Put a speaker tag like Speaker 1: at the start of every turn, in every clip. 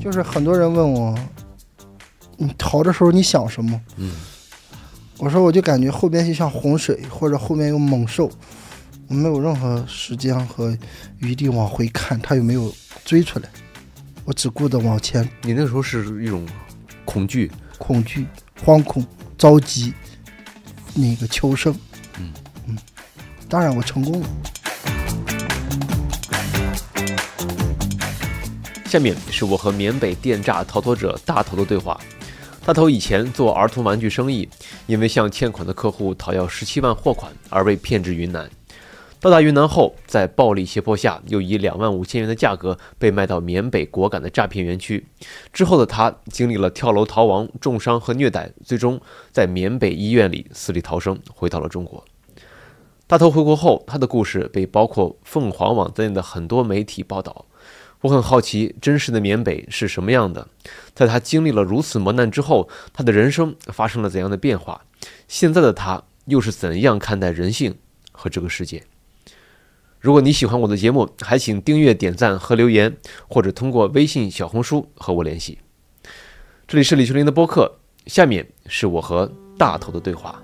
Speaker 1: 就是很多人问我，你逃的时候你想什么？
Speaker 2: 嗯，
Speaker 1: 我说我就感觉后边就像洪水，或者后面有猛兽，我没有任何时间和余地往回看他有没有追出来，我只顾着往前，
Speaker 2: 你那个时候是一种恐惧，
Speaker 1: 恐惧、惶恐、着急，那个求生。
Speaker 2: 嗯
Speaker 1: 嗯，当然我成功了。
Speaker 2: 下面是我和缅北电诈逃脱者大头的对话。大头以前做儿童玩具生意，因为向欠款的客户讨要十七万货款而被骗至云南。到达云南后，在暴力胁迫下，又以两万五千元的价格被卖到缅北果敢的诈骗园区。之后的他经历了跳楼逃亡、重伤和虐待，最终在缅北医院里死里逃生，回到了中国。大头回国后，他的故事被包括凤凰网在内的很多媒体报道。我很好奇，真实的缅北是什么样的？在他经历了如此磨难之后，他的人生发生了怎样的变化？现在的他又是怎样看待人性和这个世界？如果你喜欢我的节目，还请订阅、点赞和留言，或者通过微信、小红书和我联系。这里是李秋林的播客，下面是我和大头的对话。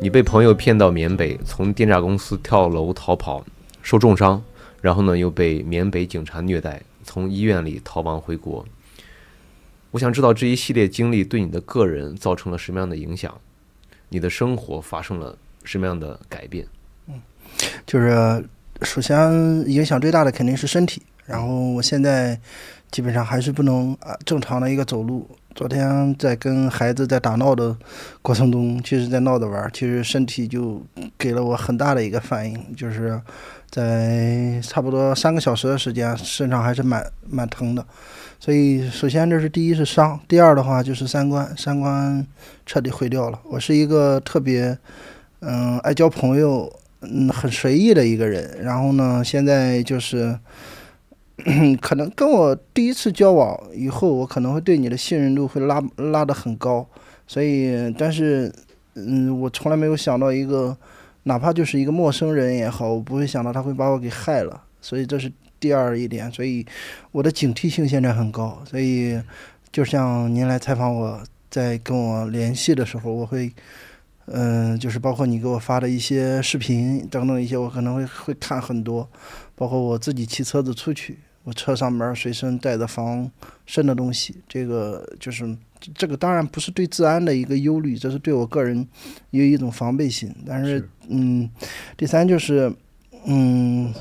Speaker 2: 你被朋友骗到缅北，从电诈公司跳楼逃跑，受重伤，然后呢又被缅北警察虐待，从医院里逃亡回国。我想知道这一系列经历对你的个人造成了什么样的影响，你的生活发生了什么样的改变？
Speaker 1: 就是首先影响最大的肯定是身体，然后我现在基本上还是不能啊正常的一个走路。昨天在跟孩子在打闹的过程中，其实在闹着玩儿，其实身体就给了我很大的一个反应，就是在差不多三个小时的时间，身上还是蛮蛮疼的。所以首先这是第一是伤，第二的话就是三观，三观彻底毁掉了。我是一个特别嗯爱交朋友，嗯，很随意的一个人。然后呢，现在就是，可能跟我第一次交往以后，我可能会对你的信任度会拉拉得很高。所以，但是，嗯，我从来没有想到一个，哪怕就是一个陌生人也好，我不会想到他会把我给害了。所以这是第二一点。所以我的警惕性现在很高。所以，就像您来采访我，在跟我联系的时候，我会嗯，就是包括你给我发的一些视频等等一些，我可能会会看很多，包括我自己骑车子出去，我车上面儿随身带着防身的东西，这个就是这这个当然不是对治安的一个忧虑，这是对我个人有一种防备心，但是
Speaker 2: 是
Speaker 1: 嗯，第三就是嗯。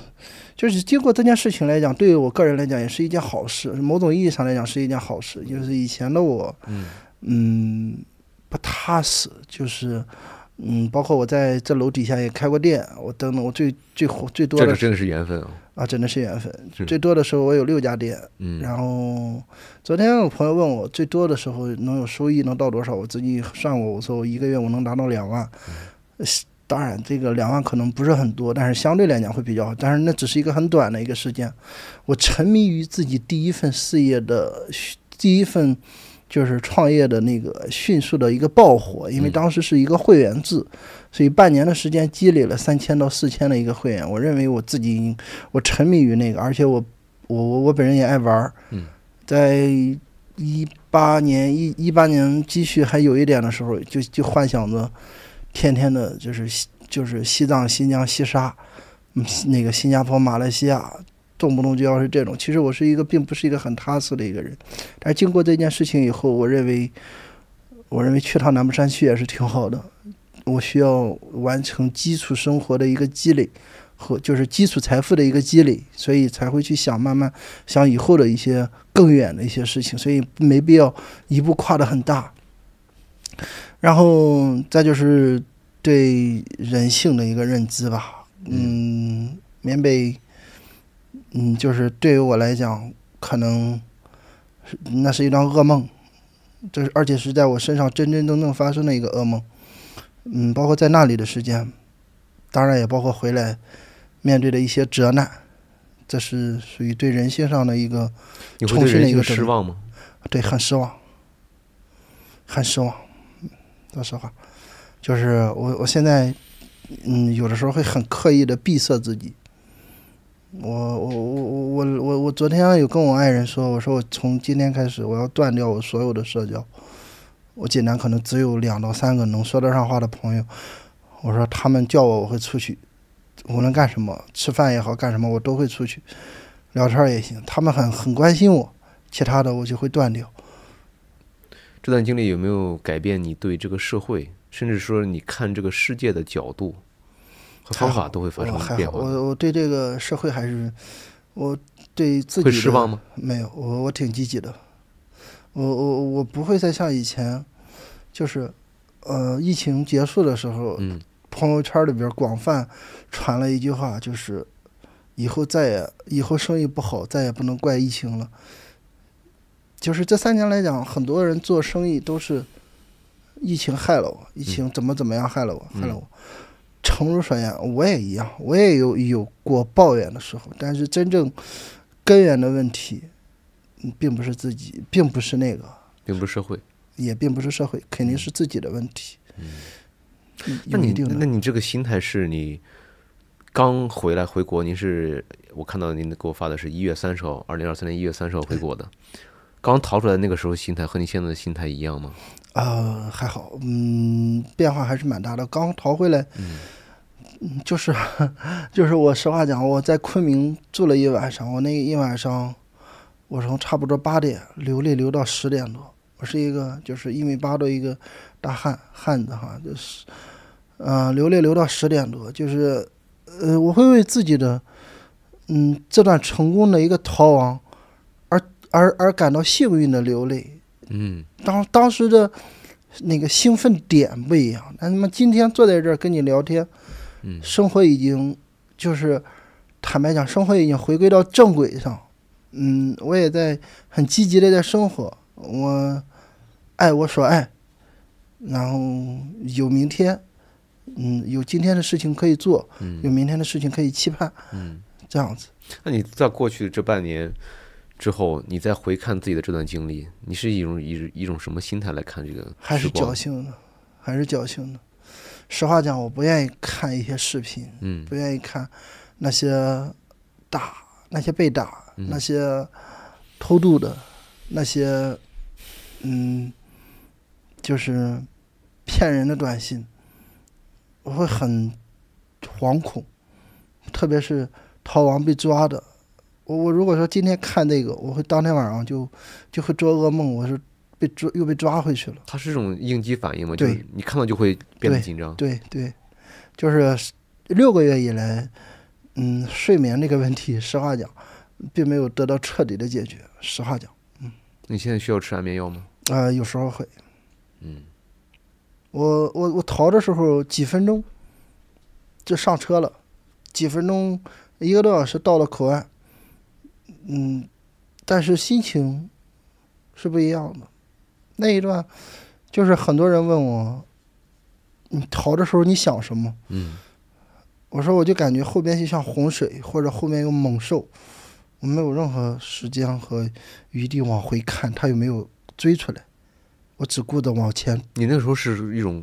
Speaker 1: 就是经过这件事情来讲，对于我个人来讲也是一件好事，某种意义上来讲是一件好事。就是以前的我，
Speaker 2: 嗯
Speaker 1: 嗯，不踏实，就是，嗯，包括我在这楼底下也开过店，我等等，我最最火最多
Speaker 2: 这
Speaker 1: 的
Speaker 2: 个真的是缘分啊！
Speaker 1: 啊，真的是缘分。
Speaker 2: 是
Speaker 1: 最多的时候我有六家店，
Speaker 2: 嗯，
Speaker 1: 然后昨天有朋友问我，最多的时候能有收益能到多少？我自己算过，我说我一个月我能拿到两万。
Speaker 2: 嗯
Speaker 1: 是当然，这个两万可能不是很多，但是相对来讲会比较好。但是那只是一个很短的一个时间。我沉迷于自己第一份事业的第一份就是创业的那个迅速的一个爆火，因为
Speaker 2: 嗯
Speaker 1: 当时是一个会员制，所以半年的时间积累了三千到四千的一个会员。我认为我自己已经我沉迷于那个，而且我我我我本人也爱玩儿。
Speaker 2: 嗯，
Speaker 1: 在一八年一一八年积蓄还有一点的时候，就就幻想着天天的就是西就是西藏、新疆、西沙，嗯，那个新加坡、马来西亚，动不动就要是这种。其实我是一个并不是一个很踏实的一个人，但是经过这件事情以后，我认为我认为去趟南部山区也是挺好的。我需要完成基础生活的一个积累，和就是基础财富的一个积累，所以才会去想慢慢想以后的一些更远的一些事情，所以没必要一步跨得很大。然后再就是对人性的一个认知吧，嗯，缅北，嗯，就是对于我来讲，可能是那是一段噩梦，这是而且是在我身上真真正正发生的一个噩梦，嗯，包括在那里的时间，当然也包括回来面对的一些折难，这是属于对人性上的一个
Speaker 2: 你会对
Speaker 1: 重新的
Speaker 2: 人
Speaker 1: 一
Speaker 2: 性
Speaker 1: 个
Speaker 2: 失望吗？
Speaker 1: 对，很失望，很失望。说实话，就是我我现在，嗯，有的时候会很刻意的闭塞自己。我我我我我我我昨天有跟我爱人说，我说我从今天开始我要断掉我所有的社交，我尽量可能只有两到三个能说得上话的朋友。我说他们叫我我会出去，无论干什么，吃饭也好干什么我都会出去，聊天也行。他们很很关心我，其他的我就会断掉。
Speaker 2: 这段经历有没有改变你对这个社会，甚至说你看这个世界的角度和方法都会发
Speaker 1: 哦我还
Speaker 2: 生
Speaker 1: 好
Speaker 2: 变化？
Speaker 1: 我我对这个社会还是，我对自己
Speaker 2: 会
Speaker 1: 的
Speaker 2: 失望吗？
Speaker 1: 没有，我我挺积极的，我我我不会再像以前，就是，呃，疫情结束的时候，
Speaker 2: 嗯，
Speaker 1: 朋友圈里边广泛传了一句话，就是以后再也以后生意不好，再也不能怪疫情了。就是这三年来讲，很多人做生意都是疫情害了我，
Speaker 2: 嗯
Speaker 1: 疫情怎么怎么样害了我，害了我。诚如所言，我也一样，我也有有过抱怨的时候，但是真正根源的问题，嗯并不是自己，并不是那个，
Speaker 2: 并不是社会。
Speaker 1: 也并不是社会，肯定是自己的问题。嗯，
Speaker 2: 那
Speaker 1: 有
Speaker 2: 你
Speaker 1: 一定的
Speaker 2: 嗯那你这个心态是你刚回来回国，您是我看到您给我发的是一月三十号，二零二三年一月三十号回国的。刚逃出来那个时候心态和你现在的心态一样吗？
Speaker 1: 呃，还好，嗯，变化还是蛮大的。刚逃回来，嗯，就是 就是我实话讲，我在昆明住了一晚上，我那一晚上，我从差不多八点流泪流到十点多。我是一个就是一米八的一个大汉汉子哈，就是，呃，流泪流到十点多，就是，呃，我会为自己的，嗯，这段成功的一个逃亡，而而而感到幸运的流泪。
Speaker 2: 嗯，
Speaker 1: 当当时的那个兴奋点不一样。那他妈今天坐在这儿跟你聊天，
Speaker 2: 嗯
Speaker 1: 生活已经就是坦白讲，生活已经回归到正轨上。嗯，我也在很积极的在生活，我爱我所爱，然后有明天，嗯，有今天的事情可以做，
Speaker 2: 嗯
Speaker 1: 有明天的事情可以期盼，
Speaker 2: 嗯，
Speaker 1: 这样子。
Speaker 2: 那你在过去这半年之后，你再回看自己的这段经历，你是一种一一种什么心态来看这个时光？
Speaker 1: 还是侥幸的，还是侥幸的。实话讲，我不愿意看一些视频，
Speaker 2: 嗯
Speaker 1: 不愿意看那些打、那些被打、
Speaker 2: 嗯
Speaker 1: 那些偷渡的、那些嗯，就是骗人的短信，我会很惶恐，特别是逃亡被抓的。我我如果说今天看这个，我会当天晚上就就会做噩梦，我是被抓又被抓回去了。
Speaker 2: 它是一种应激反应嘛，就是
Speaker 1: 对
Speaker 2: 你看到就会变得紧张。
Speaker 1: 对对，就是六个月以来，嗯，睡眠这个问题，实话讲，并没有得到彻底的解决。实话讲，
Speaker 2: 你现在需要吃安眠药吗？
Speaker 1: 啊、有时候会，
Speaker 2: 嗯，
Speaker 1: 我我我逃的时候几分钟就上车了，几分钟一个多小时到了口岸，嗯，但是心情是不一样的。那一段就是很多人问我，你逃的时候你想什么？
Speaker 2: 嗯，
Speaker 1: 我说我就感觉后边就像洪水，或者后面有猛兽，我没有任何时间和余地往回看他有没有追出来，我只顾着往前
Speaker 2: 你那个时候是一种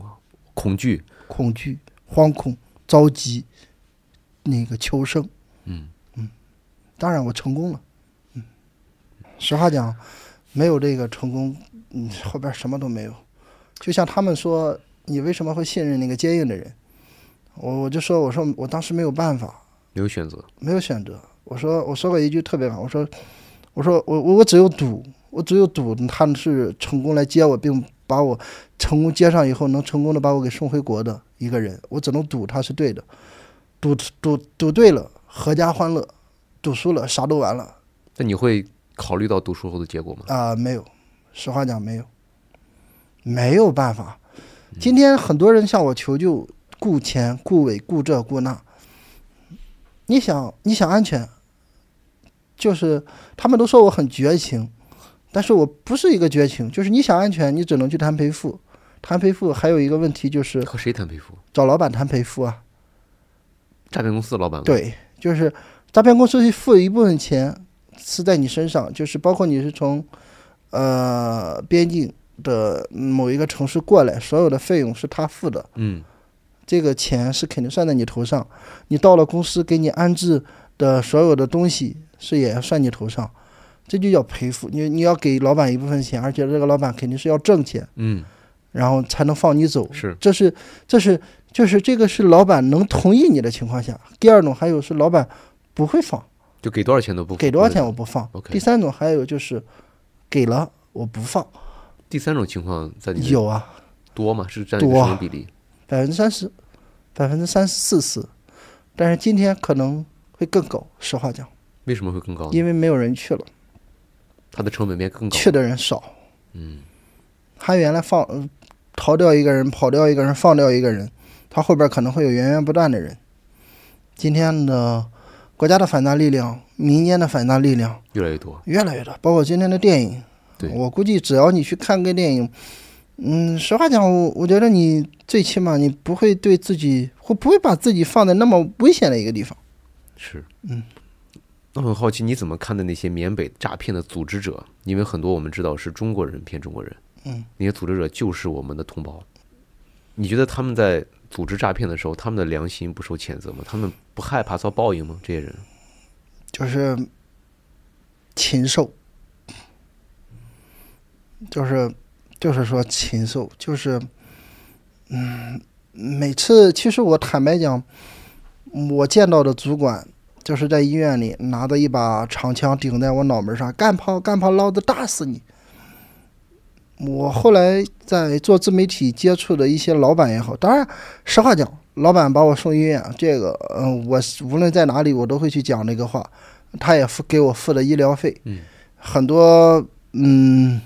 Speaker 2: 恐惧，
Speaker 1: 恐惧、惶恐、着急，那个求生。
Speaker 2: 嗯
Speaker 1: 当然，我成功了。嗯，实话讲，没有这个成功，嗯，后边什么都没有。就像他们说，你为什么会信任那个坚硬的人？我我就说，我说我当时没有办法，
Speaker 2: 没有选择。
Speaker 1: 没有选择。我说我说过一句特别好，我说我说我我我只有赌，我只有赌他们是成功来接我，并把我成功接上以后，能成功的把我给送回国的一个人，我只能赌他是对的，赌赌赌对了，阖家欢乐；赌输了，啥都完了
Speaker 2: 那你会考虑到读书后的结果吗？
Speaker 1: 啊、没有，实话讲没有，没有办法。今天很多人向我求救，顾前顾尾顾这顾那，你想你想安全，就是他们都说我很绝情，但是我不是一个绝情，就是你想安全，你只能去谈赔付。谈赔付还有一个问题就是
Speaker 2: 和谁谈赔付？
Speaker 1: 找老板谈赔付啊，
Speaker 2: 诈骗公司的老板吗？，
Speaker 1: 对，就是诈骗公司去付一部分钱是在你身上，就是包括你是从呃边境的某一个城市过来，所有的费用是他付的，
Speaker 2: 嗯，
Speaker 1: 这个钱是肯定算在你头上。你到了公司给你安置的所有的东西是也要算你头上，这就叫赔付。你你要给老板一部分钱，而且这个老板肯定是要挣钱，
Speaker 2: 嗯，
Speaker 1: 然后才能放你走。
Speaker 2: 是，
Speaker 1: 这是这是就是这个是老板能同意你的情况下。第二种还有是老板不会放，
Speaker 2: 就给多少钱都不
Speaker 1: 给多少钱我不放。
Speaker 2: OK
Speaker 1: 第三种还有就是给了我不放，
Speaker 2: 第三种情况在你
Speaker 1: 有啊，
Speaker 2: 多吗？是占你的
Speaker 1: 多
Speaker 2: 什么比例？
Speaker 1: 百分之三十，百分之三十四四，但是今天可能会更高。实话讲，
Speaker 2: 为什么会更高呢？
Speaker 1: 因为没有人去了，
Speaker 2: 它的成本变更高。
Speaker 1: 去的人少。
Speaker 2: 嗯，
Speaker 1: 他原来放呃逃掉一个人，跑掉一个人，放掉一个人，他后边可能会有源源不断的人。今天的国家的反诈力量，民间的反诈力量
Speaker 2: 越来越多。
Speaker 1: 越来越大，包括今天的电影
Speaker 2: 对。
Speaker 1: 我估计只要你去看个电影，嗯，实话讲，我我觉得你最起码你不会对自己会不会把自己放在那么危险的一个地方。
Speaker 2: 是，
Speaker 1: 嗯，
Speaker 2: 我很好奇你怎么看待那些缅北诈骗的组织者？因为很多我们知道是中国人骗中国人，
Speaker 1: 嗯，
Speaker 2: 那些组织者就是我们的同胞。你觉得他们在组织诈骗的时候，他们的良心不受谴责吗？他们不害怕遭报应吗？这些人，
Speaker 1: 就是禽兽，就是就是说禽兽，就是嗯，每次其实我坦白讲，我见到的主管就是在医院里拿着一把长枪顶在我脑门上，干炮干炮，老子打死你！我后来在做自媒体接触的一些老板也好，当然，实话讲，老板把我送医院，这个，嗯，我是无论在哪里，我都会去讲这个话。他也付给我付的医疗费，
Speaker 2: 嗯
Speaker 1: 很多，嗯，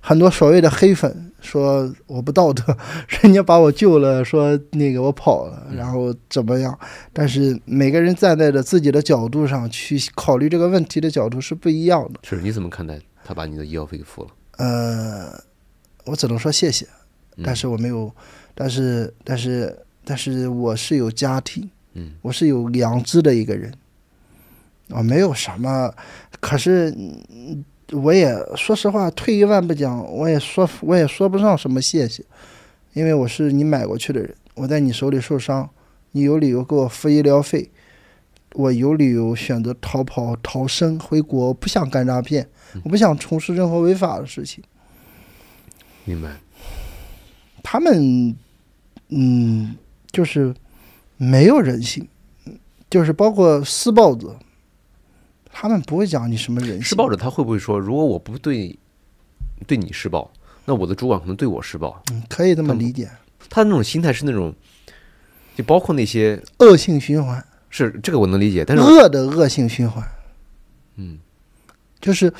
Speaker 1: 很多所谓的黑粉说我不道德， 人家把我救了，说那个我跑了，然后怎么样？但是每个人站在的自己的角度上去考虑这个问题的角度是不一样的。
Speaker 2: 是你怎么看待他把你的医药费给付了？
Speaker 1: 呃，我只能说谢谢，
Speaker 2: 嗯
Speaker 1: 但是我没有，但是但是但是我是有家庭，
Speaker 2: 嗯，
Speaker 1: 我是有良知的一个人，啊，没有什么，可是嗯我也说实话，退一万步讲，我也说我也说不上什么谢谢，因为我是你买过去的人，我在你手里受伤，你有理由给我付医疗费。我有理由选择逃跑、逃生回国，不想干诈骗，我不想从事任何违法的事情。
Speaker 2: 明白。
Speaker 1: 他们，嗯，就是没有人性，就是包括施暴者，他们不会讲你什么人性。
Speaker 2: 施暴者他会不会说，如果我不对对你施暴，那我的主管可能对我施暴？
Speaker 1: 嗯可以这么
Speaker 2: 他们
Speaker 1: 理解，
Speaker 2: 他那种心态是那种，就包括那些
Speaker 1: 恶性循环，
Speaker 2: 是这个我能理解，但是
Speaker 1: 恶的恶性循环，
Speaker 2: 嗯，
Speaker 1: 就是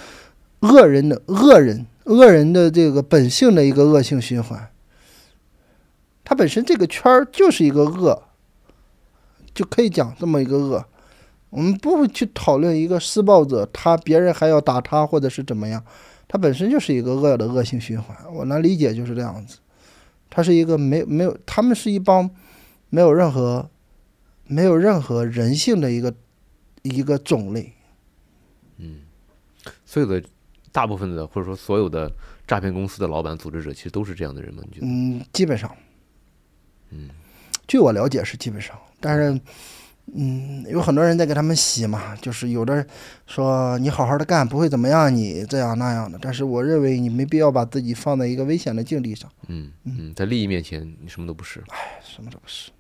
Speaker 1: 恶人的恶人恶人的这个本性的一个恶性循环。它本身这个圈儿就是一个恶，就可以讲这么一个恶。我们不会去讨论一个施暴者，他别人还要打他或者是怎么样，他本身就是一个恶的恶性循环。我能理解就是这样子，他是一个没没有，他们是一帮没有任何没有任何人性的一个一个种类。
Speaker 2: 所有的大部分的或者说所有的诈骗公司的老板、组织者，其实都是这样的人吗？你觉得？
Speaker 1: 嗯，基本上，
Speaker 2: 嗯，
Speaker 1: 据我了解是基本上，但是，嗯，有很多人在给他们洗嘛，就是有的说你好好的干，不会怎么样你，这样那样的。但是我认为你没必要把自己放在一个危险的境地上，
Speaker 2: 嗯嗯，在利益面前，你什么都不是。
Speaker 1: 什么都不是。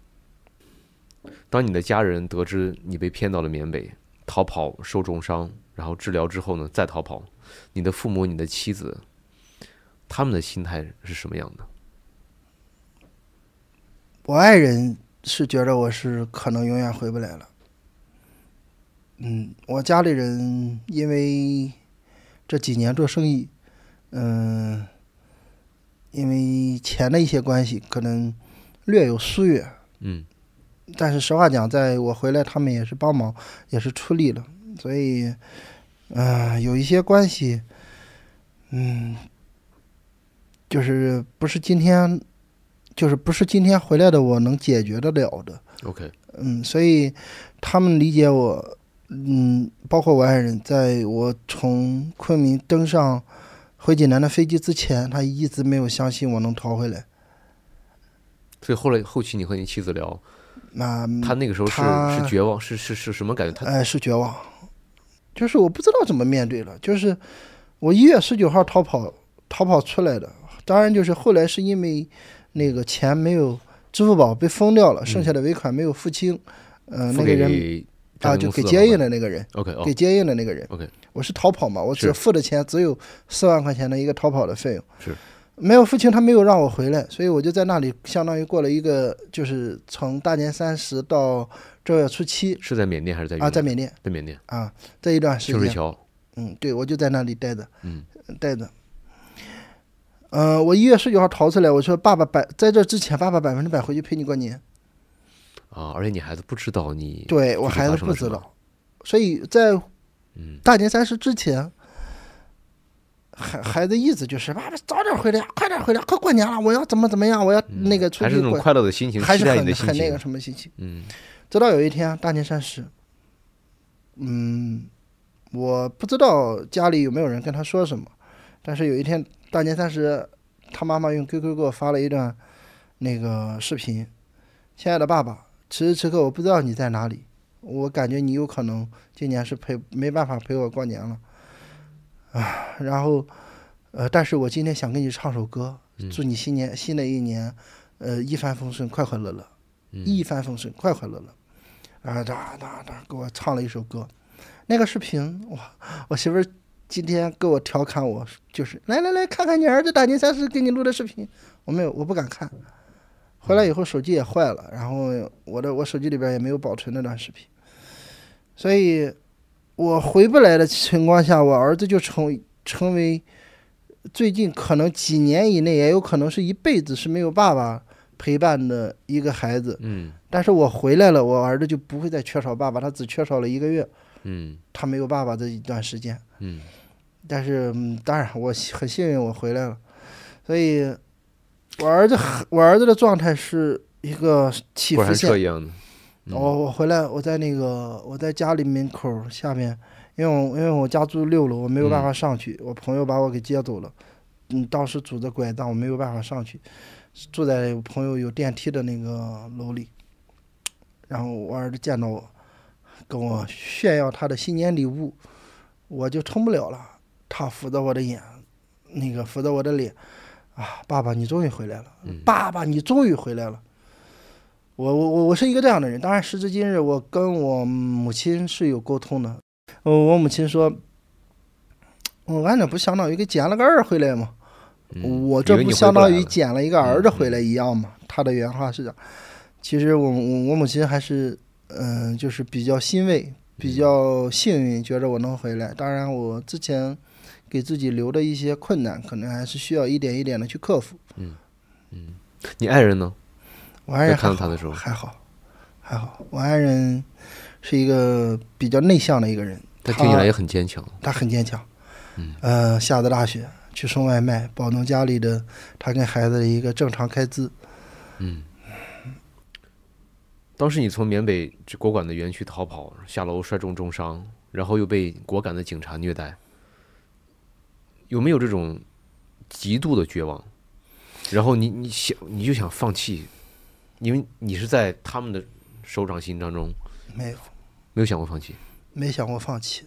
Speaker 2: 当你的家人得知你被骗到了缅北，逃跑受重伤，然后治疗之后呢，再逃跑，你的父母、你的妻子，他们的心态是什么样的？
Speaker 1: 我爱人是觉得我是可能永远回不来了。嗯，我家里人因为这几年做生意，嗯、因为钱的一些关系，可能略有疏远。
Speaker 2: 嗯，
Speaker 1: 但是实话讲，在我回来，他们也是帮忙，也是出力了，所以，呃，有一些关系，嗯，就是不是今天，就是不是今天回来的我能解决得了的，
Speaker 2: OK，
Speaker 1: 嗯，所以他们理解我，嗯，包括我爱人，在我从昆明登上回济南的飞机之前，他一直没有相信我能逃回来。
Speaker 2: 所以后来后期你和你妻子聊，
Speaker 1: 那
Speaker 2: 她那个时候是
Speaker 1: 她
Speaker 2: 是绝望，是是是什么感觉？她
Speaker 1: 哎，是绝望，就是我不知道怎么面对了。就是我一月十九号逃跑，逃跑出来的。当然，就是后来是因为那个钱没有，支付宝被封掉了，剩下的尾款没有付清。嗯、呃，
Speaker 2: 嗯付
Speaker 1: 那个人
Speaker 2: 给
Speaker 1: 啊，
Speaker 2: 占
Speaker 1: 就
Speaker 2: 公司
Speaker 1: 给
Speaker 2: 了
Speaker 1: 接应
Speaker 2: 吗
Speaker 1: 的那个人，
Speaker 2: OK 哦
Speaker 1: 给，接应的那个人。
Speaker 2: OK
Speaker 1: 我是逃跑嘛，我
Speaker 2: 是
Speaker 1: 只付的钱只有四万块钱的一个逃跑的费用。
Speaker 2: 是。
Speaker 1: 没有付清，他没有让我回来，所以我就在那里，相当于过了一个，就是从大年三十到正月初七
Speaker 2: 是在缅甸还是在云
Speaker 1: 啊，
Speaker 2: 南
Speaker 1: 在缅甸
Speaker 2: 在缅甸
Speaker 1: 啊，这一段时
Speaker 2: 秀水
Speaker 1: 间，
Speaker 2: 桥
Speaker 1: 嗯，对，我就在那里待着，
Speaker 2: 嗯，
Speaker 1: 待着。呃，我一月十九号逃出来，我说爸爸百在这之前，爸爸百分之百回去陪你过年。
Speaker 2: 啊，而且你孩子不知道你
Speaker 1: 对我
Speaker 2: 具体
Speaker 1: 孩
Speaker 2: 发
Speaker 1: 子
Speaker 2: 生
Speaker 1: 不
Speaker 2: 了什
Speaker 1: 知
Speaker 2: 么
Speaker 1: 道，所以在
Speaker 2: 嗯
Speaker 1: 大年三十之前，孩孩子一直就是爸爸早点回来，快点回来，快过年了，我要怎么怎么样，我要
Speaker 2: 嗯
Speaker 1: 那个出
Speaker 2: 还是
Speaker 1: 去
Speaker 2: 那种
Speaker 1: 过，
Speaker 2: 快乐的心情，
Speaker 1: 还
Speaker 2: 期
Speaker 1: 是
Speaker 2: 待你
Speaker 1: 很
Speaker 2: 的心
Speaker 1: 很那个
Speaker 2: 情，
Speaker 1: 什么心情。
Speaker 2: 嗯
Speaker 1: 直到有一天啊大年三十，嗯，我不知道家里有没有人跟他说什么，但是有一天大年三十，他妈妈用 QQ 给我发了一段那个视频，亲爱的爸爸，此时此刻我不知道你在哪里，我感觉你有可能今年是陪没办法陪我过年了，啊，然后，呃，但是我今天想跟你唱首歌，
Speaker 2: 嗯
Speaker 1: 祝你新年新的一年，呃，一帆风顺，快快乐乐。一帆风顺，快快乐乐。啊，哒哒哒，给我唱了一首歌。那个视频，哇，我媳妇儿今天给我调侃我，就是来来来看看你儿子大年三十给你录的视频。我没有，我不敢看。回来以后手机也坏了，然后我的我手机里边也没有保存那段视频，所以我回不来的情况下，我儿子就成成为最近可能几年以内，也有可能是一辈子是没有爸爸陪伴的一个孩子。
Speaker 2: 嗯
Speaker 1: 但是我回来了，我儿子就不会再缺少爸爸，他只缺少了一个月，
Speaker 2: 嗯
Speaker 1: 他没有爸爸这一段时间。
Speaker 2: 嗯
Speaker 1: 但是，嗯、当然我幸很幸运我回来了，所以，我儿子很我儿子的状态是一个起
Speaker 2: 过
Speaker 1: 伏
Speaker 2: 山
Speaker 1: 线
Speaker 2: 车。一样的，嗯
Speaker 1: 我、我回来，我在那个我在家里门口下面，因为我因为我家住六楼，我没有办法上去，我朋友把我给接走了。嗯，当时拄着拐杖，我没有办法上去，住在我朋友有电梯的那个楼里。然后我儿子见到我，跟我炫耀他的新年礼物，我就撑不了了。他扶着我的眼，那个扶着我的脸，啊，爸爸你终于回来了，
Speaker 2: 嗯
Speaker 1: 爸爸你终于回来了。我我我我是一个这样的人，当然时至今日，我跟我母亲是有沟通的。我我母亲说，我按照不相当于给捡了个二回来吗？
Speaker 2: 嗯
Speaker 1: 我
Speaker 2: 以
Speaker 1: 这
Speaker 2: 为
Speaker 1: 不
Speaker 2: 你
Speaker 1: 相
Speaker 2: 回不
Speaker 1: 当
Speaker 2: 来
Speaker 1: 于
Speaker 2: 了
Speaker 1: 捡了一个儿
Speaker 2: 嗯
Speaker 1: 子
Speaker 2: 嗯
Speaker 1: 回来一样吗？他的原话是这样。其实我我我母亲还是嗯、就是比较欣慰，
Speaker 2: 嗯
Speaker 1: 比较幸运，觉着我能回来。当然，我之前给自己留的一些困难，可能还是需要一点一点的去克服。
Speaker 2: 你爱人呢？
Speaker 1: 我爱
Speaker 2: 在
Speaker 1: 人还
Speaker 2: 看到
Speaker 1: 哎好
Speaker 2: 他的时候，
Speaker 1: 还好，还好。我爱人是一个比较内向的一个人，
Speaker 2: 他听起
Speaker 1: 他
Speaker 2: 来也很坚强，
Speaker 1: 他很坚强。嗯，呃，下着大雪去送外卖，保证家里的他跟孩子的一个正常开支。
Speaker 2: 嗯。当时你从缅北这果敢的园区逃跑，下楼摔中重伤，然后又被果敢的警察虐待，有没有这种极度的绝望？然后你你想你就想放弃，因为你是在他们的手掌心当中，
Speaker 1: 没有，
Speaker 2: 没有想过放弃。
Speaker 1: 没想过放弃。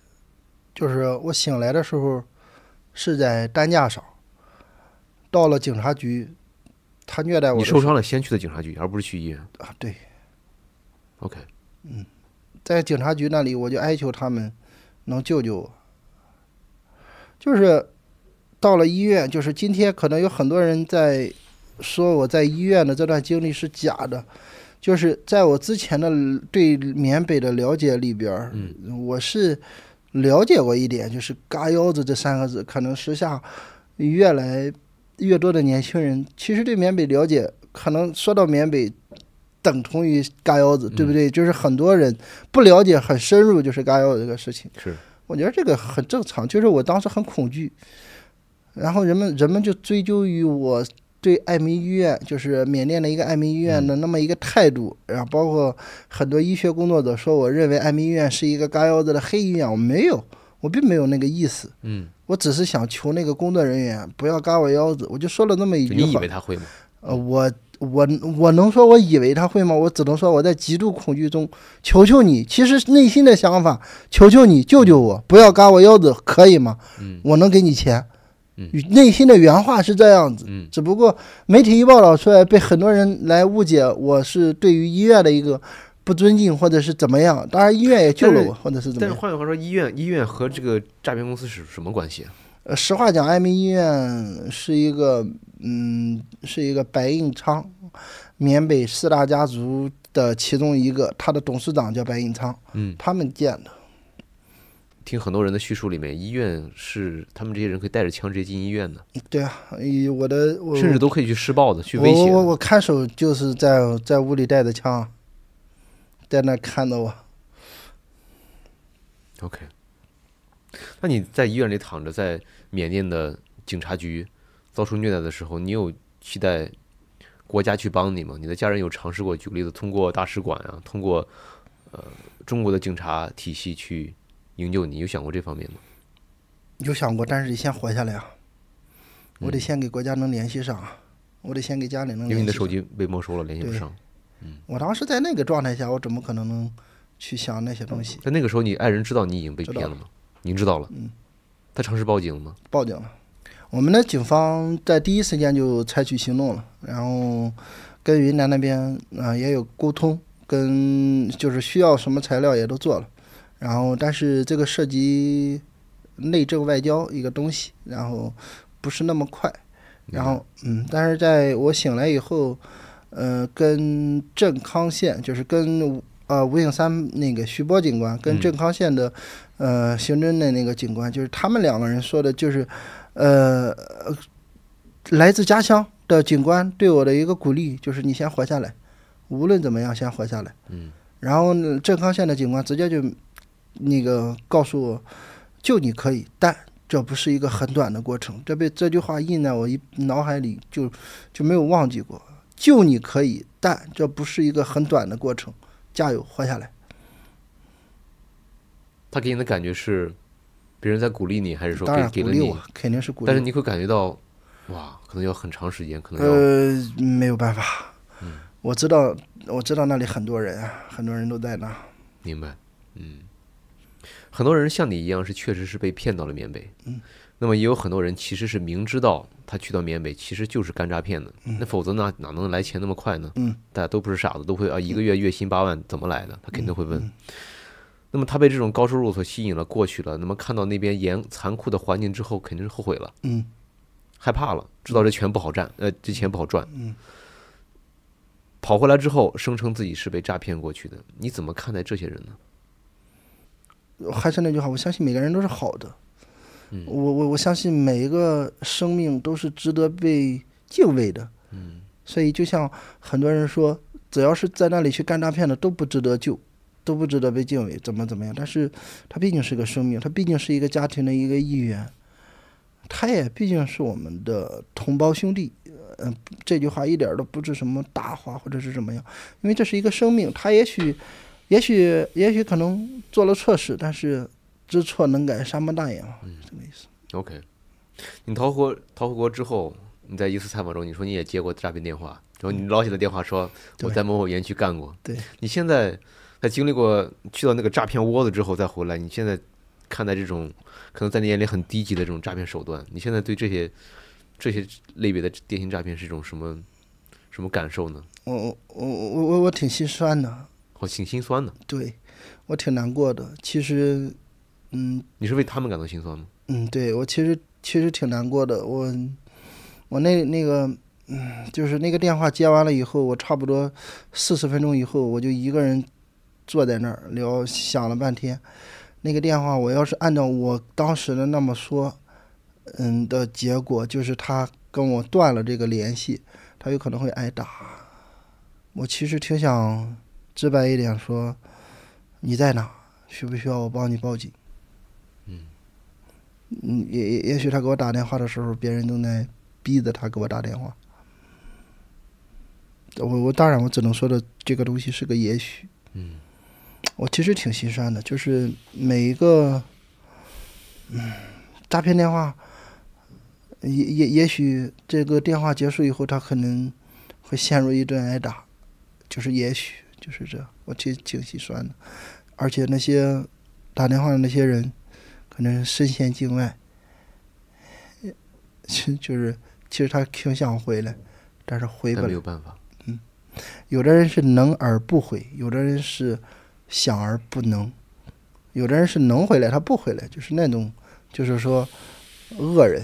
Speaker 1: 就是我醒来的时候是在担架上，到了警察局，他虐待我
Speaker 2: 你
Speaker 1: 的时
Speaker 2: 受
Speaker 1: 候
Speaker 2: 伤了，先去的警察局，而不是去医院。
Speaker 1: 啊，对，
Speaker 2: OK，
Speaker 1: 在警察局那里，我就哀求他们能救救我。就是到了医院，就是今天可能有很多人在说我在医院的这段经历是假的，就是在我之前的对缅北的了解里边儿，我是了解过一点，就是“嘎腰子”这三个字，可能时下越来越多的年轻人其实对缅北了解，可能说到缅北。等同于嘎腰子，对不对？就是很多人不了解很深入，就是嘎腰子这个事情。
Speaker 2: 是
Speaker 1: 我觉得这个很正常，就是我当时很恐惧，然后人们人们就追究于我对爱民医院，就是缅甸的一个爱民医
Speaker 2: 嗯
Speaker 1: 院的那么一个态度，然后包括很多医学工作者说，我认为爱民医院是一个嘎腰子的黑医院，我没有，我并没有那个意思，
Speaker 2: 嗯，
Speaker 1: 我只是想求那个工作人员不要嘎我腰子，我就说了那么一句
Speaker 2: 你以
Speaker 1: 话
Speaker 2: 为。他会吗？
Speaker 1: 呃，我我我能说我以为他会吗？我只能说我在极度恐惧中，求求你，其实内心的想法，求求你救救我，不要嘎我腰子，可以吗？
Speaker 2: 嗯
Speaker 1: 我能给你钱。
Speaker 2: 嗯
Speaker 1: 与内心的原话是这样子，
Speaker 2: 嗯
Speaker 1: 只不过媒体一报道出来，被很多人来误解我是对于医院的一个不尊敬，或者是怎么样。当然，医院也救了
Speaker 2: 但是
Speaker 1: 我，或者是怎么
Speaker 2: 但是
Speaker 1: 样。
Speaker 2: 换句话说，医院医院和这个诈骗公司是什么关系啊？
Speaker 1: 呃，实话讲，爱民医院是一个，嗯，是一个白应昌，缅北四大家族的其中一个，他的董事长叫白应昌，
Speaker 2: 嗯，
Speaker 1: 他们建的。
Speaker 2: 听很多人的叙述里面，医院是他们这些人可以带着枪直接进医院的，
Speaker 1: 对啊，以我的我
Speaker 2: 甚至都可以去施暴的，去
Speaker 1: 我
Speaker 2: 威胁
Speaker 1: 我
Speaker 2: 的。
Speaker 1: 我看守就是在在屋里带着枪，在那看着我。
Speaker 2: OK，那你在医院里躺着，在缅甸的警察局遭受虐待的时候，你有期待国家去帮你吗？你的家人有尝试过，举个例子，通过大使馆啊，通过呃中国的警察体系去营救你，有想过这方面吗？
Speaker 1: 有想过，但是得先活下来啊！我得
Speaker 2: 嗯
Speaker 1: 先给国家能联系上啊，我得先给家里能
Speaker 2: 因为
Speaker 1: 联
Speaker 2: 你
Speaker 1: 系
Speaker 2: 的
Speaker 1: 上
Speaker 2: 手。机被没收了，联系不
Speaker 1: 对
Speaker 2: 上。
Speaker 1: 我当时在那个状态下，我怎么可能能去想那些东西？
Speaker 2: 在那个时候，你爱人知道你已经被
Speaker 1: 嗯知道嗯
Speaker 2: 骗了吗？您知道了。他尝试报警了吗？
Speaker 1: 报警了。我们的警方在第一时间就采取行动了，然后跟云南那边啊、呃也有沟通，跟就是需要什么材料也都做了，然后但是这个涉及内政外交一个东西，然后不是那么快，然后嗯，但是在我醒来以后，呃，跟镇康县就是跟呃吴影山那个徐波警官跟
Speaker 2: 嗯
Speaker 1: 镇康县的、呃刑侦的那个警官，就是他们两个人说的，就是呃呃来自家乡的警官对我的一个鼓励，就是你先活下来，无论怎么样先活下来。
Speaker 2: 嗯
Speaker 1: 然后呢，镇康县的警官直接就那个告诉我，救你可以，但这不是一个很短的过程。这被这句话印在我一脑海里就，就没有忘记过。救你可以，但这不是一个很短的过程。加油，活下来。
Speaker 2: 他给你的感觉是别人在鼓励你，还是说
Speaker 1: 当然
Speaker 2: 给给
Speaker 1: 鼓
Speaker 2: 了
Speaker 1: 励
Speaker 2: 你
Speaker 1: 我？，肯定是鼓励我。
Speaker 2: 但是你会感觉到，哇，可能要很长时间，可能要、嗯
Speaker 1: 呃，没有办法，我知道，我知道那里很多人啊，很多人都在那。
Speaker 2: 明白，嗯。很多人像你一样是确实是被骗到了缅北，嗯，那么也有很多人其实是明知道他去到缅北其实就是干诈骗的，那否则呢哪能来钱那么快呢？
Speaker 1: 嗯，
Speaker 2: 大家都不是傻子，都会啊一个月月薪八万怎么来的？他肯定会
Speaker 1: 嗯
Speaker 2: 问。嗯那么他被这种高收入所吸引了，过去了，那么看到那边严残酷的环境之后，肯定是后悔了，
Speaker 1: 嗯，
Speaker 2: 害怕了，知道这钱不好赚，呃，这钱不好赚，
Speaker 1: 嗯，
Speaker 2: 跑回来之后声称自己是被诈骗过去的，你怎么看待这些人呢？
Speaker 1: 还是那句话，我相信每个人都是好的。
Speaker 2: 嗯
Speaker 1: 我我我相信每一个生命都是值得被敬畏的。
Speaker 2: 嗯，
Speaker 1: 所以就像很多人说，只要是在那里去干诈骗的都不值得救，都不值得被敬畏，怎么怎么样？但是他毕竟是个生命，他毕竟是一个家庭的一个一员，他也毕竟是我们的同胞兄弟。嗯、这句话一点儿都不是什么大话或者是怎么样，因为这是一个生命，他也许。也许也许可能做了错事，但是知错能改，善莫大焉嘛，这个意思。
Speaker 2: OK，你逃回逃回国之后，你在一次采访中你说你也接过诈骗电话，然后你捞起了电话说我
Speaker 1: 对
Speaker 2: 在某某园区干过。
Speaker 1: 对，
Speaker 2: 你现在在经历过去到那个诈骗窝子之后再回来，你现在看待这种可能在你眼里很低级的这种诈骗手段，你现在对这些这些类别的电信诈骗是一种什么什么感受呢？
Speaker 1: 我我我我我我挺心酸的，
Speaker 2: 好，挺心酸的。
Speaker 1: 对我挺难过的。其实，嗯
Speaker 2: 你是为他们感到心酸吗？
Speaker 1: 嗯，对我其实其实挺难过的。我我那那个嗯，就是那个电话接完了以后，我差不多四十分钟以后，我就一个人坐在那儿聊，想了半天。那个电话，我要是按照我当时的那么说，嗯的结果，就是他跟我断了这个联系，他有可能会挨打。我其实挺想直白一点说，你在哪？需不需要我帮你报警？嗯，也也也许他给我打电话的时候，别人正在逼着他给我打电话。我我当然我只能说的这个东西是个也许。
Speaker 2: 嗯，
Speaker 1: 我其实挺心酸的，就是每一个，嗯，诈骗电话，也也也许这个电话结束以后，他可能会陷入一顿挨打，就是也许就是这，我挺挺心酸的。而且那些打电话的那些人，可能身陷境外， 就就是其实他挺想回来，但是回不
Speaker 2: 但没
Speaker 1: 了。
Speaker 2: 有办法。
Speaker 1: 有的人是能而不回，有的人是想而不能，有的人是能回来他不回来，就是那种就是说恶人。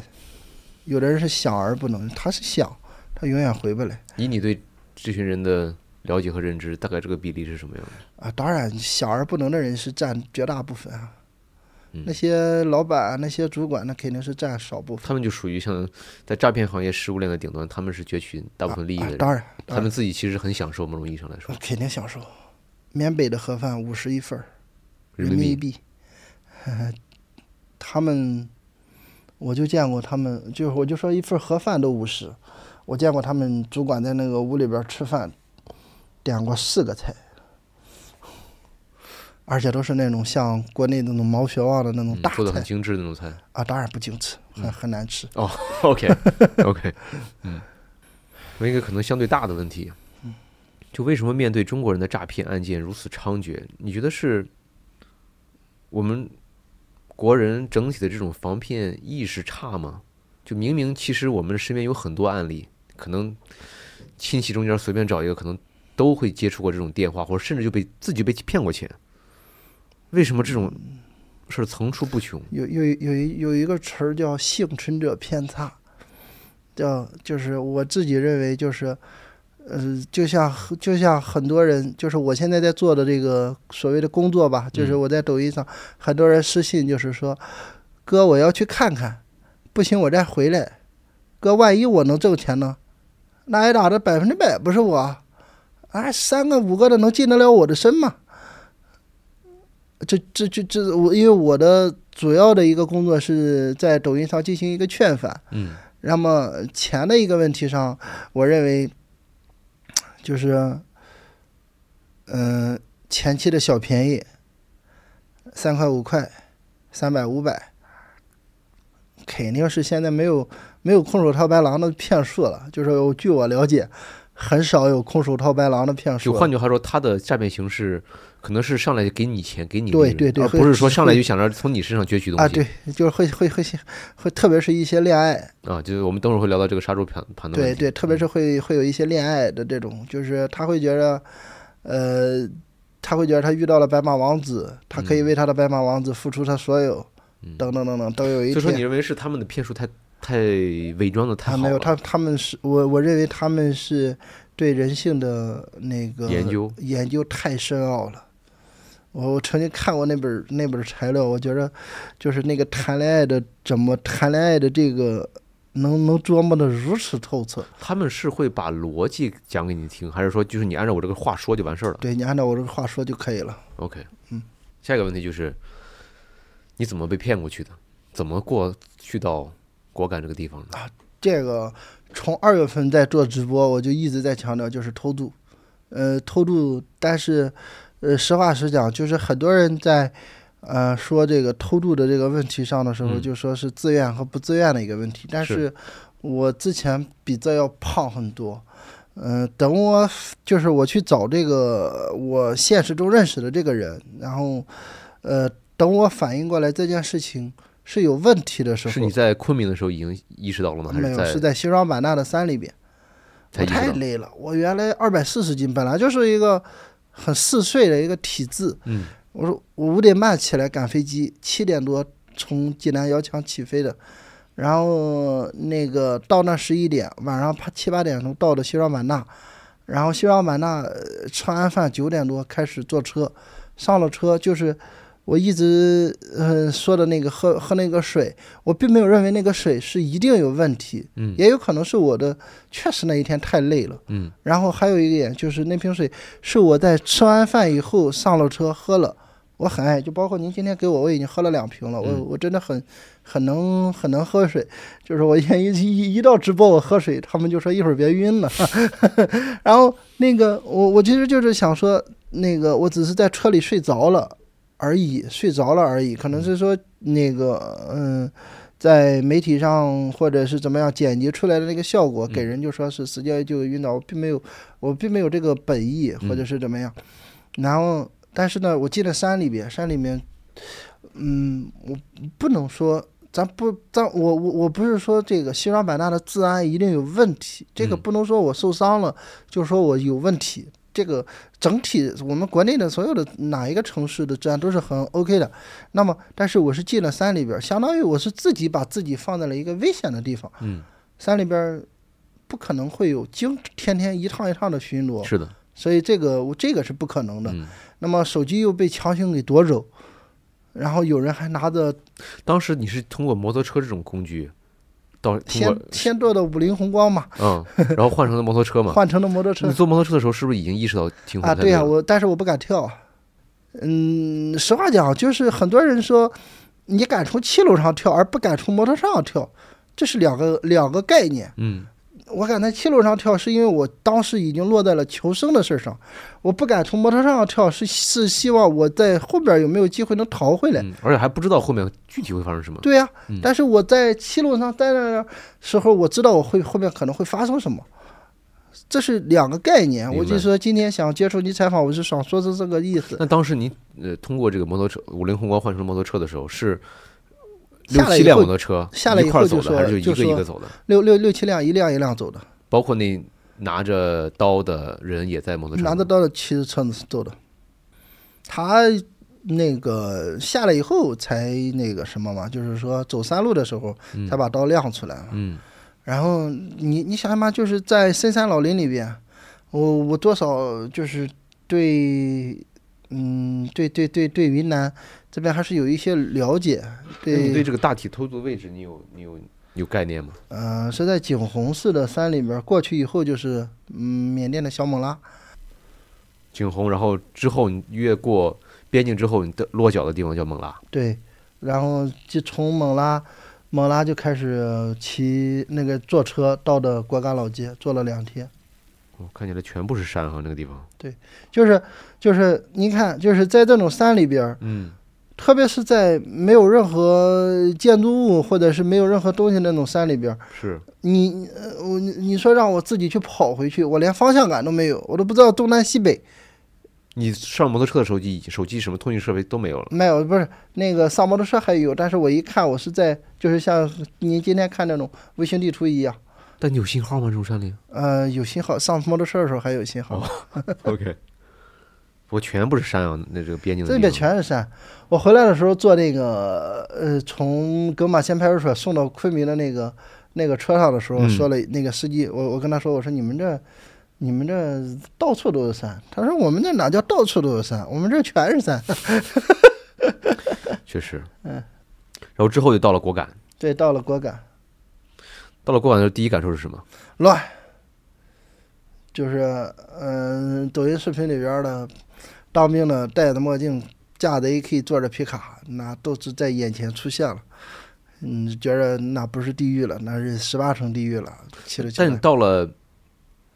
Speaker 1: 有的人是想而不能，他是想，他永远回不来
Speaker 2: 以你对这群人的了解和认知，大概这个比例是什么样的？
Speaker 1: 啊。当然，想而不能的人是占绝大部分啊。
Speaker 2: 嗯
Speaker 1: 那些老板、啊那些主管，那肯定是占少部分。
Speaker 2: 他们就属于像在诈骗行业食物链的顶端，他们是攫取大部分利益
Speaker 1: 啊
Speaker 2: 的，人，
Speaker 1: 当然，嗯当
Speaker 2: 他
Speaker 1: 然
Speaker 2: 们自己其实很享受，某种意义上来说，
Speaker 1: 肯定享受。缅北的盒饭五十一份儿，
Speaker 2: 人
Speaker 1: 人
Speaker 2: 民
Speaker 1: 民
Speaker 2: 币
Speaker 1: 币。 他们，我就见过他们，就是我就说一份盒饭都五十，我见过他们主管在那个屋里边吃饭，点过四个菜，而且都是那种像国内那种毛血旺的那种
Speaker 2: 嗯
Speaker 1: 大
Speaker 2: 做的很
Speaker 1: 菜、
Speaker 2: 精致的那种菜。
Speaker 1: 啊，当然不精致，很很难吃。
Speaker 2: 哦 ，OK OK，嗯，问一个可能相对大的问题，就为什么面对中国人的诈骗案件如此猖獗？你觉得是我们国人整体的这种防骗意识差吗？就明明其实我们身边有很多案例，可能亲戚中间随便找一个，可能都会接触过这种电话，或者甚至就被自己被骗过钱。为什么这种事儿层出不穷？
Speaker 1: 有有有一有一个词儿叫幸存者偏差，叫就是我自己认为就是，呃，就像就像很多人，就是我现在在做的这个所谓的工作吧，就是
Speaker 2: 嗯
Speaker 1: 我在抖音上很多人私信就是说，哥我要去看看，不行我再回来，哥万一我能挣钱呢？那挨打的百分之百不是我，哎，三个五个的能进得了我的身吗？这这这这，我因为我的主要的一个工作是在抖音上进行一个劝返，
Speaker 2: 嗯
Speaker 1: 那么钱的一个问题上，我认为就是，嗯、前期的小便宜，三块五块，三百五百，肯定是现在没有没有空手套白狼的骗术了。就是我据我了解，很少有空手套白狼的骗术
Speaker 2: 就
Speaker 1: 了。
Speaker 2: 换句话说，他的诈骗形式可能是上来就给你钱，给你
Speaker 1: 对
Speaker 2: 利润
Speaker 1: 对对
Speaker 2: 而
Speaker 1: 会
Speaker 2: 不是说上来
Speaker 1: 会
Speaker 2: 就想着从你身上攫取东西
Speaker 1: 啊，对，就是会会会会，特别是一些恋爱，
Speaker 2: 啊就是我们等会儿会聊到这个杀猪盘盘的问
Speaker 1: 对
Speaker 2: 题嗯
Speaker 1: 对，特别是会会有一些恋爱的这种，就是他会觉得，呃，他会觉得他遇到了白马王子，他可以
Speaker 2: 嗯
Speaker 1: 为他的白马王子付出他所有，
Speaker 2: 嗯
Speaker 1: 等等等等，等有一
Speaker 2: 所以说，你
Speaker 1: 天，
Speaker 2: 认为是他们的骗术太太伪装的太
Speaker 1: 他
Speaker 2: 好了？
Speaker 1: 啊没有他他们是我我认为他们是对人性的那个
Speaker 2: 研究
Speaker 1: 研究太深奥了。我我曾经看过那本儿那本儿材料，我觉得就是那个谈恋爱的怎么谈恋爱的这个能能琢磨的如此透彻。
Speaker 2: 他们是会把逻辑讲给你听，还是说就是你按照我这个话说就完事儿了
Speaker 1: 对你按照我这个话说就可以了。
Speaker 2: ？OK，
Speaker 1: 嗯，
Speaker 2: 下一个问题就是你怎么被骗过去的？怎么过去到果敢这个地方的？
Speaker 1: 这个从二月份在做直播，我就一直在强调就是偷渡，呃，偷渡。但是，呃，实话实讲，就是很多人在呃说这个偷渡的这个问题上的时候，
Speaker 2: 嗯
Speaker 1: 就说是自愿和不自愿的一个问题。但
Speaker 2: 是
Speaker 1: 是我之前比这要胖很多。嗯、等我就是我去找这个我现实中认识的这个人，然后，呃，等我反应过来这件事情是有问题的时候，
Speaker 2: 是你在昆明的时候已经意识到了吗？还
Speaker 1: 没有，
Speaker 2: 在
Speaker 1: 是在西双版纳的山里边。
Speaker 2: 才
Speaker 1: 我
Speaker 2: 意识
Speaker 1: 太
Speaker 2: 到？
Speaker 1: 累了，我原来二百四十斤，本来就是一个很嗜睡的一个体质。
Speaker 2: 嗯，
Speaker 1: 我说我五点半起来赶飞机，七点多从济南遥墙起飞的，然后那个到那十一点，晚上八七八点钟到的西双版纳，然后西双版纳呃吃完饭九点多开始坐车，上了车就是我一直呃说的那个喝喝那个水，我并没有认为那个水是一定有问题，
Speaker 2: 嗯
Speaker 1: 也有可能是我的确实那一天太累了，
Speaker 2: 嗯，
Speaker 1: 然后还有一点就是那瓶水是我在吃完饭以后上了车喝了。我很爱，就包括您今天给我，我已经喝了两瓶了。我
Speaker 2: 嗯
Speaker 1: 我真的很很能很能喝水，就是我一一一一到直播我喝水，他们就说一会儿别晕了。 然后那个我我其实就是想说，那个我只是在车里睡着了而已，睡着了而已，可能是说那个嗯。在媒体上或者是怎么样剪辑出来的那个效果，
Speaker 2: 嗯
Speaker 1: 给人就说是死教就晕倒，我并没有我并没有这个本意
Speaker 2: 嗯
Speaker 1: 或者是怎么样。然后，但是呢，我进了山里边，山里面，嗯，我不能说。咱不，咱我我我不是说这个西双版纳的治安一定有问题，这个
Speaker 2: 嗯
Speaker 1: 不能说我受伤了就说我有问题。这个整体我们国内的所有的哪一个城市的治安都是很 OK 的，那么，但是我是进了山里边儿，相当于我是自己把自己放在了一个危险的地方。
Speaker 2: 嗯，
Speaker 1: 山里边儿不可能会有经天天一趟一趟的巡逻，
Speaker 2: 是的，
Speaker 1: 所以这个我这个是不可能的。
Speaker 2: 嗯，
Speaker 1: 那么手机又被强行给夺走，然后有人还拿着
Speaker 2: 当时你是通过摩托车这种工具，到通
Speaker 1: 先
Speaker 2: 过
Speaker 1: 先做的五菱宏光嘛，
Speaker 2: 嗯，然后换成了摩托车嘛？
Speaker 1: 换成了摩托车
Speaker 2: 你坐摩托车的时候是不是已经意识到停红
Speaker 1: 啊，
Speaker 2: 灯
Speaker 1: 对
Speaker 2: 呀、
Speaker 1: 呀、我但是我不敢跳啊。嗯，实话讲，就是很多人说，你敢从七楼上跳，而不敢从摩托车上跳，这是两个两个概念。
Speaker 2: 嗯
Speaker 1: 我敢在七楼上跳，是因为我当时已经落在了求生的事儿上。我不敢从摩托车上跳，是是希望我在后边有没有机会能逃回来。
Speaker 2: 嗯，而且还不知道后面具体会发生什么。
Speaker 1: 对呀、
Speaker 2: 嗯
Speaker 1: 但是我在七楼上待着的时候，我知道我会后面可能会发生什么，这是两个概念。
Speaker 2: 明白
Speaker 1: 我就说今天想接触你采访，我是想说是这个意思。
Speaker 2: 那当时你呃通过这个摩托车五菱宏光换成了摩托车的时候是六
Speaker 1: 下来以后
Speaker 2: 七辆摩托车
Speaker 1: 下来以
Speaker 2: 一块
Speaker 1: 后
Speaker 2: 儿
Speaker 1: 就
Speaker 2: 走的，还是
Speaker 1: 说
Speaker 2: 一个
Speaker 1: 就说
Speaker 2: 一个走的？
Speaker 1: 六六六七辆，一辆一辆走的，
Speaker 2: 包括那拿着刀的人也在摩托车上
Speaker 1: 拿
Speaker 2: 吗，
Speaker 1: 着刀的骑着车子走的。他那个下来以后才那个什么嘛，就是说走山路的时候
Speaker 2: 嗯
Speaker 1: 才把刀亮出来嘛。
Speaker 2: 嗯
Speaker 1: 然后你你想想嘛，就是在深山老林里边，我我多少就是对，嗯，对对对对云南这边还是有一些了解。
Speaker 2: 那你对
Speaker 1: 对，
Speaker 2: 这个大体偷渡位置你有你有你有概念吗？
Speaker 1: 呃，是在景洪市的山里边，过去以后就是嗯缅甸的小勐拉，
Speaker 2: 景洪，然后之后你越过边境之后，你的落脚的地方叫勐拉。
Speaker 1: 对，然后就从勐拉。勐拉就开始骑那个坐车到的果敢老街，坐了两天。
Speaker 2: 哦，看起来全部是山哈，那个地方。
Speaker 1: 就是就是，你看，就是在这种山里边儿，
Speaker 2: 嗯，
Speaker 1: 特别是在没有任何建筑物或者是没有任何东西那种山里边儿，
Speaker 2: 是，
Speaker 1: 你呃我你你说让我自己去跑回去，我连方向感都没有，我都不知道东南西北。
Speaker 2: 你上摩托车的时候，已经手机什么通讯设备都没有了。
Speaker 1: 没有，不是那个上摩托车还有，但是我一看，我是在就是像您今天看那种卫星地图一样，
Speaker 2: 但你有信号吗？这种山里
Speaker 1: 呃，有信号，上摩托车的时候还有信号。
Speaker 2: ？OK，我全部是山啊，那这个边境的
Speaker 1: 这
Speaker 2: 地
Speaker 1: 边
Speaker 2: 方
Speaker 1: 全是山。我回来的时候坐那个呃，从格玛县派出所送到昆明的那个那个车上的时候，
Speaker 2: 嗯
Speaker 1: 说了那个司机，我我跟他说，我说你们这你们这到处都是山。他说我们这哪叫到处都是山，我们这全是山。
Speaker 2: 确实。嗯。然后之后就到了果敢，
Speaker 1: 对，到了果敢
Speaker 2: 到了果敢的时候第一感受是什么？
Speaker 1: 乱，就是嗯、呃抖音视频里边的当兵的戴着墨镜，架着 AK，坐着皮卡，那都是在眼前出现了。嗯，觉着那不是地狱了，那是十八层地狱了，去了去
Speaker 2: 但你
Speaker 1: 了。
Speaker 2: 到了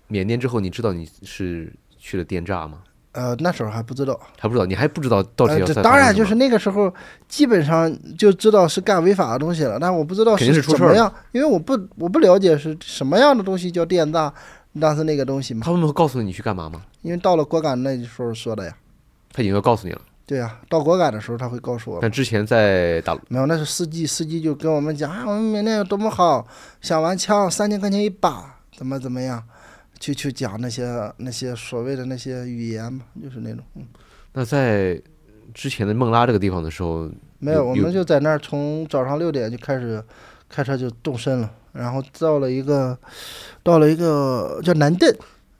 Speaker 2: 缅甸之后，你知道你是去了电诈吗？
Speaker 1: 呃，那时候还不知道，
Speaker 2: 还不知道，你还不知道到底
Speaker 1: 呃
Speaker 2: 要
Speaker 1: 这
Speaker 2: 在、
Speaker 1: 当然就是那个时候，基本上就知道是干违法的东西了，但我不知道
Speaker 2: 肯定是出
Speaker 1: 怎
Speaker 2: 事儿
Speaker 1: 么
Speaker 2: 了
Speaker 1: 样，因为我不我不了解是什么样的东西叫电诈，当时那个东西嘛，
Speaker 2: 他们会告诉你去干嘛吗？
Speaker 1: 因为到了果敢那时候说的呀。
Speaker 2: 他已经要告诉你了，
Speaker 1: 对呀、到果敢的时候他会告诉我。
Speaker 2: 但之前在打
Speaker 1: 没有，那是司机，司机就跟我们讲啊，我们缅甸有多么好，想玩枪三千块钱一把，怎么怎么样，去去讲那些那些所谓的那些语言嘛，就是那种。嗯
Speaker 2: 那在之前的孟拉这个地方的时候，
Speaker 1: 没有，
Speaker 2: 有
Speaker 1: 我
Speaker 2: 有
Speaker 1: 们就在那儿从早上六点就开始开车就动身了，然后到了一个到了一个叫南镇，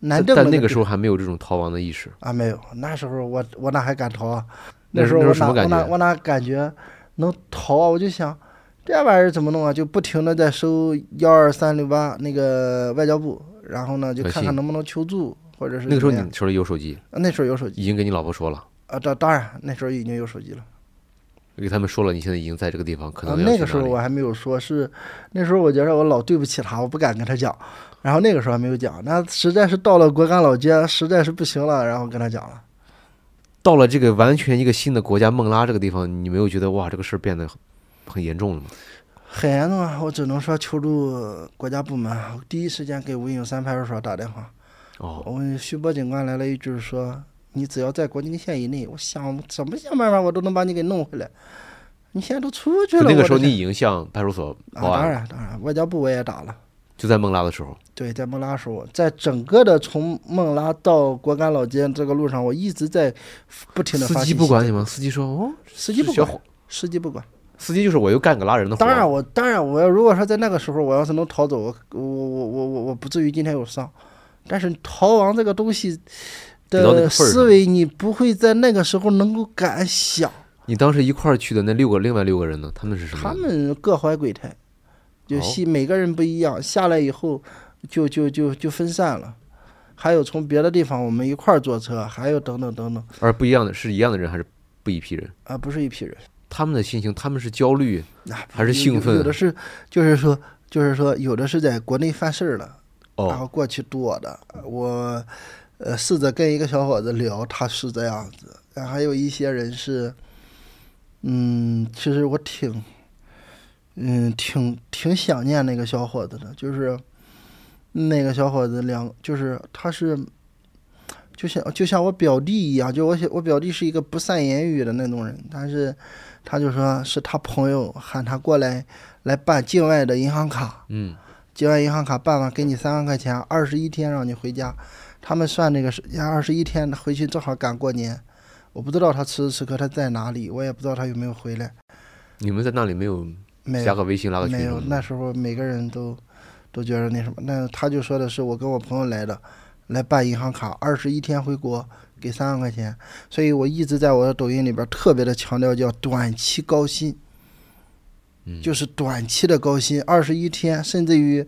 Speaker 1: 南
Speaker 2: 但
Speaker 1: 镇
Speaker 2: 但那个时
Speaker 1: 候
Speaker 2: 候还没有这种逃亡的意识，
Speaker 1: 啊没有，那时候我我哪还敢逃啊？
Speaker 2: 那
Speaker 1: 时候我
Speaker 2: 那时
Speaker 1: 哪
Speaker 2: 候什么
Speaker 1: 我
Speaker 2: 感觉
Speaker 1: 哪我哪感觉能逃啊？我就想这玩意儿怎么弄啊？就不停的在搜幺二三六八那个外交部，然后呢就
Speaker 2: 短
Speaker 1: 看
Speaker 2: 信
Speaker 1: 看能不能求助，或者是
Speaker 2: 那个时候
Speaker 1: 怎么样
Speaker 2: 你手里有手机，
Speaker 1: 啊那时候有手机
Speaker 2: 已经给你老婆说了，
Speaker 1: 啊，当当然那时候已经有手机了。
Speaker 2: 给他们说了，你现在已经在这个地方，可
Speaker 1: 啊
Speaker 2: 能，要
Speaker 1: 那
Speaker 2: 去
Speaker 1: 个时
Speaker 2: 哪
Speaker 1: 候
Speaker 2: 里
Speaker 1: 我？还没有说，是那时候我觉得我老对不起他，我不敢跟他讲。然后那个时候还没有讲，那实在是到了果敢老街，实在是不行了，然后跟他讲了。
Speaker 2: 到了这个完全一个新的国家孟拉这个地方，你没有觉得哇，这个事儿变得很很严重了吗？
Speaker 1: 很严重啊！我只能说求助国家部门，我第一时间给武警三派出所打电话。
Speaker 2: 哦，
Speaker 1: 我问徐波警官来了一句说：“你只要在国境线以内，我想怎么想办法我都能把你给弄回来。你现在都出去
Speaker 2: 就
Speaker 1: 了，
Speaker 2: 那个
Speaker 1: 我
Speaker 2: 时候
Speaker 1: 这
Speaker 2: 你已经向派出所
Speaker 1: 啊，
Speaker 2: 报
Speaker 1: 当
Speaker 2: 案了，
Speaker 1: 然当然，外交部我也打了。
Speaker 2: 就在孟拉的时候。
Speaker 1: 对，在孟拉时候，在整个的从孟拉到果敢老街这个路上，我一直在不停的嗯发
Speaker 2: 司机
Speaker 1: 信
Speaker 2: 不
Speaker 1: 息
Speaker 2: 管你吗？司机说哦，
Speaker 1: 司机不
Speaker 2: 小
Speaker 1: 管，
Speaker 2: 伙，
Speaker 1: 司机不管。
Speaker 2: 司机就是我又干个拉人的活。
Speaker 1: 当然我当然我要如果说在那个时候我要是能逃走，我我我我我我不至于今天有伤。但是逃亡这个东西
Speaker 2: 得到那个
Speaker 1: 的
Speaker 2: 份儿
Speaker 1: 思维，你不会在那个时候能够敢想。
Speaker 2: 你当时一块儿去的那六个另外六个人呢？他们是什么
Speaker 1: 他
Speaker 2: 样的？
Speaker 1: 们各怀鬼胎，就
Speaker 2: 哦
Speaker 1: 西每个人不一样，下来以后就就就就分散了。还有从别的地方我们一块儿坐车，还有等等等等，
Speaker 2: 而不一样的是一样的人还是不一批人？
Speaker 1: 啊，不是一批人，
Speaker 2: 他们的心情，他们是焦虑，
Speaker 1: 那、
Speaker 2: 还是
Speaker 1: 有
Speaker 2: 兴奋
Speaker 1: 有有的是，就是说，就是说，有的是在国内犯事儿了，然
Speaker 2: 哦，
Speaker 1: 后过去堵我的，我呃试着跟一个小伙子聊，他是这样子，然后还有一些人是，嗯，其实我挺，嗯，挺挺想念那个小伙子的，就是那个小伙子两，就是他是。就像就像我表弟一样，就我小我表弟是一个不善言语的那种人，但是他就说是他朋友喊他过来来办境外的银行卡，
Speaker 2: 嗯，
Speaker 1: 结完银行卡办完，给你三万块钱，二十一天让你回家。他们算这个时间二十一天，回去正好赶过年。我不知道他此时此刻他在哪里，我也不知道他有没有回来。
Speaker 2: 你们在那里没有
Speaker 1: 没
Speaker 2: 加
Speaker 1: 有，
Speaker 2: 个微信拉个群
Speaker 1: 没
Speaker 2: 什
Speaker 1: 有。
Speaker 2: 么
Speaker 1: 那
Speaker 2: 的？
Speaker 1: 时候每个人都都觉得那什么，那他就说的是我跟我朋友来的，来办银行卡，二十一天回国给三万块钱。所以我一直在我的抖音里边特别的强调叫短期高薪。
Speaker 2: 嗯，
Speaker 1: 就是短期的高薪，二十一天，甚至于，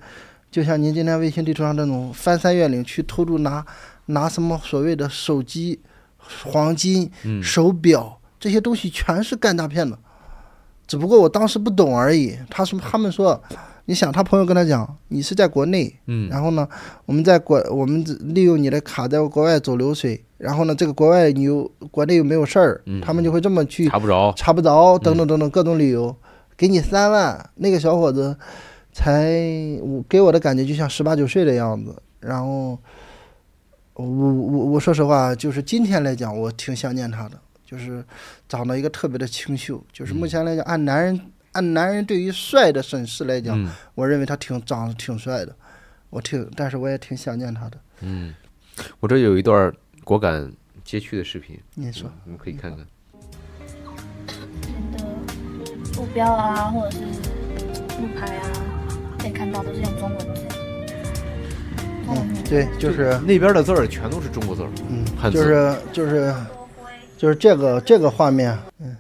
Speaker 1: 就像您今天微信地图上这种翻山越岭去偷渡拿拿什么所谓的手机、黄金、
Speaker 2: 嗯
Speaker 1: 手表这些东西，全是干诈骗的。只不过我当时不懂而已。他说他们说，你想他朋友跟他讲，你是在国内，
Speaker 2: 嗯
Speaker 1: 然后呢，我们在国我们只利用你的卡在国外走流水，然后呢，这个国外你又国内又没有事儿
Speaker 2: 嗯，
Speaker 1: 他们就会这么去
Speaker 2: 查不着，
Speaker 1: 查不着，等等等等各种理由，给你三万，那个小伙子才我给我的感觉就像十八九岁的样子。然后我我我说实话，就是今天来讲，我挺想念他的，就是长得一个特别的清秀，就是目前来讲，按男人按男人对于帅的审视来讲，
Speaker 2: 嗯
Speaker 1: 我认为他挺长得挺帅的，我挺，但是我也挺想念他的。
Speaker 2: 嗯，我这有一段果敢街区的视频，
Speaker 1: 你说，
Speaker 2: 你们可以看看。
Speaker 3: 的目标啊，或者是路牌啊，可以看到都是用中文的。中文
Speaker 1: 嗯，对，就是
Speaker 2: 那边的字儿全都是中国字儿，
Speaker 1: 嗯
Speaker 2: 汉，字
Speaker 1: 就是就是就是这个这个画面。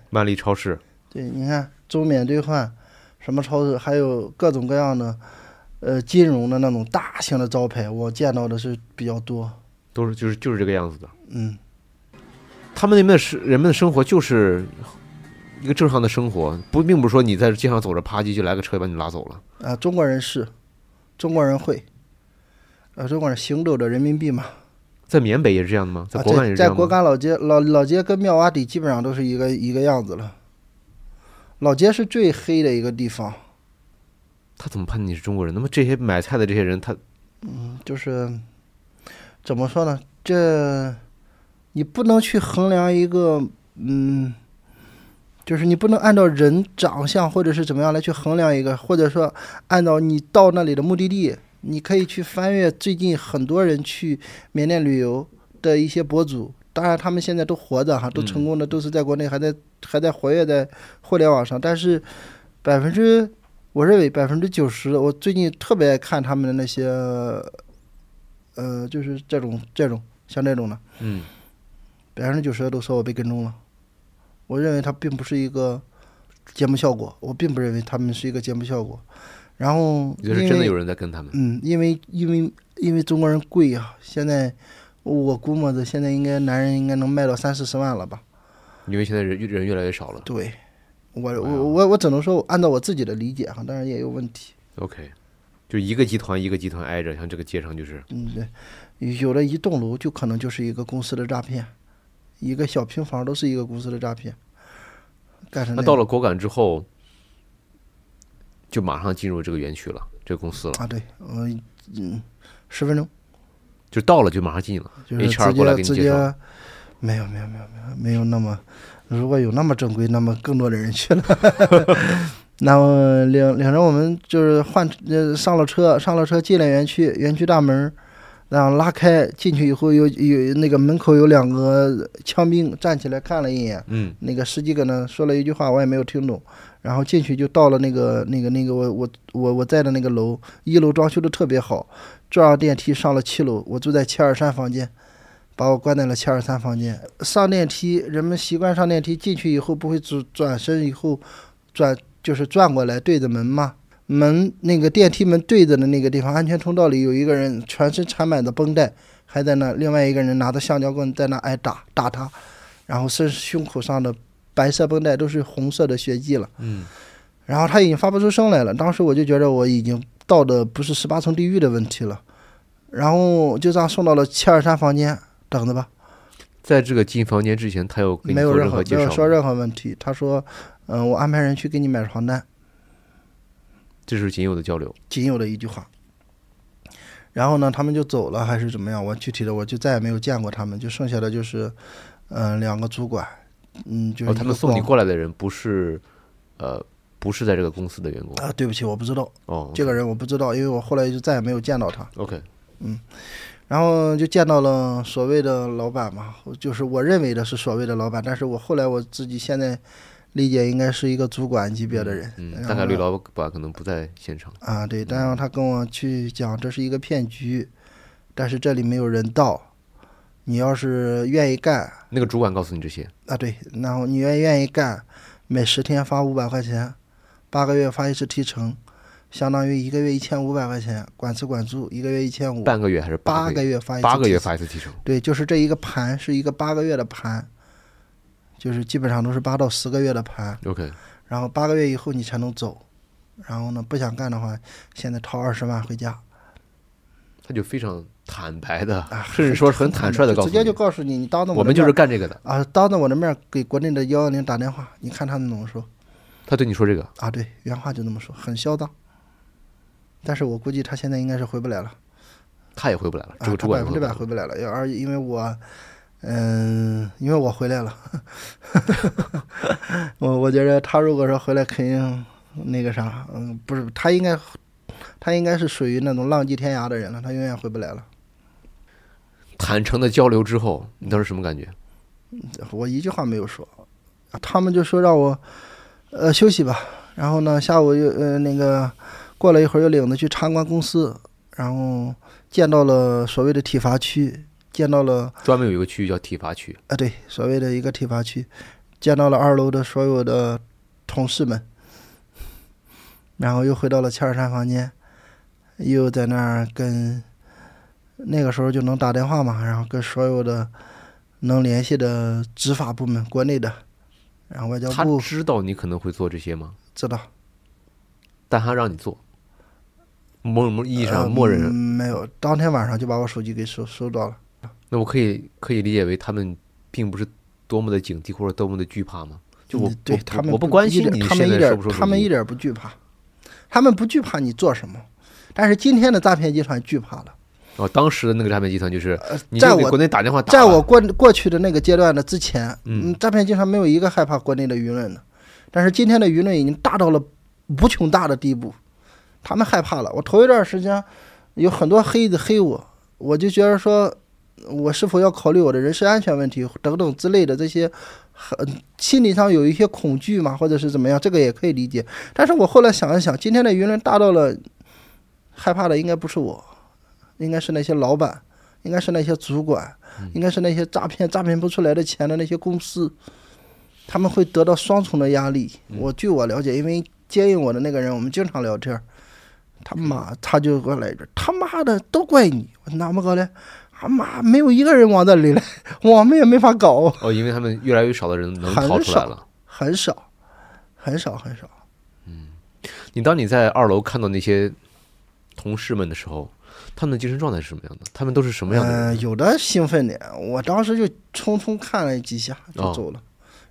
Speaker 2: 曼丽超市，
Speaker 1: 对，你看中缅兑换，什么超市，还有各种各样的，呃，金融的那种大型的招牌，我见到的是比较多。
Speaker 2: 都是就是就是这个样子的。
Speaker 1: 嗯，
Speaker 2: 他们那边的生人们的生活就是一个正常的生活，不并不是说你在街上走着，啪叽就来个车把你拉走了。
Speaker 1: 啊，中国人是，中国人会，呃，中国人行走的人民币嘛，
Speaker 2: 在缅北也是这样的吗？在
Speaker 1: 啊，
Speaker 2: 果敢也
Speaker 1: 在
Speaker 2: 是这
Speaker 1: 在
Speaker 2: 样
Speaker 1: 果
Speaker 2: 吗？
Speaker 1: 敢老街老老街跟妙瓦底基本上都是一个一个样子了。老街是最黑的一个地方，
Speaker 2: 他怎么判定你是中国人？那么这些买菜的这些人，他
Speaker 1: 嗯就是怎么说呢？这你不能去衡量一个，嗯，就是你不能按照人长相或者是怎么样来去衡量一个，或者说按照你到那里的目的地，你可以去翻阅最近很多人去缅甸旅游的一些博主。当然，他们现在都活着哈，都成功的，都是在国内还在还在活跃在互联网上。但是百分之我认为百分之九十，我最近特别爱看他们的那些，呃，就是这种这种像这种的，
Speaker 2: 嗯，
Speaker 1: 百分之九十都说我被跟踪了。我认为它并不是一个节目效果，我并不认为他们是一个节目效果。然后
Speaker 2: 你
Speaker 1: 因
Speaker 2: 觉得真的
Speaker 1: 为
Speaker 2: 有人在跟他们？
Speaker 1: 嗯，因为因为因为中国人贵呀、现在我估摸着现在应该男人应该能卖到三四十万了吧。
Speaker 2: 因为现在人人越来越少了。
Speaker 1: 对，我
Speaker 2: 哇哦
Speaker 1: 我我我只能说按照我自己的理解哈，当然也有问题。
Speaker 2: OK，就一个集团一个集团挨着，像这个街上就是
Speaker 1: 嗯，对，有的一栋楼就可能就是一个公司的诈骗，一个小平房都是一个公司的诈骗，干成
Speaker 2: 那
Speaker 1: 样
Speaker 2: 到了果敢之后，就马上进入这个园区了，这个公司了，
Speaker 1: 啊，对，我嗯，十分钟
Speaker 2: 就到了就马上进了。
Speaker 1: 就是
Speaker 2: HR
Speaker 1: 直
Speaker 2: 过来
Speaker 1: 接
Speaker 2: 给你
Speaker 1: 直
Speaker 2: 介
Speaker 1: 接
Speaker 2: 绍，，
Speaker 1: 没有没有没有没有没有那么，如果有那么正规，那么更多的人 去了。那么领领着我们就是换呃上了车，上了车进了园区，园区大门，然后拉开进去以后有有那个门口有两个枪兵站起来看了一眼，
Speaker 2: 嗯
Speaker 1: 那个司机搁那说了一句话，我也没有听懂。然后进去就到了那个那个那个我我我我在的那个楼，一楼装修的特别好，坐上电梯上了七楼，我住在七二三房间，把我关在了七二三房间。上电梯，人们习惯上电梯，进去以后不会转转身，以后转就是转过来对着门嘛。门那个电梯门对着的那个地方，安全通道里有一个人全身缠满的绷带，还在那；另外一个人拿着橡胶棍在那挨打打他，然后身胸口上的白色绷带都是红色的血迹了。
Speaker 2: 嗯，
Speaker 1: 然后他已经发不出声来了。当时我就觉得我已经到的不是十八层地狱的问题了，然后就这样送到了七二三房间，等着吧，
Speaker 2: 在这个进房间之前，他有给你
Speaker 1: 没有
Speaker 2: 做
Speaker 1: 任
Speaker 2: 何
Speaker 1: 何
Speaker 2: 介
Speaker 1: 没有
Speaker 2: 绍
Speaker 1: 说
Speaker 2: 吗，
Speaker 1: 任何问题。他说，嗯、我安排人去给你买床单，
Speaker 2: 这是仅有的交流。
Speaker 1: 仅有的一句话。然后呢，他们就走了还是怎么样？我具体的我就再也没有见过他们，就剩下的就是，嗯、两个主管，嗯，就是
Speaker 2: 哦，
Speaker 1: 一
Speaker 2: 他
Speaker 1: 个
Speaker 2: 们送你
Speaker 1: 广
Speaker 2: 过来的人不是，呃，不是在这个公司的员工
Speaker 1: 啊，对不起，我不知道
Speaker 2: 哦。
Speaker 1: 这个人，我不知道，因为我后来就再也没有见到他。
Speaker 2: OK，嗯
Speaker 1: 然后就见到了所谓的老板嘛，就是我认为的是所谓的老板，但是我后来我自己现在理解应该是一个主管级别的人。
Speaker 2: 嗯，
Speaker 1: 然
Speaker 2: 大概
Speaker 1: 后
Speaker 2: 率
Speaker 1: 呢
Speaker 2: 老板可能不在现场。
Speaker 1: 啊，对，然后他跟我去讲这是一个骗局，但是这里没有人到，你要是愿意干
Speaker 2: 那个主管告诉你这些，
Speaker 1: 啊，对，然后你愿愿意干，每十天发五百块钱，八个月发一次提成，相当于一个月一千五百块钱，管吃管住，一个月一千五，
Speaker 2: 半个月还是
Speaker 1: 八
Speaker 2: 个
Speaker 1: 个月发一次
Speaker 2: 八个
Speaker 1: 提
Speaker 2: 月
Speaker 1: 成
Speaker 2: 发一次提成？
Speaker 1: 对，就是这一个盘是一个八个月的盘，就是基本上都是八到十个月的盘，
Speaker 2: OK，
Speaker 1: 然后八个月以后你才能走，然后呢不想干的话，现在掏二十万回家
Speaker 2: 他就非常坦白的，
Speaker 1: 啊，
Speaker 2: 甚至说很坦率的告诉
Speaker 1: 直接就
Speaker 2: 你，
Speaker 1: 告诉你，你当着
Speaker 2: 我
Speaker 1: 的
Speaker 2: 们就
Speaker 1: 面
Speaker 2: 是干这个的。
Speaker 1: 啊，当着我的面儿给国内的幺幺零打电话，你看他们怎么说
Speaker 2: 他对你说这个，
Speaker 1: 啊？对，原话就这么说，很嚣张。但是我估计他现在应该是回不来了，
Speaker 2: 他也回不来了，
Speaker 1: 啊，
Speaker 2: 这个
Speaker 1: 他
Speaker 2: 主管
Speaker 1: 百
Speaker 2: 也
Speaker 1: 分之百
Speaker 2: 回不来了
Speaker 1: 回不来了，要而因为我，嗯，因为我回来了， 我我觉得他如果说回来，肯定那个啥，嗯，不是，他应该，他应该是属于那种浪迹天涯的人了，他永远回不来了。
Speaker 2: 坦诚的交流之后，你当时什么感觉？
Speaker 1: 我一句话没有说，啊他们就说让我，呃，休息吧。然后呢，下午又呃那个，过了一会儿又领着去参观公司，然后见到了所谓的体罚区，见到了。
Speaker 2: 专门有一个区域叫体罚区，
Speaker 1: 啊，对，所谓的一个体罚区，见到了二楼的所有的同事们，然后又回到了七二三房间，又在那儿跟那个时候就能打电话嘛，然后跟所有的能联系的执法部门，国内的，然后外交
Speaker 2: 他
Speaker 1: 部
Speaker 2: 知道你可能会做这些吗？
Speaker 1: 知道，
Speaker 2: 但他让你做，某种意义
Speaker 1: 呃
Speaker 2: 上默认。
Speaker 1: 嗯没有，当天晚上就把我手机给收收到了。
Speaker 2: 那我可以可以理解为他们并不是多么的警惕或者多么的惧怕吗？就我
Speaker 1: 嗯对
Speaker 2: 我
Speaker 1: 他们
Speaker 2: 我不关
Speaker 1: 一
Speaker 2: 心
Speaker 1: 点
Speaker 2: 你
Speaker 1: 他们
Speaker 2: 现
Speaker 1: 一
Speaker 2: 在
Speaker 1: 点
Speaker 2: 收
Speaker 1: 儿
Speaker 2: 不收手机，
Speaker 1: 他们一点儿不惧怕，他们不惧怕你做什么，但是今天的诈骗集团惧怕了。
Speaker 2: 哦，当时的那个诈骗集团就是，呃你
Speaker 1: 在
Speaker 2: 就给
Speaker 1: 我
Speaker 2: 国内打电话打
Speaker 1: 在
Speaker 2: 吧，
Speaker 1: 我过过去的那个阶段的之前，
Speaker 2: 嗯
Speaker 1: 嗯，诈骗集团没有一个害怕国内的舆论的，但是今天的舆论已经大到了无穷大的地步，他们害怕了。我头一段时间有很多黑子黑我，我就觉得说，我是否要考虑我的人身安全问题等等之类的这些。很心理上有一些恐惧嘛，或者是怎么样，这个也可以理解。但是我后来想一想，今天的舆论大到了，害怕的应该不是我，应该是那些老板，应该是那些主管，应该是那些诈骗诈骗不出来的钱的那些公司，他们会得到双重的压力。我据我了解，因为接应我的那个人，我们经常聊天儿，他妈他就给我来一句：“他妈的，都怪你！”我哪么搞嘞？他妈没有一个人往这里来， 我们也没法搞，
Speaker 2: 哦，因为他们越来越少的人能
Speaker 1: 很
Speaker 2: 逃出来
Speaker 1: 少
Speaker 2: 了。
Speaker 1: 很少，很少，很少。
Speaker 2: 你当你在二楼看到那些同事们的时候，他们的精神状态是什么样的？他们都是什么样的人？
Speaker 1: 呃，有的兴奋点，我当时就匆匆看了几下就
Speaker 2: 哦
Speaker 1: 走了。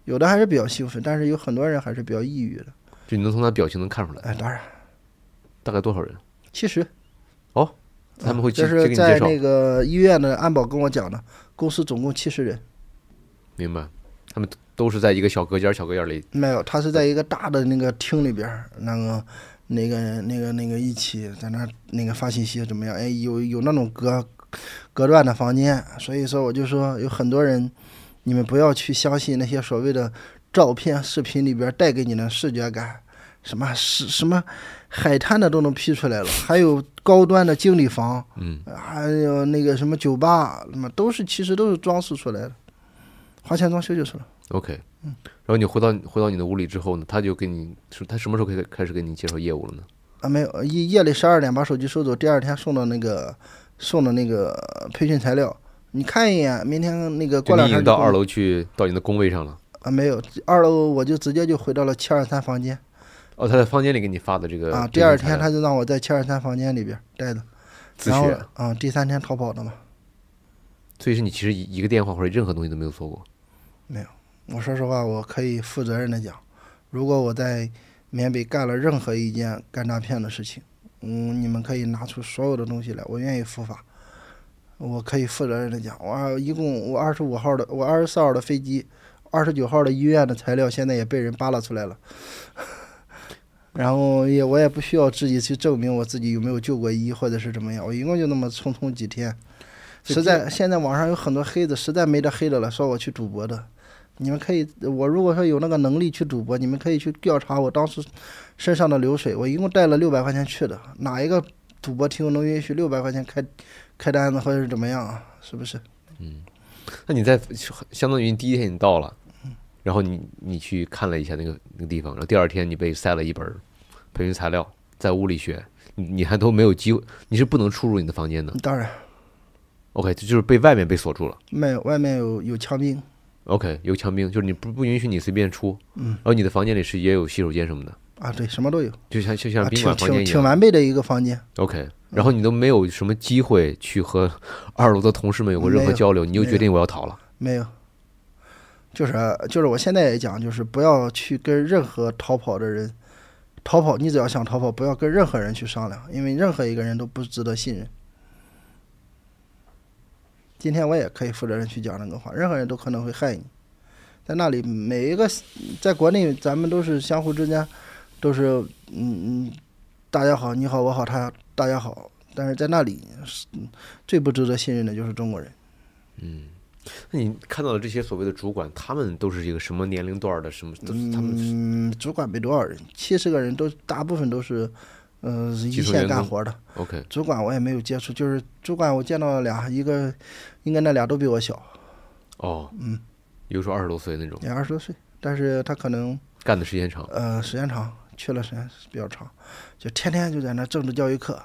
Speaker 1: 有的还是比较兴奋，但是有很多人还是比较抑郁的。
Speaker 2: 就你能从他表情能看出来。
Speaker 1: 哎，当然，
Speaker 2: 大概多少人？
Speaker 1: 其实
Speaker 2: 哦，他们会接
Speaker 1: 这
Speaker 2: 接给
Speaker 1: 是
Speaker 2: 你
Speaker 1: 在
Speaker 2: 介绍，
Speaker 1: 那个医院的安保跟我讲的，公司总共七十人，
Speaker 2: 明白？他们都是在一个小隔间儿小隔间儿里，
Speaker 1: 没有，他是在一个大的那个厅里边儿，那个那个那个那个一起在那儿那个发信息怎么样？哎，有有那种隔隔断的房间，所以说我就说有很多人，你们不要去相信那些所谓的照片、视频里边儿带给你的视觉感，什么是什么海滩的都能 P 出来了，还有高端的经理房，
Speaker 2: 嗯，
Speaker 1: 还有那个什么酒吧，那么都是其实都是装饰出来的，花钱装修就是了。
Speaker 2: OK，然后你回到回到你的屋里之后呢，他就给你是他什么时候开始开始给你介绍业务了呢？
Speaker 1: 啊，没有，夜夜里十二点把手机收走，第二天送到那个送的那个培训材料，你看一眼，明天那个过
Speaker 2: 就
Speaker 1: 两
Speaker 2: 你已
Speaker 1: 天
Speaker 2: 经
Speaker 1: 就
Speaker 2: 到
Speaker 1: 给我
Speaker 2: 二楼去到你的工位上了。
Speaker 1: 啊，没有，二楼我就直接就回到了七二三房间
Speaker 2: 哦，他在房间里给你发的这个
Speaker 1: 啊，
Speaker 2: 这
Speaker 1: 第
Speaker 2: 份
Speaker 1: 二
Speaker 2: 材
Speaker 1: 天
Speaker 2: 料
Speaker 1: 他就让我在七二三房间里边待着，
Speaker 2: 自
Speaker 1: 然后
Speaker 2: 学，
Speaker 1: 啊，第三天逃跑的嘛，
Speaker 2: 所以是你其实一一个电话或者任何东西都没有做过。
Speaker 1: 我说实话，我可以负责任的讲，如果我在缅北干了任何一件干诈骗的事情，嗯，你们可以拿出所有的东西来，我愿意伏法。我可以负责任的讲，我二一共我二十五号的，我二十四号的飞机，二十九号的医院的材料现在也被人扒拉出来了， 然后也我也不需要自己去证明我自己有没有救过医或者是怎么样，我一共就那么匆匆几天，实在现在网上有很多黑子，实在没得黑的了，说我去赌博的，你们可以，我如果说有那个能力去赌博，你们可以去调查我当时身上的流水。我一共带了六百块钱去的，哪一个赌博厅能允许六百块钱开开单子，或者是怎么样啊？是不是？
Speaker 2: 那你在相当于第一天你到了，然后你你去看了一下那个那个地方，然后第二天你被塞了一本培训材料，在屋里学，你你还都没有机会，你是不能出入你的房间的。
Speaker 1: 当然，
Speaker 2: OK，这就是被外面被锁住了。
Speaker 1: 外外面有有枪兵，
Speaker 2: OK，有强兵，就是你不不允许你随便出，
Speaker 1: 嗯
Speaker 2: 然后你的房间里是也有洗手间什么的，
Speaker 1: 啊，对，什么都有，
Speaker 2: 就像就像
Speaker 1: 啊，
Speaker 2: 宾
Speaker 1: 挺
Speaker 2: 馆房间
Speaker 1: 挺
Speaker 2: 一
Speaker 1: 挺
Speaker 2: 样。
Speaker 1: 完备的一个房间。
Speaker 2: OK，然后你都没有什么机会去和二楼的同事们有过
Speaker 1: 嗯
Speaker 2: 任
Speaker 1: 没
Speaker 2: 何
Speaker 1: 有
Speaker 2: 交流，你就
Speaker 1: 没
Speaker 2: 决定我要逃了。
Speaker 1: 没有，就是就是我现在也讲，就是不要去跟任何逃跑的人逃跑，你只要想逃跑，不要跟任何人去商量，因为任何一个人都不值得信任。今天我也可以负责任去讲这个话，任何人都可能会害你。在那里，每一个在国内，咱们都是相互之间都是嗯嗯，大家好，你好，我好，他大家好。但是在那里，是最不值得信任的就是中国人。
Speaker 2: 那你看到的这些所谓的主管，他们都是一个什么年龄段儿的？什么？都他们是
Speaker 1: 嗯，主管没多少人，七十个人都大部分都是，呃，一
Speaker 2: 术
Speaker 1: 线
Speaker 2: 员
Speaker 1: 干
Speaker 2: 工
Speaker 1: 活的。
Speaker 2: OK，
Speaker 1: 主管我也没有接触，就是主管我见到了俩，一个应该那俩都比我小，
Speaker 2: 哦，嗯，比如说二十多岁那种，
Speaker 1: 也二十多岁，但是他可能
Speaker 2: 干的时间长，
Speaker 1: 呃时间长，去了时间比较长，就天天就在那政治教育课，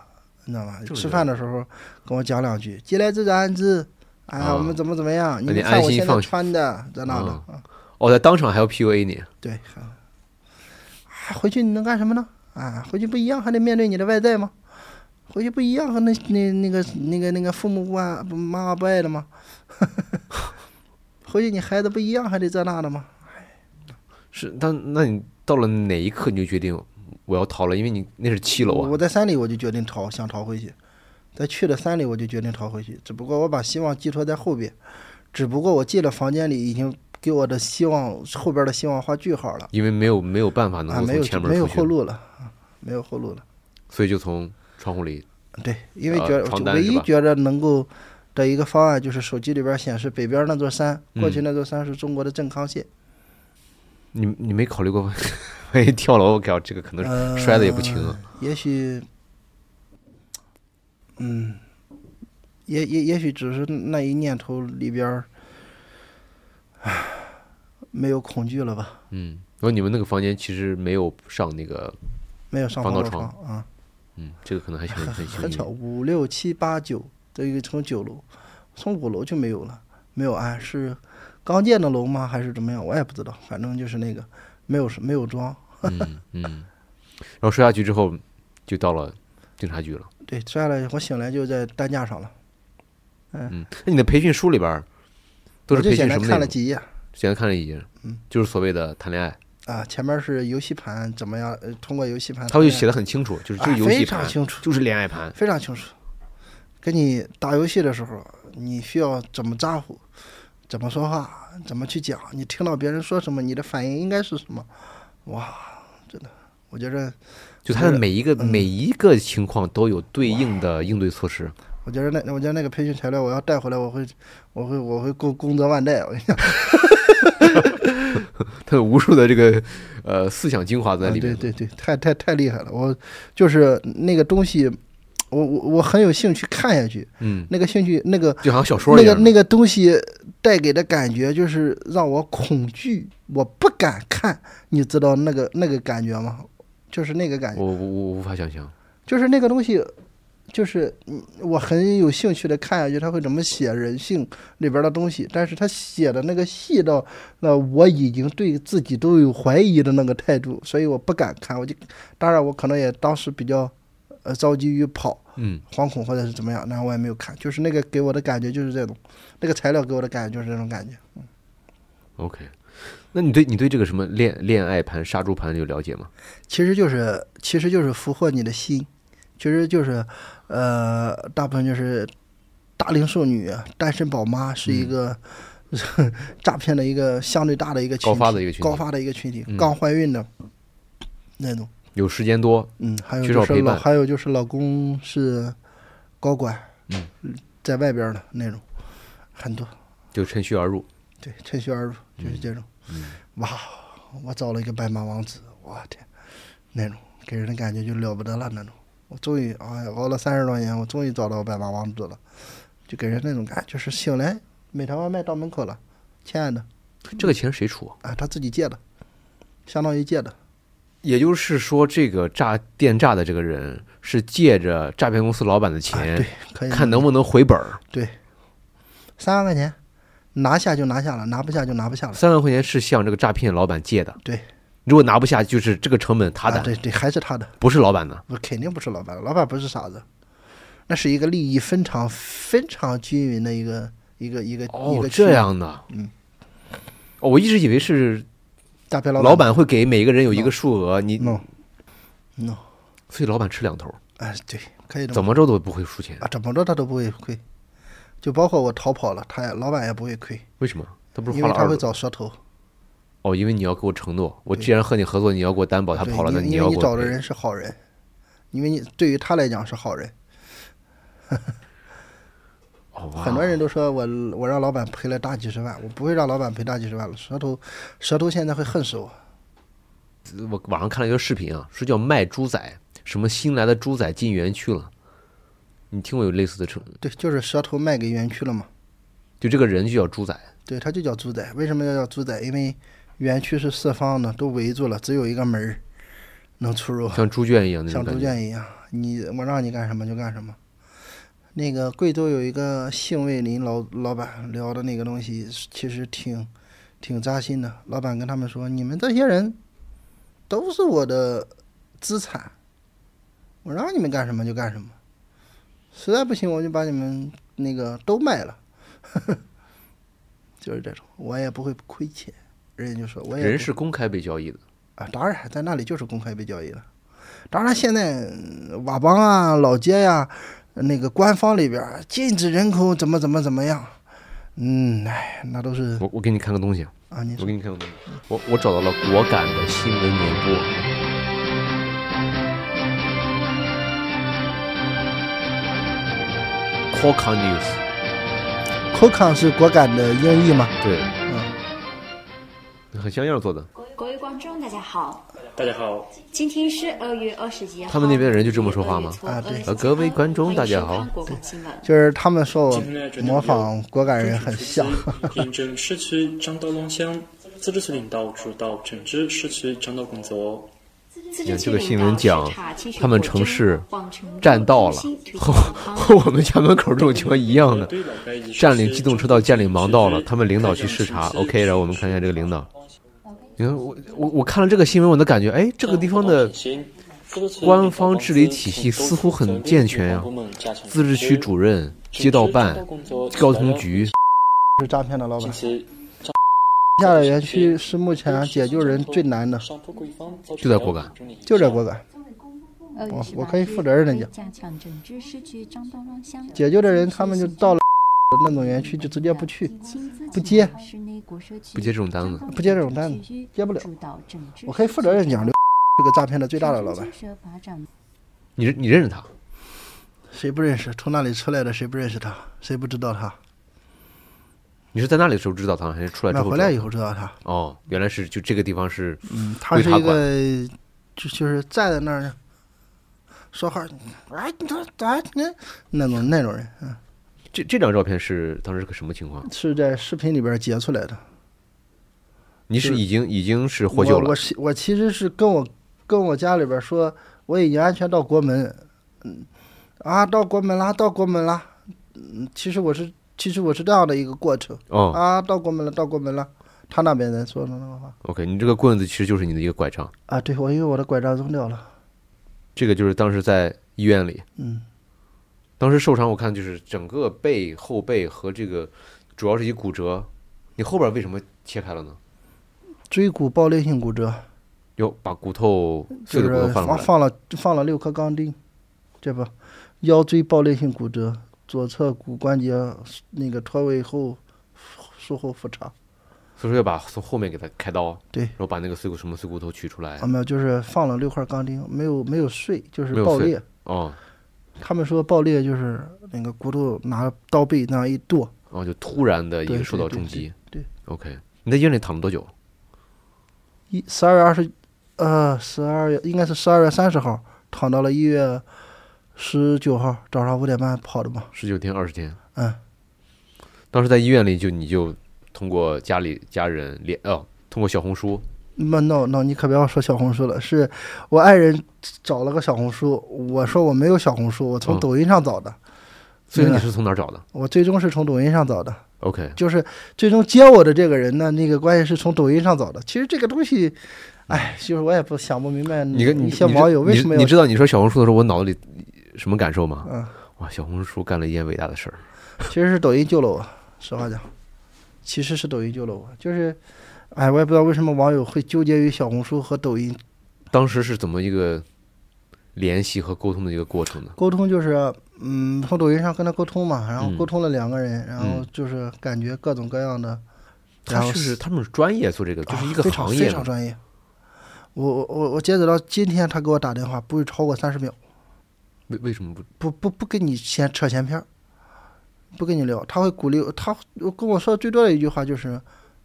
Speaker 1: 你知道吗？
Speaker 2: 政治
Speaker 1: 吃
Speaker 2: 教
Speaker 1: 饭的时候跟我讲两句，既来之则安之。哎呀，
Speaker 2: 啊
Speaker 1: 我们怎么怎么样？你
Speaker 2: 那你
Speaker 1: 们
Speaker 2: 安
Speaker 1: 看我
Speaker 2: 心
Speaker 1: 现
Speaker 2: 放
Speaker 1: 在
Speaker 2: 学
Speaker 1: 穿的，在那呢
Speaker 2: 啊？
Speaker 1: 啊，
Speaker 2: 哦，在当场还要 PUA 你，
Speaker 1: 对，啊，哎回去你能干什么呢？啊，回去不一样还得面对你的外在吗？回去不一样和那那那个那个那个父母不爱不妈妈不爱的吗？ 回去你孩子不一样还得这那的吗？
Speaker 2: 是，但那你到了哪一刻你就决定我要逃了？因为你那是七楼
Speaker 1: 我
Speaker 2: 啊，
Speaker 1: 在山里我就决定逃，想逃回去，在去了山里我就决定逃回去，只不过我把希望寄托在后边，只不过我进了房间里已经给我的希望后边的希望画句号了
Speaker 2: 因为没有没有办法能
Speaker 1: 啊，
Speaker 2: 够
Speaker 1: 没
Speaker 2: 从前
Speaker 1: 有
Speaker 2: 门
Speaker 1: 没
Speaker 2: 出
Speaker 1: 有
Speaker 2: 去
Speaker 1: 后，路了啊，没有后路了。
Speaker 2: 所以就从窗户里。
Speaker 1: 对，因为
Speaker 2: 呃
Speaker 1: 觉得、
Speaker 2: 床
Speaker 1: 就
Speaker 2: 单
Speaker 1: 唯
Speaker 2: 是
Speaker 1: 一
Speaker 2: 吧
Speaker 1: 觉得能够的一个方案就是手机里边显示北边那座山，过
Speaker 2: 嗯
Speaker 1: 去那座山是中国的正康县，
Speaker 2: 你你没考虑过万一跳楼？我靠，这个可能
Speaker 1: 呃
Speaker 2: 摔的也不轻啊。
Speaker 1: 也许，嗯，也也也许只是那一念头里边儿，唉没有恐惧了吧，
Speaker 2: 嗯，然后你们那个房间其实没有上那个，
Speaker 1: 没有上
Speaker 2: 防
Speaker 1: 防盗
Speaker 2: 盗床
Speaker 1: 啊。
Speaker 2: 嗯，这个可能还行，很
Speaker 1: 很巧，
Speaker 2: 幸运。
Speaker 1: 五六七八九，这个从九楼，从五楼就没有了，没有安，是刚建的楼吗？还是怎么样？我也不知道，反正就是那个没有没有装。
Speaker 2: 嗯嗯，然后摔下去之后就到了警察局了。
Speaker 1: 对，摔了，我醒来就在担架上了，
Speaker 2: 嗯，那你的培训书里边儿都
Speaker 1: 我
Speaker 2: 是
Speaker 1: 就
Speaker 2: 培
Speaker 1: 简
Speaker 2: 训
Speaker 1: 单
Speaker 2: 什么
Speaker 1: 看
Speaker 2: 内
Speaker 1: 了
Speaker 2: 容？
Speaker 1: 几页。嗯
Speaker 2: 简单看了一眼，就是所谓的谈恋爱，
Speaker 1: 啊，前面是游戏盘怎么样，呃通过游戏盘
Speaker 2: 他
Speaker 1: 怎
Speaker 2: 会
Speaker 1: 么样
Speaker 2: 写的很清楚，就是
Speaker 1: 啊
Speaker 2: 就是游
Speaker 1: 非
Speaker 2: 戏
Speaker 1: 常
Speaker 2: 盘，
Speaker 1: 清楚
Speaker 2: 就是恋爱盘，
Speaker 1: 非常清楚。跟你打游戏的时候，你需要怎么咋呼，怎么说话，怎么去讲，你听到别人说什么，你的反应应该是什么？哇，真的，我觉着，
Speaker 2: 就他的
Speaker 1: 对
Speaker 2: 每一个每一个情况都有对应的应对措施。
Speaker 1: 我觉着那，我觉得那个培训材料我要带回来，我会，我会，我会功功德万代。我跟你讲，
Speaker 2: 他有无数的这个呃思想精华在里面。
Speaker 1: 啊对对对，太太太厉害了！我就是那个东西，我我我很有兴趣看下去，
Speaker 2: 嗯，
Speaker 1: 那个兴趣那个
Speaker 2: 就好像小说一
Speaker 1: 那个
Speaker 2: 样。
Speaker 1: 那个东西带给的感觉就是让我恐惧，我不敢看，你知道那个那个感觉吗？就是那个感觉，
Speaker 2: 我我我无法想象。
Speaker 1: 就是那个东西，就是嗯我很有兴趣的看下去，他会怎么写人性里边的东西，但是他写的那个细到，那我已经对自己都有怀疑的那个态度，所以我不敢看，我就，当然我可能也当时比较，呃，着急于跑，
Speaker 2: 嗯，
Speaker 1: 惶恐或者是怎么样，然后我也没有看，就是那个给我的感觉就是这种，那个材料给我的感觉就是这种感觉。
Speaker 2: OK，那你对你对这个什么恋恋爱盘、杀猪盘有了解吗？
Speaker 1: 其实就是其实就是俘获你的心，其实就是呃，大部分就是大龄剩女、啊单身宝妈是一个、 诈骗的一个相对大的一个群体，
Speaker 2: 嗯高发的一个群体
Speaker 1: 高发的一个群体，
Speaker 2: 嗯
Speaker 1: 刚怀孕的那种，
Speaker 2: 有时间多，
Speaker 1: 嗯，还有
Speaker 2: 缺少
Speaker 1: 就是
Speaker 2: 陪
Speaker 1: 老
Speaker 2: 伴
Speaker 1: 还有就是老公是高管，
Speaker 2: 嗯，
Speaker 1: 在外边的那种，很多。
Speaker 2: 就趁虚而入。
Speaker 1: 对，趁虚而入
Speaker 2: 嗯
Speaker 1: 就是这种。哇，我找了一个白马王子，我天，那种给人的感觉就了不得了那种。我终于，哎呀，熬了三十多年，我终于找到白马王子了，就给人那种感觉，就是醒来美团外卖到门口了，亲爱的，
Speaker 2: 这个钱谁出啊？
Speaker 1: 啊，他自己借的，相当于借的，
Speaker 2: 也就是说，这个诈电诈的这个人是借着诈骗公司老板的
Speaker 1: 啊，
Speaker 2: 钱，
Speaker 1: 对，可以
Speaker 2: 看能不能回本儿。
Speaker 1: 三万块钱，拿下就拿下了，拿不下就拿不下了。
Speaker 2: 三万块钱是向这个诈骗老板借的，
Speaker 1: 对，
Speaker 2: 如果拿不下，就是这个成本他
Speaker 1: 啊，
Speaker 2: 的，
Speaker 1: 对对，还是他的。
Speaker 2: 不是老板的。
Speaker 1: 不，肯定不是老板，老板不是傻子，那是一个利益非常非常均匀的一个一个一个、一
Speaker 2: 哦
Speaker 1: 个，
Speaker 2: 这
Speaker 1: 区
Speaker 2: 样的，
Speaker 1: 嗯
Speaker 2: 哦，我一直以为是
Speaker 1: 大骗老嗯
Speaker 2: 老板会给每个人有一个数额，你
Speaker 1: no no，
Speaker 2: 所以老板吃两头，
Speaker 1: 哎，对，可以的，
Speaker 2: 怎么着都不会输钱，
Speaker 1: 啊？怎么着他都不会亏，就包括我逃跑了，他也老板也不会亏，
Speaker 2: 为什么？他不是
Speaker 1: 因
Speaker 2: 花
Speaker 1: 为
Speaker 2: 了
Speaker 1: 他
Speaker 2: 二
Speaker 1: 会
Speaker 2: 十
Speaker 1: 找蛇头。
Speaker 2: 哦，因为你要给我承诺，我
Speaker 1: 对
Speaker 2: 既然和你合作，你要给我担保，他
Speaker 1: 对
Speaker 2: 跑了，那
Speaker 1: 因为因
Speaker 2: 要
Speaker 1: 为
Speaker 2: 给
Speaker 1: 你
Speaker 2: 我
Speaker 1: 找的
Speaker 2: 赔
Speaker 1: 人是好人，因为你对于他来讲是好人，
Speaker 2: 哦，哇
Speaker 1: 很多人都说我我让老板赔了大几十万，我不会让老板赔大几十万了。蛇头蛇头现在会恨死我，
Speaker 2: 我网上看了一个视频啊，说叫卖猪仔，什么新来的猪仔进园区了。你听过有类似的称？
Speaker 1: 对，就是蛇头卖给园区了嘛。
Speaker 2: 就这个人就叫猪仔，
Speaker 1: 对，它就叫猪仔。为什么要叫猪仔？因为园区是四方的，都围住了，只有一个门儿能出入，
Speaker 2: 像猪圈一样那种
Speaker 1: 像猪
Speaker 2: 感觉。
Speaker 1: 圈一样，你我让你干什么就干什么。那个贵州有一个幸卫林老老板聊的那个东西，其实挺挺扎心的。老板跟他们说：“你们这些人都是我的资产，我让你们干什么就干什么，实在不行我就把你们那个都卖了。” 就是这种，我也不会亏钱。人家就说：“我也
Speaker 2: 人
Speaker 1: 不
Speaker 2: 是公开被交易的，
Speaker 1: 啊，当然在那里就是公开被交易的。当然，现在嗯佤邦啊、老街呀、那个官方里边儿禁止人口怎么怎么怎么样，嗯，哎，那都是
Speaker 2: 我我给你看个东西啊，
Speaker 1: 啊，你
Speaker 2: 我
Speaker 1: 说
Speaker 2: 给你看个东西，我我找到了果敢的新闻联播。c o c a News，
Speaker 1: c o c a 是果敢的英译吗？
Speaker 2: 对，
Speaker 1: 嗯，
Speaker 2: 很像样做的。
Speaker 4: 各位观众，大家好，
Speaker 5: 大家好，
Speaker 4: 今天是二月二十一号。
Speaker 2: 他们那边人就这么说话吗
Speaker 1: 啊对
Speaker 2: 呃各位观众大家好
Speaker 4: 国感新闻。
Speaker 1: 就是他们说我
Speaker 5: 今天呢决定
Speaker 1: 模仿果敢人
Speaker 5: 人
Speaker 1: 很像，
Speaker 5: 沿着市区张道弄乡，自治区领导主导整治市区张道工作。
Speaker 4: 有
Speaker 2: 这个新闻讲他们城市占
Speaker 4: 占
Speaker 2: 道了，和 和我们家门口这种情况一样的。
Speaker 5: 对老该一
Speaker 2: 占领机动车道，占领盲道了。他们领导去视察，OK，然后我们看一下这个领导。你看我我我看了这个新闻，我的感觉，哎，这个地方的官方治理体系似乎很健全呀自治区主任、街道办、交通局，
Speaker 1: 是诈骗的老板
Speaker 5: 近。期
Speaker 1: 下的园区是目前啊解救人最难的，
Speaker 2: 就在果敢，
Speaker 1: 就在果敢。
Speaker 6: 我
Speaker 1: 我可以负责任地讲
Speaker 6: 加强整治市区张道浪乡
Speaker 1: 解救的人他们就到了那种园区就直接不去，不接
Speaker 2: 不接这种单子
Speaker 1: 不接这种单子，接不了。我可以负责任讲，刘这个诈骗的最大的老板，
Speaker 6: 板。
Speaker 2: 你你认识他？
Speaker 1: 谁不认识？从那里出来的谁不认识他？谁不知道他？
Speaker 2: 你是在那里的时候知道他，还是出来之
Speaker 1: 那
Speaker 2: 后知道？
Speaker 1: 回来以后知道他，
Speaker 2: 哦，原来是就这个地方是
Speaker 1: 嗯，他
Speaker 2: 归
Speaker 1: 是
Speaker 2: 他
Speaker 1: 一个就就是站在那儿说话，哎，你说咱那那种那种人，嗯，
Speaker 2: 这这张照片是当时是个什么情况？
Speaker 1: 是在视频里边截出来的。
Speaker 2: 你是已经已经是获救
Speaker 1: 我我
Speaker 2: 了，
Speaker 1: 是我其实是跟我跟我家里边说，我已经安全到国门，嗯，啊，到国门啦，到国门啦，嗯，其实我是其实我是这样的一个过程，
Speaker 2: 哦
Speaker 1: 啊，到国门了，到国门了。他那边人说的那个话
Speaker 2: ，OK，你这个棍子其实就是你的一个拐杖，
Speaker 1: 啊，对我因为我的拐杖扔掉了，
Speaker 2: 这个就是当时在医院里，
Speaker 1: 嗯，
Speaker 2: 当时受伤我看就是整个背后背和这个主要是一骨折，你后边为什么切开了呢？
Speaker 1: 椎骨爆裂性骨折，
Speaker 2: 要把骨头
Speaker 1: 就
Speaker 2: 碎的骨头
Speaker 1: 是
Speaker 2: 放出
Speaker 1: 放
Speaker 2: 来，
Speaker 1: 放了放了六颗钢钉，这不，腰椎爆裂性骨折，左侧骨关节那个脱位后术后复查，
Speaker 2: 所以说要把从后面给它开刀，
Speaker 1: 对
Speaker 2: 然后把那个碎骨什么碎骨头取出来
Speaker 1: 啊，，没有，就是放了六块钢钉，没有没有碎，就是
Speaker 2: 哎没有
Speaker 1: 爆
Speaker 2: 碎
Speaker 1: 裂。
Speaker 2: 哦，
Speaker 1: 他们说爆裂就是那个骨头拿刀背那样一剁，
Speaker 2: 然后就突然的一
Speaker 1: 对
Speaker 2: 个
Speaker 1: 对
Speaker 2: 受到
Speaker 1: 对
Speaker 2: 重
Speaker 1: 对
Speaker 2: 击
Speaker 1: 对
Speaker 2: ，OK，你在医院里躺了多久？
Speaker 1: 一十二月二十，呃，十二月应该是十二月三十号躺到了一月十九号早上五点半跑的嘛，
Speaker 2: 十九天二十天，
Speaker 1: 嗯，
Speaker 2: 当时在医院里就你就通过家里家人联哦，通过小红书
Speaker 1: 那 no no，你可不要说小红书了，是我爱人找了个小红书，我说我没有小红书，我从
Speaker 2: 嗯
Speaker 1: 抖音上找的，
Speaker 2: 所以
Speaker 1: 明
Speaker 2: 你
Speaker 1: 白
Speaker 2: 是从哪儿找的
Speaker 1: 我最终是从抖音上找的，
Speaker 2: ？OK，
Speaker 1: 就是最终接我的这个人呢，那个关系是从抖音上找的。其实这个东西，哎，就是我也不想不明白
Speaker 2: 你跟你
Speaker 1: 一些嗯网友为什么
Speaker 2: 你你
Speaker 1: 要
Speaker 2: 知道你说小红书的时候，我脑子里什么感受吗？
Speaker 1: 嗯，
Speaker 2: 哇，小红书干了一件伟大的事儿，
Speaker 1: 其实是抖音救了我，实话讲，其实是抖音救了我。就是，哎，我也不知道为什么网友会纠结于小红书和抖音
Speaker 2: 当时是怎么一个联系和沟通的一个过程呢？
Speaker 1: 沟通，就是嗯，从抖音上跟他沟通嘛，然后
Speaker 2: 嗯
Speaker 1: 沟通了两个人，然后
Speaker 2: 嗯
Speaker 1: 就是感觉各种各样的，
Speaker 2: 他
Speaker 1: 然后
Speaker 2: 是他们是专业做这个，就是一个
Speaker 1: 啊非常
Speaker 2: 行业
Speaker 1: 非常
Speaker 2: 的，
Speaker 1: 专业。我我我我截止到今天，他给我打电话不会超过三十秒。
Speaker 2: 为为什么不？
Speaker 1: 不不不跟你闲扯闲篇儿，不跟你聊，他会鼓励我他跟我说最多的一句话就是，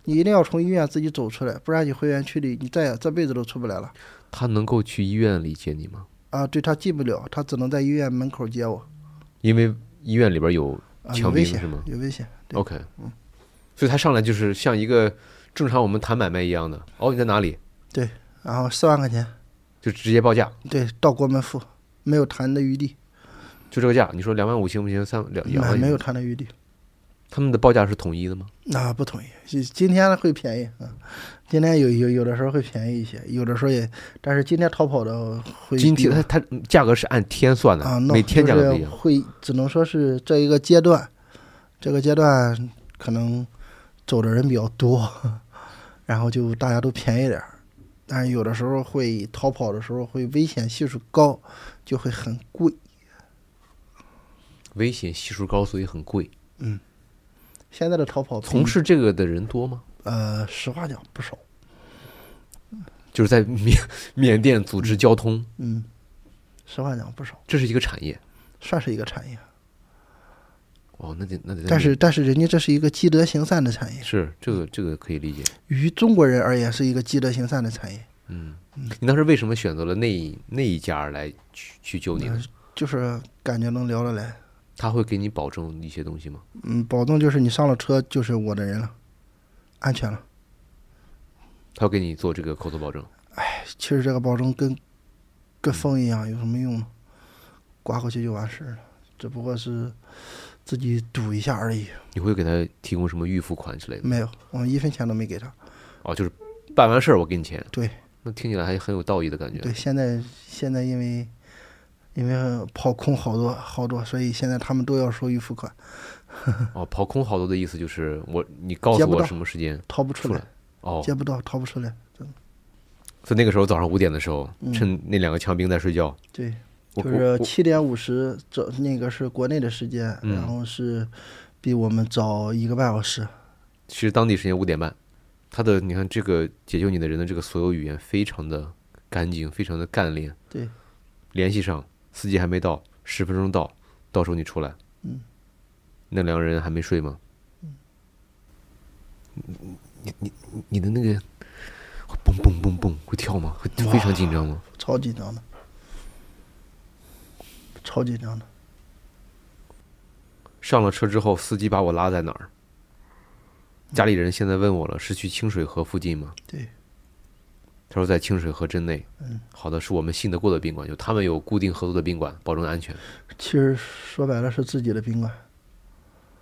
Speaker 1: 你一定要从医院自己走出来，不然你回园区里你再也这辈子都出不来了。
Speaker 2: 他能够去医院里接你吗？
Speaker 1: 啊，对他进不了，他只能在医院门口接我。
Speaker 2: 因为医院里边有
Speaker 1: 啊，有
Speaker 2: 强
Speaker 1: 危
Speaker 2: 兵
Speaker 1: 险
Speaker 2: 是吗，
Speaker 1: 有危险。对嗯
Speaker 2: OK，所以他上来就是像一个正常我们谈买卖一样的，哦，你在哪里？
Speaker 1: 然后四万块钱，
Speaker 2: 就直接报价，
Speaker 1: 对，到国门付，没有谈的余地，
Speaker 2: 就这个价，你说两万五行不行？三两两
Speaker 1: 没
Speaker 2: 万
Speaker 1: 没有？谈的余地。
Speaker 2: 他们的报价是统一的吗？
Speaker 1: 那、不同意，今今天会便宜啊，今天有有有的时候会便宜一些，有的时候也，但是今天逃跑的会
Speaker 2: 今
Speaker 1: 比
Speaker 2: 天
Speaker 1: 我
Speaker 2: 它它价格是按天算的，
Speaker 1: 啊，那
Speaker 2: 每天价格不一样。
Speaker 1: 会只能说是这一个阶段，这个阶段可能走的人比较多， 然后就大家都便宜点儿。但是有的时候会逃跑的时候会危险系数高，就会很贵。
Speaker 2: 危险系数高，所以很贵。
Speaker 1: 现在的逃跑比
Speaker 2: 从事这个的人多吗？
Speaker 1: 呃，实话讲不少，
Speaker 2: 就是在缅缅甸组织交通，
Speaker 1: 嗯，实话讲不少，
Speaker 2: 这是一个产业。
Speaker 1: 算是一个产业。
Speaker 2: 哦，那得那得。
Speaker 1: 但是但是人家这是一个积德行善的产业，
Speaker 2: 是这个这个可以理解。
Speaker 1: 于中国人而言是一个积德行善的产业。
Speaker 2: 你当时为什么选择了那一那一家来去去救你呢？
Speaker 1: 嗯就是感觉能聊得来，
Speaker 2: 他会给你保证一些东西吗？
Speaker 1: 嗯，保证就是你上了车就是我的人了，安全了。
Speaker 2: 他会给你做这个口头保证。
Speaker 1: 其实这个保证跟跟风一样，有什么用呢？刮过去就完事儿了，只不过是自己赌一下而已。
Speaker 2: 你会给他提供什么预付款之类的吗？
Speaker 1: 没有，我们一分钱都没给他。
Speaker 2: 哦，就是办完事儿我给你钱。
Speaker 1: 对，
Speaker 2: 那听起来还很有道义的感觉。
Speaker 1: 对，现在现在因为因为跑空好多好多，所以现在他们都要收预付款，
Speaker 2: 哦，跑空好多的意思就是我你告
Speaker 1: 接
Speaker 2: 诉
Speaker 1: 不
Speaker 2: 我
Speaker 1: 到
Speaker 2: 什么时间
Speaker 1: 掏不出
Speaker 2: 出
Speaker 1: 来。
Speaker 2: 来哦，
Speaker 1: 接不到，掏不出来。真的
Speaker 2: 所以那个时候早上五点的时候，
Speaker 1: 嗯
Speaker 2: 趁那两个枪兵在睡觉，
Speaker 1: 对，
Speaker 2: 我
Speaker 1: 就
Speaker 2: 我
Speaker 1: 是
Speaker 2: 我
Speaker 1: 七点五十，这那个是国内的时间，
Speaker 2: 嗯
Speaker 1: 然后是比我们早一个半小时。
Speaker 2: 其实当地时间五点半，他的你看这个解救你的人的这个所有语言非常的干净，非常的干练。
Speaker 1: 对，
Speaker 2: 联系上司机还没到，十分钟到，到时候你出来。
Speaker 1: 嗯，
Speaker 2: 那两个人还没睡吗？你你你你的那个会蹦蹦蹦蹦会跳吗？会非常紧张吗？
Speaker 1: 超紧张的，超紧张的。
Speaker 2: 上了车之后，司机把我拉在哪儿？家里人现在问我了，是去清水河附近吗？
Speaker 1: 对，
Speaker 2: 他说在清水河镇内。
Speaker 1: 嗯，
Speaker 2: 好的，是我们信得过的宾馆，就他们有固定合作的宾馆，保证安全。
Speaker 1: 其实说白了是自己的宾馆，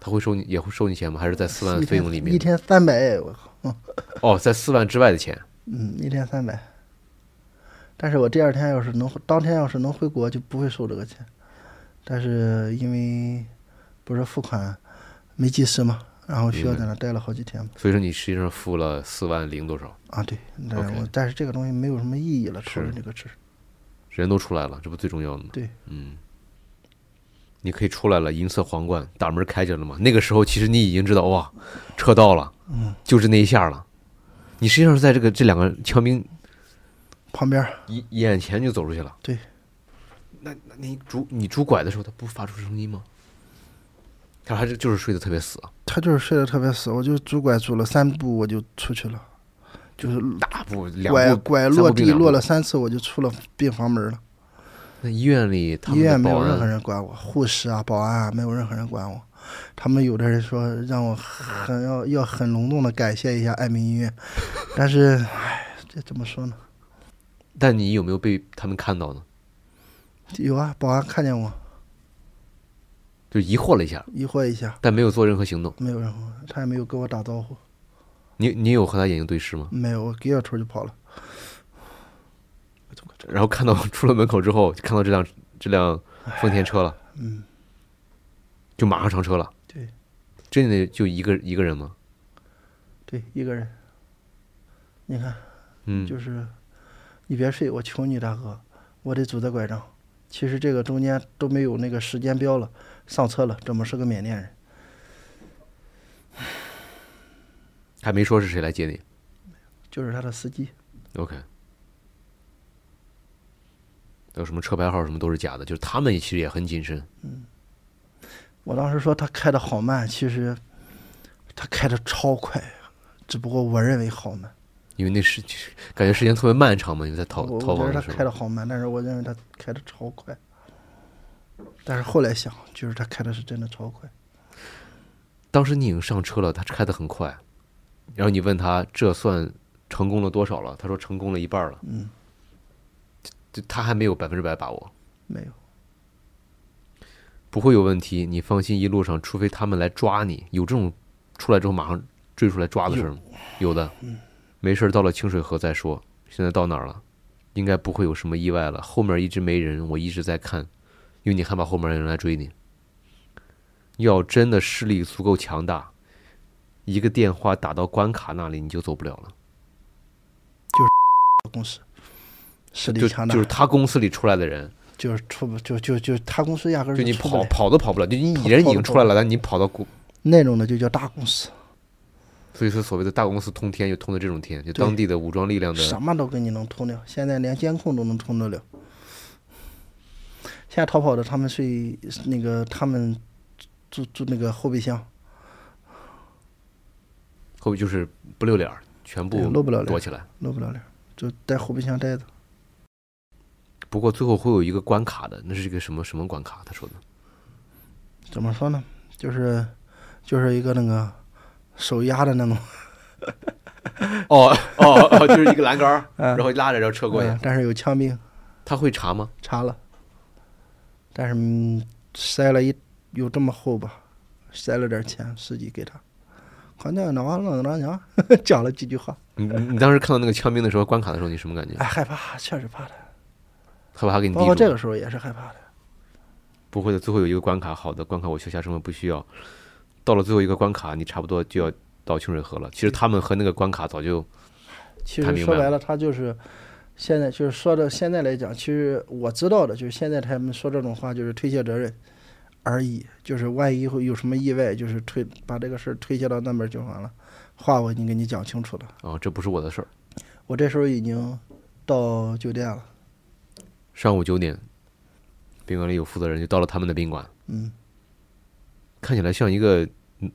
Speaker 2: 他会收你，也会收你钱吗？还是在四万
Speaker 1: 一
Speaker 2: 费
Speaker 1: 天
Speaker 2: 用里
Speaker 1: 一
Speaker 2: 面？
Speaker 1: 天三百，我靠，嗯
Speaker 2: 哦，在四万之外的钱。
Speaker 1: 嗯，一天三百。但是我第二天要是能，当天要是能回国，就不会收这个钱。但是因为不是付款没及时嘛，然后需要在
Speaker 2: 嗯
Speaker 1: 那待了好几天嘛。
Speaker 2: 所以说你实际上付了四万零多少？
Speaker 1: 啊，对，但
Speaker 2: OK
Speaker 1: 我但是这个东西没有什么意义了，讨
Speaker 2: 是
Speaker 1: 论这个事儿。
Speaker 2: 人都出来了，这不最重要的吗？
Speaker 1: 对，
Speaker 2: 嗯，你可以出来了，银色皇冠，大门开着了嘛。那个时候其实你已经知道，哇，车到了，
Speaker 1: 嗯，
Speaker 2: 就是那一下了。你实际上是在这个这两个枪兵
Speaker 1: 旁边儿
Speaker 2: 眼眼前就走出去了。
Speaker 1: 对，
Speaker 2: 那那你拄你拄拐的时候，他不发出声音吗？他还是就是睡得特别死啊，
Speaker 1: 他就是睡得特别死，我就拄拐拄了三步我就出去了，就是
Speaker 2: 大步两
Speaker 1: 拐
Speaker 2: 步
Speaker 1: 拐
Speaker 2: 三
Speaker 1: 落
Speaker 2: 步并
Speaker 1: 地
Speaker 2: 两
Speaker 1: 落
Speaker 2: 步
Speaker 1: 了三次，我就出了病房门了。
Speaker 2: 那医院里，他
Speaker 1: 医
Speaker 2: 们的
Speaker 1: 院没
Speaker 2: 保
Speaker 1: 有任何
Speaker 2: 安
Speaker 1: 人管我，护士啊、保安啊，没有任何人管我。他们有的人说让我很要要很隆重的感谢一下爱民医院，但是唉，这怎么说呢？
Speaker 2: 但你有没有被他们看到呢？
Speaker 1: 有啊，保安看见我，
Speaker 2: 就疑惑了一下，
Speaker 1: 疑惑一下，
Speaker 2: 但没有做任何行动。
Speaker 1: 没有任何，他也没有跟我打招呼，
Speaker 2: 你你有和他眼睛对视吗？
Speaker 1: 没有，我给小头就跑了。
Speaker 2: 然后看到 出了门口之后，就看到这辆这辆丰田车了，
Speaker 1: 哎嗯，
Speaker 2: 就马上上车了。
Speaker 1: 对，
Speaker 2: 真的就一个一个人吗？
Speaker 1: 对，一个人。你看，
Speaker 2: 嗯，
Speaker 1: 就是你别睡，我求你大哥，我得拄着拐杖。其实这个中间都没有那个时间标了，上车了，怎么是个缅甸人？
Speaker 2: 还没说是谁来接你。
Speaker 1: 就是他的司机，
Speaker 2: OK，有什么车牌号什么都是假的，就是他们其实也很谨慎。
Speaker 1: 我当时说他开的好慢，其实他开的超快，只不过我认为好慢。
Speaker 2: 因为那是 感觉时间特别漫长嘛，因为在逃
Speaker 1: 我
Speaker 2: 逃
Speaker 1: 我觉
Speaker 2: 亡
Speaker 1: 得他
Speaker 2: 的时
Speaker 1: 开
Speaker 2: 候
Speaker 1: 的，好慢，但是我认为他开的超快。但是后来想，就是他开的是真的超快。
Speaker 2: 当时你已经上车了，他开得很快，然后你问他这算成功了多少了？他说成功了一半了，
Speaker 1: 嗯，
Speaker 2: 就他还没有百分之百把握，
Speaker 1: 没有，
Speaker 2: 不会有问题，你放心。一路上，除非他们来抓你，有这种出来之后马上追出来抓的事儿吗？有的，
Speaker 1: 嗯
Speaker 2: 没事儿，到了清水河再说。现在到哪儿了？应该不会有什么意外了。后面一直没人，我一直在看，因为你害怕后面有人来追你。要真的势力足够强大，一个电话打到关卡那里，你就走不了了。
Speaker 1: 公司实力
Speaker 2: 就
Speaker 1: 强大，
Speaker 2: 就是他公司里出来的人，
Speaker 1: 就是出不就就就他公司压根儿
Speaker 2: 就你
Speaker 1: 出不
Speaker 2: 跑
Speaker 1: 来
Speaker 2: 跑都跑不了，就你
Speaker 1: 跑
Speaker 2: 人已
Speaker 1: 跑都
Speaker 2: 经出
Speaker 1: 跑
Speaker 2: 来
Speaker 1: 不
Speaker 2: 了，但你跑到国
Speaker 1: 那种的就叫大公司，
Speaker 2: 所以说，所谓的大公司通天，就通的这种天，就当地的武装力量的
Speaker 1: 什么都给你能通掉。现在连监控都能通得了。现在逃跑的他们是那个他们住住那个后备箱，
Speaker 2: 后面就是不露脸儿，全部
Speaker 1: 对露不了脸
Speaker 2: 躲起来。
Speaker 1: 露不了脸，就在后备箱待着。
Speaker 2: 不过最后会有一个关卡的，那是一个什么什么关卡？他说的，
Speaker 1: 怎么说呢？就是就是一个那个手压的那种，
Speaker 2: 哦哦哦， 就是一个栏杆儿，
Speaker 1: 嗯
Speaker 2: 然后拉着，然后车啊过去
Speaker 1: 嗯。但是有枪兵
Speaker 2: 他会查吗？
Speaker 1: 插了，但是、嗯、塞了一有这么厚吧，塞了点钱，司机给他。好，那哪完了哪娘 讲了几句话，
Speaker 2: 你你你当时看到那个枪兵的时候，关卡的时候，你什么感觉
Speaker 1: 哎，？害怕，确实怕的。
Speaker 2: 害怕给你
Speaker 1: 包
Speaker 2: 逮
Speaker 1: 括
Speaker 2: 住
Speaker 1: 这
Speaker 2: 吗？
Speaker 1: 个时候也是害怕的。
Speaker 2: 不会的，最后有一个关卡，好的关卡，我休下什么不需要。到了最后一个关卡，你差不多就要到清水河了。其实他们和那个关卡早就
Speaker 1: 其
Speaker 2: 太
Speaker 1: 实
Speaker 2: 明
Speaker 1: 说
Speaker 2: 白
Speaker 1: 白
Speaker 2: 了
Speaker 1: 了，他就是现在就是说的现在来讲，其实我知道的就是现在他们说这种话就是推卸责任而已，就是万一会有什么意外，就是推把这个事儿推卸到那边儿就完了。话我已经给你讲清楚了，
Speaker 2: 啊、这不是我的事儿。
Speaker 1: 我这时候已经到酒店了，
Speaker 2: 上午九点，宾馆里有负责人就到了他们的宾馆，
Speaker 1: 嗯，
Speaker 2: 看起来像一个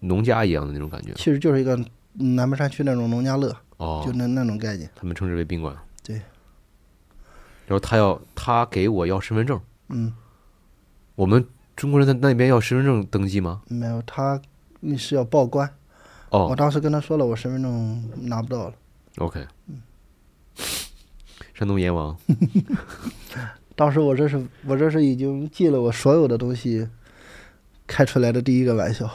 Speaker 2: 农家一样的那种感觉。
Speaker 1: 其实就是一个南门山区那种农家乐，
Speaker 2: 哦
Speaker 1: 就，那那种概念，
Speaker 2: 他们称之为宾馆。
Speaker 1: 对
Speaker 2: 然后他要他给我要身份证，
Speaker 1: 嗯，
Speaker 2: 我们中国人在那边要身份证登记吗？
Speaker 1: 没有他是要报关，我
Speaker 2: 哦
Speaker 1: 当时跟他说了，我身份证拿不到了。
Speaker 2: ，OK，山东阎王，
Speaker 1: 当时我这是我这是已经记了我所有的东西，开出来的第一个玩笑。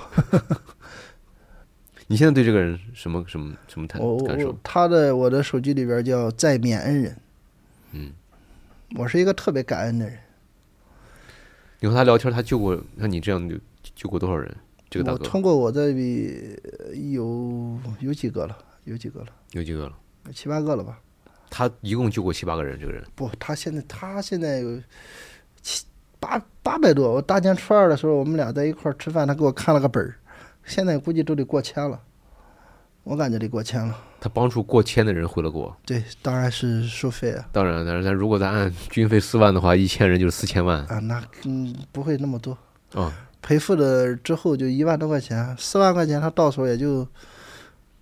Speaker 2: 你现在对这个人什么什么什么感
Speaker 1: 我我
Speaker 2: 感受
Speaker 1: 我？他的我的手机里边叫在缅恩人，
Speaker 2: 嗯，
Speaker 1: 我是一个特别感恩的人。
Speaker 2: 你和他聊天，他救过像你这样就救过多少人？这个大
Speaker 1: 我
Speaker 2: 哥
Speaker 1: 通过我这里呃有有几个了，有几个了，
Speaker 2: 有几个了？
Speaker 1: 七八个了吧？
Speaker 2: 他一共救过七八个人，这个人
Speaker 1: 不，他现在他现在有七八八百多。我大年初二的时候，我们俩在一块儿吃饭，他给我看了个本儿，现在估计都得过千了，我感觉得过千了。
Speaker 2: 他帮助过千的人回了国。
Speaker 1: 对，当然是收费啊。
Speaker 2: 当然，当然，但如果咱按军费四万的话，一千人就是四千万啊、
Speaker 1: 啊，那嗯不会那么多，
Speaker 2: 哦
Speaker 1: 赔付了之后就一万多块钱，四万块钱他到手也就，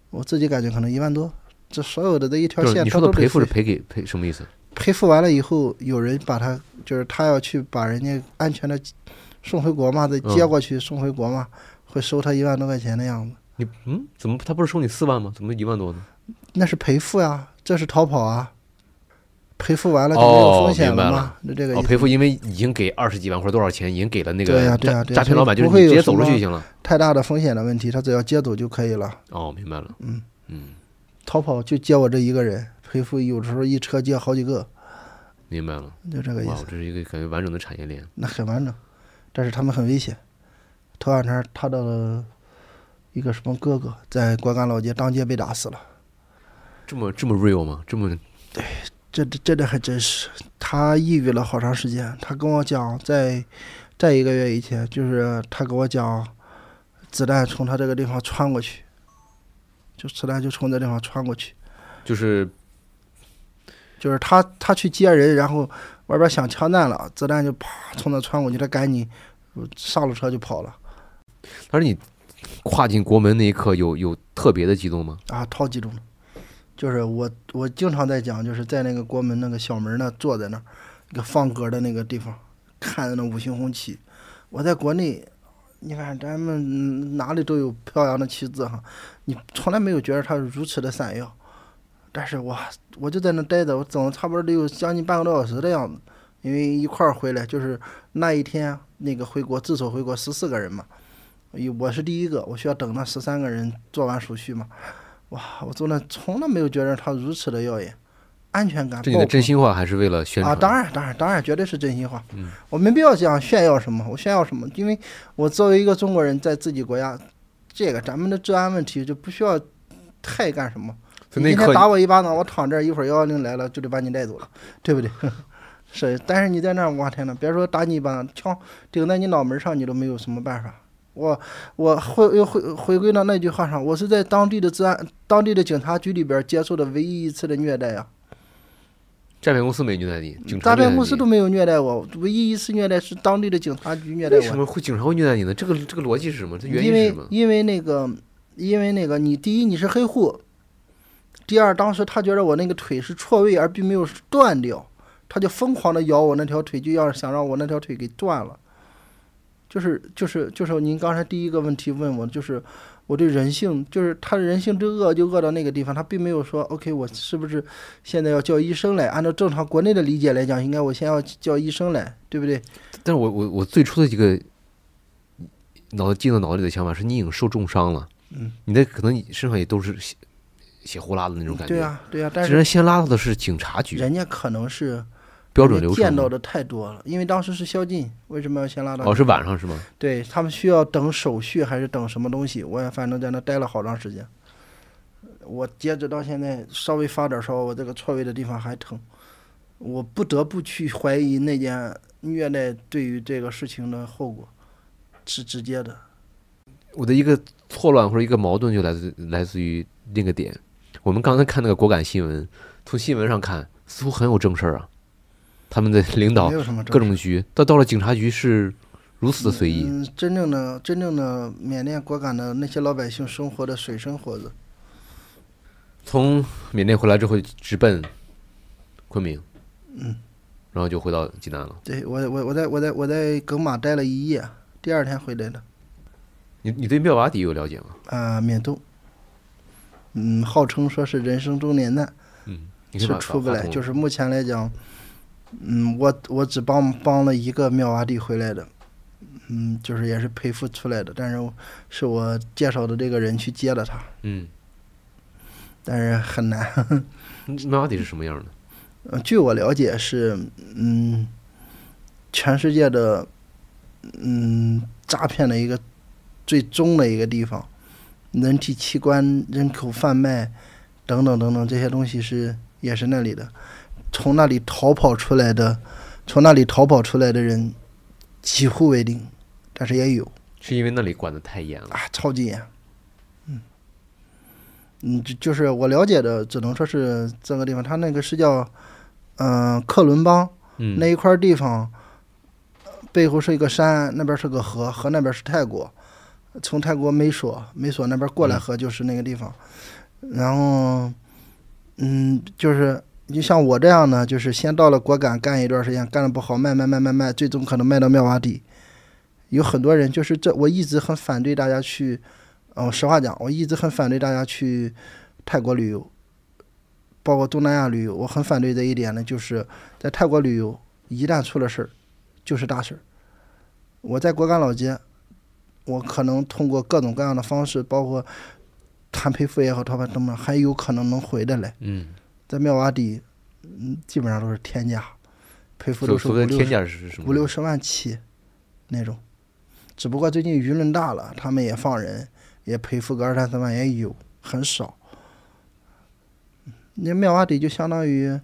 Speaker 1: 我自己感觉可能一万多，这所有的这一条
Speaker 2: 就是
Speaker 1: 线
Speaker 2: 你
Speaker 1: 他
Speaker 2: 说的
Speaker 1: 都得
Speaker 2: 赔付是
Speaker 1: 费
Speaker 2: 赔给赔什么意思？
Speaker 1: 赔付完了以后，有人把他就是他要去把人家安全的送回国嘛，再
Speaker 2: 嗯
Speaker 1: 接过去送回国嘛，会收他一万多块钱的样子，
Speaker 2: 你嗯，怎么他不是收你四万吗？怎么一万多呢？
Speaker 1: 那是赔付呀、这是逃跑啊，赔付完了就没有
Speaker 2: 哦
Speaker 1: 风险
Speaker 2: 明白
Speaker 1: 了嘛
Speaker 2: 了，
Speaker 1: 就这个
Speaker 2: 哦，
Speaker 1: 意
Speaker 2: 赔
Speaker 1: 思。
Speaker 2: 付因为已经给二十几万或者多少钱，已经给了那个
Speaker 1: 对呀对
Speaker 2: 诈
Speaker 1: 呀对呀啊
Speaker 2: 诈骗老板，就
Speaker 1: 所以
Speaker 2: 是
Speaker 1: 不会
Speaker 2: 你直接
Speaker 1: 有
Speaker 2: 走
Speaker 1: 什
Speaker 2: 出去
Speaker 1: 么
Speaker 2: 就行了。
Speaker 1: 太大的风险的问题，他只要接走就可以了。
Speaker 2: 哦，明白了。
Speaker 1: 嗯
Speaker 2: 嗯，
Speaker 1: 逃跑就接我这一个人，赔付有时候一车接好几个，
Speaker 2: 明白了。
Speaker 1: 就这个意
Speaker 2: 哇，
Speaker 1: 思，
Speaker 2: 这是一个感觉完整的产业链。
Speaker 1: 那很完整。但是他们很危险。头两天他的一个什么哥哥在果敢老街当街被打死了，
Speaker 2: 这么这么 real 吗？这么
Speaker 1: 这这真的很真实。他抑郁了好长时间，他跟我讲，在在一个月以前，就是他跟我讲，子弹从他这个地方穿过去，就子弹就从这地方穿过去。
Speaker 2: 就是
Speaker 1: 就是他他去接人，然后外边响枪弹了，子弹就啪从那穿过去，他赶紧上了车就跑了
Speaker 2: 当时你跨进国门那一刻有有特别的激动吗？
Speaker 1: 啊，超激动的。就是我我经常在讲，就是在那个国门那个小门那坐在那儿，一个放歌的那个地方，看着那五星红旗。我在国内，你看咱们嗯哪里都有飘扬的旗帜哈，你从来没有觉得它如此的闪耀。但是我我就在那待着，我整了差不多得有将近半个多小时的样子，因为一块儿回来就是那一天那个回国自首回国十四个人嘛，有我是第一个，我需要等那十三个人做完手续嘛。哇，我从来从来没有觉得它如此的耀眼，安全感爆
Speaker 2: 这你的
Speaker 1: 棚。
Speaker 2: 真心话还是为了宣传？
Speaker 1: 啊，当。然，当然，当然，绝对是真心话。
Speaker 2: 嗯
Speaker 1: 我没必要讲炫耀什么，我炫耀什么？因为我作为一个中国人，在自己国家，这个咱们的治安问题就不需要太干什么。
Speaker 2: 所
Speaker 1: 你
Speaker 2: 以那一
Speaker 1: 今天
Speaker 2: 刻
Speaker 1: 打我一巴掌，我躺这儿，一会儿幺幺零来了就得把你带走了，对不对？ 是，但是你在那儿，我天呐，别说打你一巴掌，枪顶在你脑门上，你都没有什么办法。我我回又回回归到那句话上，我是在当地的治安、当地的警察局里边接受的唯一一次的虐待呀、啊
Speaker 2: 诈骗公司没虐待你，警察
Speaker 1: 诈
Speaker 2: 虐待
Speaker 1: 骗
Speaker 2: 你
Speaker 1: 公司都没有虐待我，唯一一次虐待是当地的警察局虐待
Speaker 2: 为什
Speaker 1: 我。
Speaker 2: 么会警察会虐待你呢？这个这个逻辑是什么？这原因
Speaker 1: 因
Speaker 2: 是
Speaker 1: 为
Speaker 2: 什么？
Speaker 1: 因为那个，因为那个，你第一你是黑户，第二当时他觉得我那个腿是错位而并没有断掉，他就疯狂的咬我那条腿，就要想让我那条腿给断了。就是就是就是您刚才第一个问题问我，就是我对人性，就是他人性之恶就恶到那个地方，他并没有说 OK，我是不是现在要叫医生来？按照正常国内的理解来讲，应该我先要叫医生来，对不对？
Speaker 2: 但是我我我最初的一个脑子进到脑子里的想法是你已经受重伤了，
Speaker 1: 嗯，
Speaker 2: 你的可能你身上也都是血血呼啦的那种感觉。
Speaker 1: 对呀、，啊，对呀、啊，但
Speaker 2: 竟
Speaker 1: 是
Speaker 2: 然先拉到的是警察局，
Speaker 1: 人家可能是
Speaker 2: 标准流程
Speaker 1: 见到
Speaker 2: 吗。
Speaker 1: 的太多了，因为当时是宵禁，为什么要先拉到？
Speaker 2: 哦，是晚上是吗？
Speaker 1: 对他们需要等手续还是等什么东西？我也反正在那待了好长时间，我截止到现在稍微发点烧，我这个错位的地方还疼，我不得不去怀疑那件虐待对于这个事情的后果是直接的。
Speaker 2: 我的一个错乱或者一个矛盾就来自来自于那个点。我们刚才看那个果敢新闻，从新闻上看似乎很有正事儿啊，他们的领导
Speaker 1: 没有什么正
Speaker 2: 啊各种局，但到了警察局是如此的随意。
Speaker 1: 嗯，真正的真正的缅甸果敢的那些老百姓生活的水深火热。
Speaker 2: 从缅甸回来之后，直奔昆明，嗯，然后就回到济南了。
Speaker 1: 对我我我在我在我在耿马待了一夜，第二天回来的。
Speaker 2: 你你对妙瓦底有了解吗？
Speaker 1: 啊，缅度，嗯，号称说是人生中年难，
Speaker 2: 你
Speaker 1: 是
Speaker 2: 可以把
Speaker 1: 出不
Speaker 2: 把
Speaker 1: 来。
Speaker 2: 从
Speaker 1: 就是目前来讲，嗯，我我只帮帮了一个妙瓦地回来的，嗯，就是也是陪父出来的，但是我是我介绍的这个人去接的他，
Speaker 2: 嗯，
Speaker 1: 但是很难。
Speaker 2: 妙瓦底是什么样的？
Speaker 1: 呃，据我了解是，嗯，全世界的，嗯，诈骗的一个最终的一个地方，人体器官、人口贩卖等等等等这些东西是也是那里的，从那里逃跑出来的，从那里逃跑出来的人几乎为零，但是也有。
Speaker 2: 是因为那里管得太严了。
Speaker 1: 啊，超级严。嗯，嗯，就就是我了解的，只能说是这个地方，它那个是叫，嗯、克伦邦
Speaker 2: 嗯，
Speaker 1: 那一块地方，呃背后是一个山，那边是个河，河那边是泰国，从泰国美索美索那边过来
Speaker 2: 嗯
Speaker 1: 河就是那个地方，然后，嗯，就是。就像我这样呢，就是先到了果敢干一段时间，干的不好，卖卖卖卖卖，最终可能卖到妙瓦底。有很多人就是这，我一直很反对大家去，嗯、实话讲，我一直很反对大家去泰国旅游，包括东南亚旅游，我很反对这一点呢，就是在泰国旅游，一旦出了事儿，就是大事儿。我在果敢老街，我可能通过各种各样的方式，包括谈赔付也好，逃犯等等，还有可能能回得来。
Speaker 2: 嗯，
Speaker 1: 在妙瓦底，嗯，基本上都是天价，赔付
Speaker 2: 所
Speaker 1: 都是
Speaker 2: 所
Speaker 1: 五
Speaker 2: 谓的
Speaker 1: 六
Speaker 2: 天
Speaker 1: 十
Speaker 2: 价是什么？
Speaker 1: 五六十万起那种。只不过最近舆论大了，他们也放人，也赔付个二三十万也有，很少。嗯那妙瓦底就相当于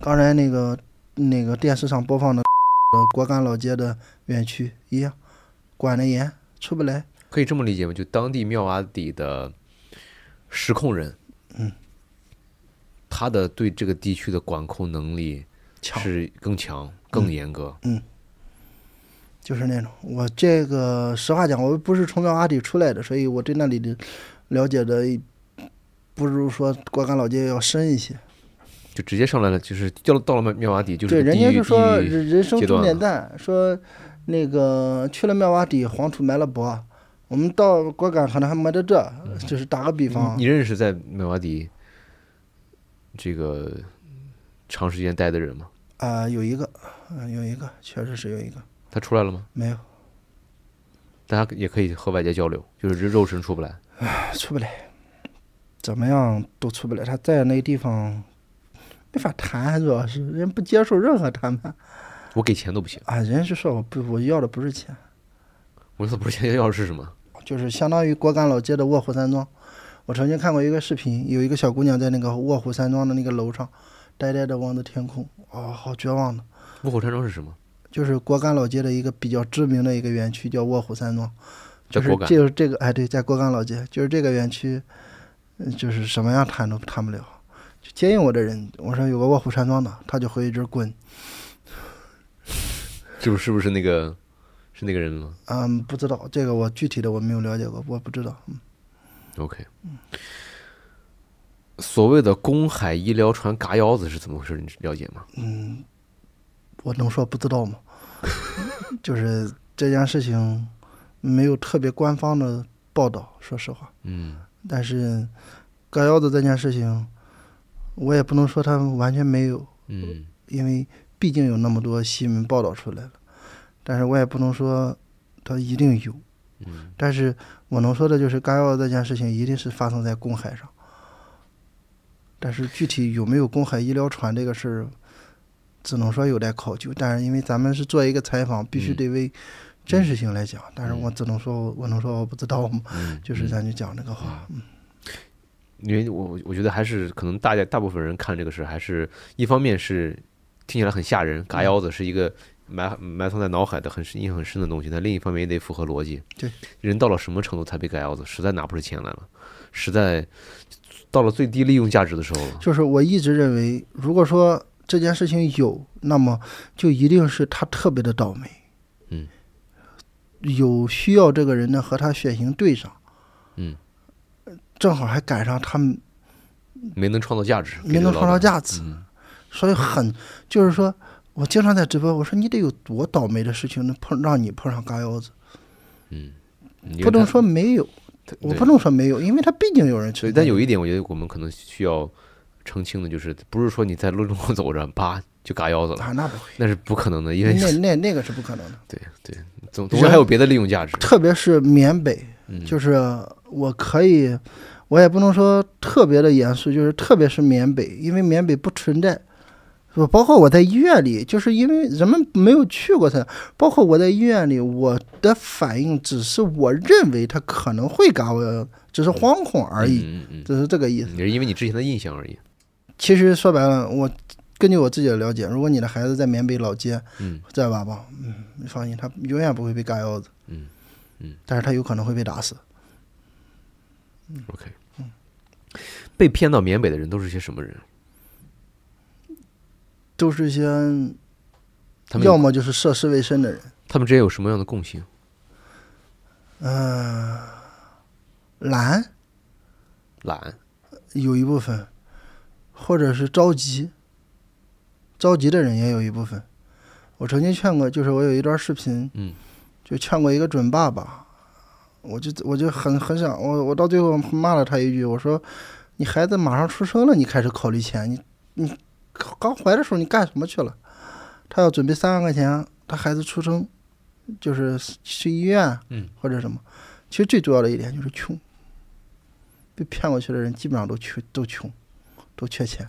Speaker 1: 刚才那个那个电视上播放的的果敢老街的园区一样，管得严，出不来。
Speaker 2: 可以这么理解吗？就当地妙瓦底的实控人，嗯，他的对这个地区的管控能力
Speaker 1: 强嗯
Speaker 2: 是更强、更严格。
Speaker 1: 就是那种，我这个实话讲，我不是从妙瓦底出来的，所以我对那里的了解的不如说果敢老街要深一些。
Speaker 2: 就直接上来了，就是到了到了妙瓦底就是
Speaker 1: 对，人
Speaker 2: 地
Speaker 1: 家
Speaker 2: 狱
Speaker 1: 就说
Speaker 2: 地狱
Speaker 1: 人人生
Speaker 2: 阶
Speaker 1: 终
Speaker 2: 段
Speaker 1: 点
Speaker 2: 了
Speaker 1: 站，说那个去了妙瓦底，黄土埋了脖。我们到果敢可能还没得这，就是打个比方
Speaker 2: 嗯你，你认识在妙瓦底这个长时间待的人吗？
Speaker 1: 啊、有一个，嗯、有一个，确实是有一个，
Speaker 2: 他出来了吗？
Speaker 1: 没有，
Speaker 2: 大家也可以和外界交流，就是肉身出不来。
Speaker 1: 出不来，怎么样都出不来。他在那个地方没法谈，主要是人不接受任何谈判
Speaker 2: 我给钱都不行，
Speaker 1: 啊，人是说我不，我要的不是钱，
Speaker 2: 我说不是钱要的是什么？
Speaker 1: 就是相当于果敢老街的卧虎山庄。我曾经看过一个视频，有一个小姑娘在那个卧虎山庄的那个楼上，呆呆地望着天空，哦，好绝望的。
Speaker 2: 卧虎山庄是什么？
Speaker 1: 就是果敢老街的一个比较知名的一个园区，叫卧虎山庄，
Speaker 2: 叫
Speaker 1: 就是
Speaker 2: 果敢。
Speaker 1: 就是这个哎对，在果敢老街，就是这个园区，嗯就是什么样谈都谈不了。就接应我的人，我说有个卧虎山庄的，他就回一直滚。
Speaker 2: 是不是不是那个是那个人吗
Speaker 1: 嗯，不知道这个我具体的我没有了解过，我不知道。嗯
Speaker 2: ？OK，所谓的公海医疗船嘎腰子是怎么回事？你了解吗？
Speaker 1: 嗯，我能说不知道吗？ 就是这件事情没有特别官方的报道，说实话。
Speaker 2: 嗯，
Speaker 1: 但是割腰子这件事情，我也不能说它完全没有，
Speaker 2: 嗯，
Speaker 1: 因为毕竟有那么多新闻报道出来了。但是我也不能说它一定有。
Speaker 2: 嗯、
Speaker 1: 但是我能说的就是割腰子这件事情一定是发生在公海上。但是具体有没有公海医疗船这个事儿，只能说有待考究。但是因为咱们是做一个采访，必须
Speaker 2: 嗯
Speaker 1: 得为真实性来讲。但是我只能说，我能说我不知道吗？
Speaker 2: 嗯
Speaker 1: 就是咱就讲这个话。
Speaker 2: 因为我我觉得还是可能大家大部分人看这个事，还是一方面是听起来很吓人，
Speaker 1: 嗯
Speaker 2: 嘎腰子是一个埋埋藏在脑海的很深印象很深的东西，但另一方面也得符合逻辑。
Speaker 1: 对，
Speaker 2: 人到了什么程度才被嘎腰子？实在拿不出钱来了，实在到了最低利用价值的时候了。
Speaker 1: 就是我一直认为，如果说这件事情有，那么就一定是他特别的倒霉。
Speaker 2: 嗯，
Speaker 1: 有需要这个人呢和他血型对上。
Speaker 2: 嗯
Speaker 1: 呃，正好还赶上他们
Speaker 2: 没能创造价值，
Speaker 1: 没能创造价值，
Speaker 2: 嗯
Speaker 1: 所以很就是说，我经常在直播，我说你得有多倒霉的事情能碰让你碰上嘎腰子，
Speaker 2: 嗯，
Speaker 1: 不能说没有，我不能说没有，因为他毕竟有人
Speaker 2: 所
Speaker 1: 吃
Speaker 2: 以，。但有一点，我觉得我们可能需要澄清的，就是不是说你在路上走着，叭就嘎腰子了，
Speaker 1: 啊，那不会，
Speaker 2: 那是不可能的，因为
Speaker 1: 那那那个是不可能的。
Speaker 2: 对对，总总会还有别的利用价值。
Speaker 1: 特别是缅北，
Speaker 2: 嗯，
Speaker 1: 就是我可以，我也不能说特别的严肃，就是特别是缅北，因为缅北不存在。我包括我在医院里，就是因为人们没有去过它，包括我在医院里，我的反应只是我认为它可能会嘎我，只是惶恐而已，
Speaker 2: 嗯嗯
Speaker 1: 只是这个意
Speaker 2: 嗯
Speaker 1: 思。
Speaker 2: 嗯，也是因为你之前的印象而已。
Speaker 1: 其实说白了，我根据我自己的了解，如果你的孩子在缅北老街，
Speaker 2: 嗯，
Speaker 1: 在瓦邦，嗯，你放心，他永远不会被嘎腰子，
Speaker 2: 嗯嗯，
Speaker 1: 但是他有可能会被打死。嗯
Speaker 2: OK，被骗到缅北的人都是些什么人？
Speaker 1: 都是一些
Speaker 2: 他们
Speaker 1: 要么就是涉世未深的人，
Speaker 2: 他们之间有什么样的共性？
Speaker 1: 嗯、懒
Speaker 2: 懒，
Speaker 1: 有一部分，或者是着急，着急的人也有一部分。我曾经劝过，就是我有一段视频，
Speaker 2: 嗯，
Speaker 1: 就劝过一个准爸爸，我就我就很很想我我到最后骂了他一句，我说你孩子马上出生了，你开始考虑钱，你你刚怀的时候你干什么去了？他要准备三万块钱，他孩子出生就是去医院，
Speaker 2: 嗯，
Speaker 1: 或者什么。其实最主要的一点就是穷，被骗过去的人基本上都穷，都穷，都缺钱。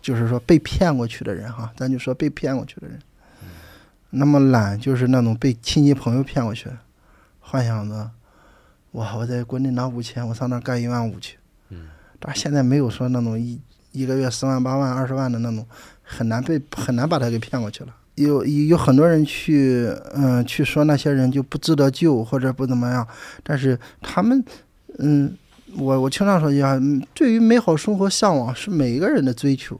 Speaker 1: 就是说被骗过去的人哈，咱就说被骗过去的人。那么懒就是那种被亲戚朋友骗过去的，幻想着，哇，我在国内拿五千，我上那儿干一万五去。嗯。但是现在没有说那种一一个月十万、八万、二十万的那种，很难被很难把他给骗过去了。有有有很多人去，嗯、去说那些人就不值得救或者不怎么样，但是他们，嗯，我我经常说一句话，嗯对于美好生活向往是每一个人的追求。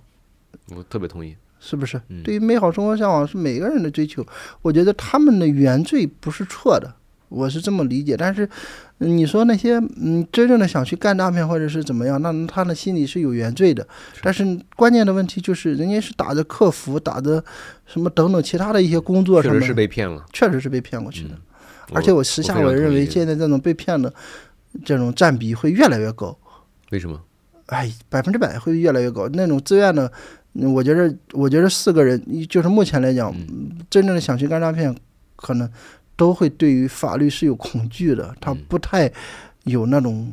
Speaker 2: 我特别同意。
Speaker 1: 是不是
Speaker 2: 嗯？
Speaker 1: 嗯对于美好生活向往是每个人的追求，我觉得他们的原罪不是错的，我是这么理解。但是嗯你说那些嗯真正的想去干诈骗或者是怎么样，那他的心里是有原罪的。但是关键的问题就是，人家是打着客服，打着什么等等其他的一些工作
Speaker 2: 确
Speaker 1: 什么
Speaker 2: 实
Speaker 1: 的，
Speaker 2: 是被骗了，
Speaker 1: 确实是被骗过去的。
Speaker 2: 嗯，
Speaker 1: 而且我时下
Speaker 2: 非常
Speaker 1: 我认
Speaker 2: 同
Speaker 1: 为
Speaker 2: 意
Speaker 1: 现在这种被骗的这种占比会越来越高。
Speaker 2: 为什么？
Speaker 1: 哎，百分之百会越来越高。那种自愿的，嗯我觉得，我觉得四个人，就是目前来
Speaker 2: 嗯
Speaker 1: 讲，真正的想去干诈骗，可能都会对于法律是有恐惧的，他
Speaker 2: 嗯
Speaker 1: 不太有那种。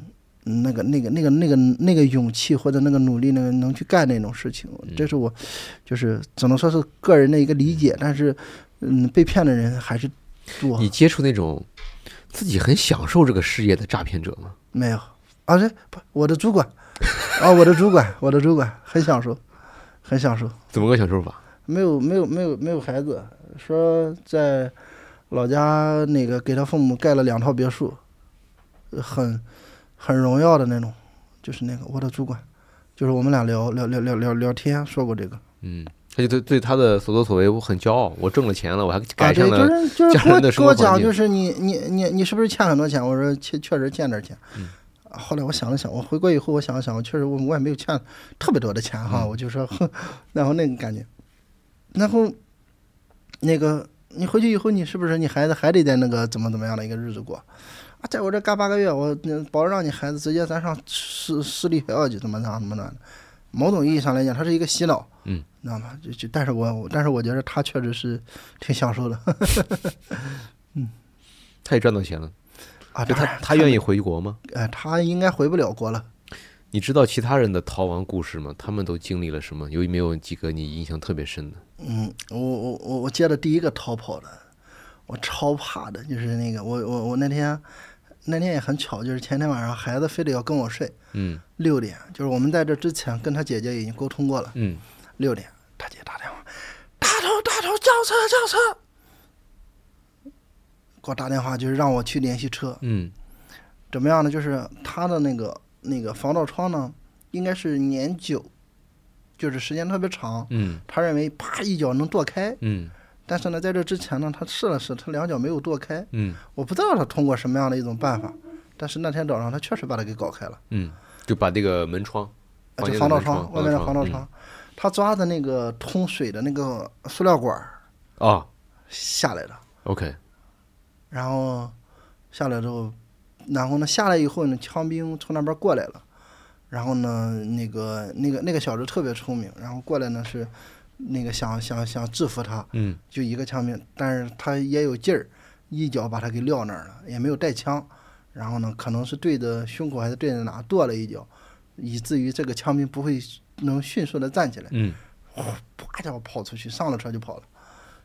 Speaker 1: 嗯那个、那个、那个、那个、那个勇气或者那个努力，那个能去干那种事情，
Speaker 2: 嗯
Speaker 1: 这是我，就是只能说是个人的一个理解。但是，嗯，被骗的人还是多
Speaker 2: 你，接触那种自己很享受这个事业的诈骗者吗？
Speaker 1: 没有啊？这不，我的主管啊，我的主管，我的主管很享受，很享受。
Speaker 2: 怎么个享受法？
Speaker 1: 没有没有没有没有孩子，说在老家那个给他父母盖了两套别墅，呃很很荣耀的那种，就是那个我的主管，就是我们俩聊聊聊聊聊聊天说过这个，
Speaker 2: 嗯，他就对对他的所作所为我很骄傲，我挣了钱了，我还
Speaker 1: 啊，
Speaker 2: 改
Speaker 1: 对，
Speaker 2: 善了。
Speaker 1: 就是就是
Speaker 2: 家
Speaker 1: 跟我
Speaker 2: 人的
Speaker 1: 跟
Speaker 2: 生活
Speaker 1: 我
Speaker 2: 环
Speaker 1: 讲，
Speaker 2: 境
Speaker 1: 就是你你你你是不是欠很多钱？我说确确实欠点钱。
Speaker 2: 嗯
Speaker 1: 啊后来我想了想，我回国以后我想了想，我确实我我也没有欠特别多的钱
Speaker 2: 嗯
Speaker 1: 哈，我就说，哼，然后那个感觉，然后那个你回去以后，你是不是你孩子还得在那个怎么怎么样的一个日子过？啊，在我这干八个月，我嗯保证让你孩子直接咱上私私立学校去，怎么样怎么着的。某种意义上来讲，它是一个洗脑，
Speaker 2: 嗯，
Speaker 1: 你知道吗？就就，但是我我但是我觉得他确实是挺享受的
Speaker 2: 他也赚到钱了，
Speaker 1: 啊。
Speaker 2: 就
Speaker 1: 当
Speaker 2: 他
Speaker 1: 然
Speaker 2: 他愿意，回国吗？
Speaker 1: 呃，他应该回不了国了。
Speaker 2: 你知道其他人的逃亡故事吗？他们都经历了什么？有没有几个你印象特别深的？
Speaker 1: 嗯，我我我我接的第一个逃跑的，我超怕的，就是那个我我我那天那天也很巧，就是前天晚上孩子非得要跟我睡，
Speaker 2: 嗯
Speaker 1: 六点，就是我们在这之前跟他姐姐已经沟通过了，
Speaker 2: 嗯，
Speaker 1: 六点，他姐打电话，大头大头叫车叫车，给我打电话就是让我去联系车，
Speaker 2: 嗯
Speaker 1: 怎么样呢？就是他的那个那个防盗窗呢，应该是年久，就是时间特别长，
Speaker 2: 嗯
Speaker 1: 他认为啪一脚能跺开，
Speaker 2: 嗯
Speaker 1: 但是呢，在这之前呢，他试了试，他两脚没有跺开，
Speaker 2: 嗯
Speaker 1: 我不知道他通过什么样的一种办法，但是那天早上他确实把它给搞开了，
Speaker 2: 嗯，就把这个门窗，
Speaker 1: 呃
Speaker 2: 房
Speaker 1: 就
Speaker 2: 间
Speaker 1: 防
Speaker 2: 的
Speaker 1: 盗
Speaker 2: 门窗，
Speaker 1: 窗外面的防盗
Speaker 2: 嗯
Speaker 1: 窗，他抓的那个通水的那个塑料管儿
Speaker 2: 啊
Speaker 1: 下来了，
Speaker 2: ，OK，
Speaker 1: 然后下来之后，然后呢下来以后呢，枪兵从那边过来了，然后呢那个那个那个小子特别聪明，然后过来呢是那个想想想制服他，
Speaker 2: 嗯
Speaker 1: 就一个枪兵，但是他也有劲儿，一脚把他给撂那儿了，也没有带枪。然后呢，可能是对着胸口还是对着哪跺了一脚，以至于这个枪兵不会能迅速的站起来，
Speaker 2: 嗯，
Speaker 1: 啪家伙跑出去，上了车就跑了。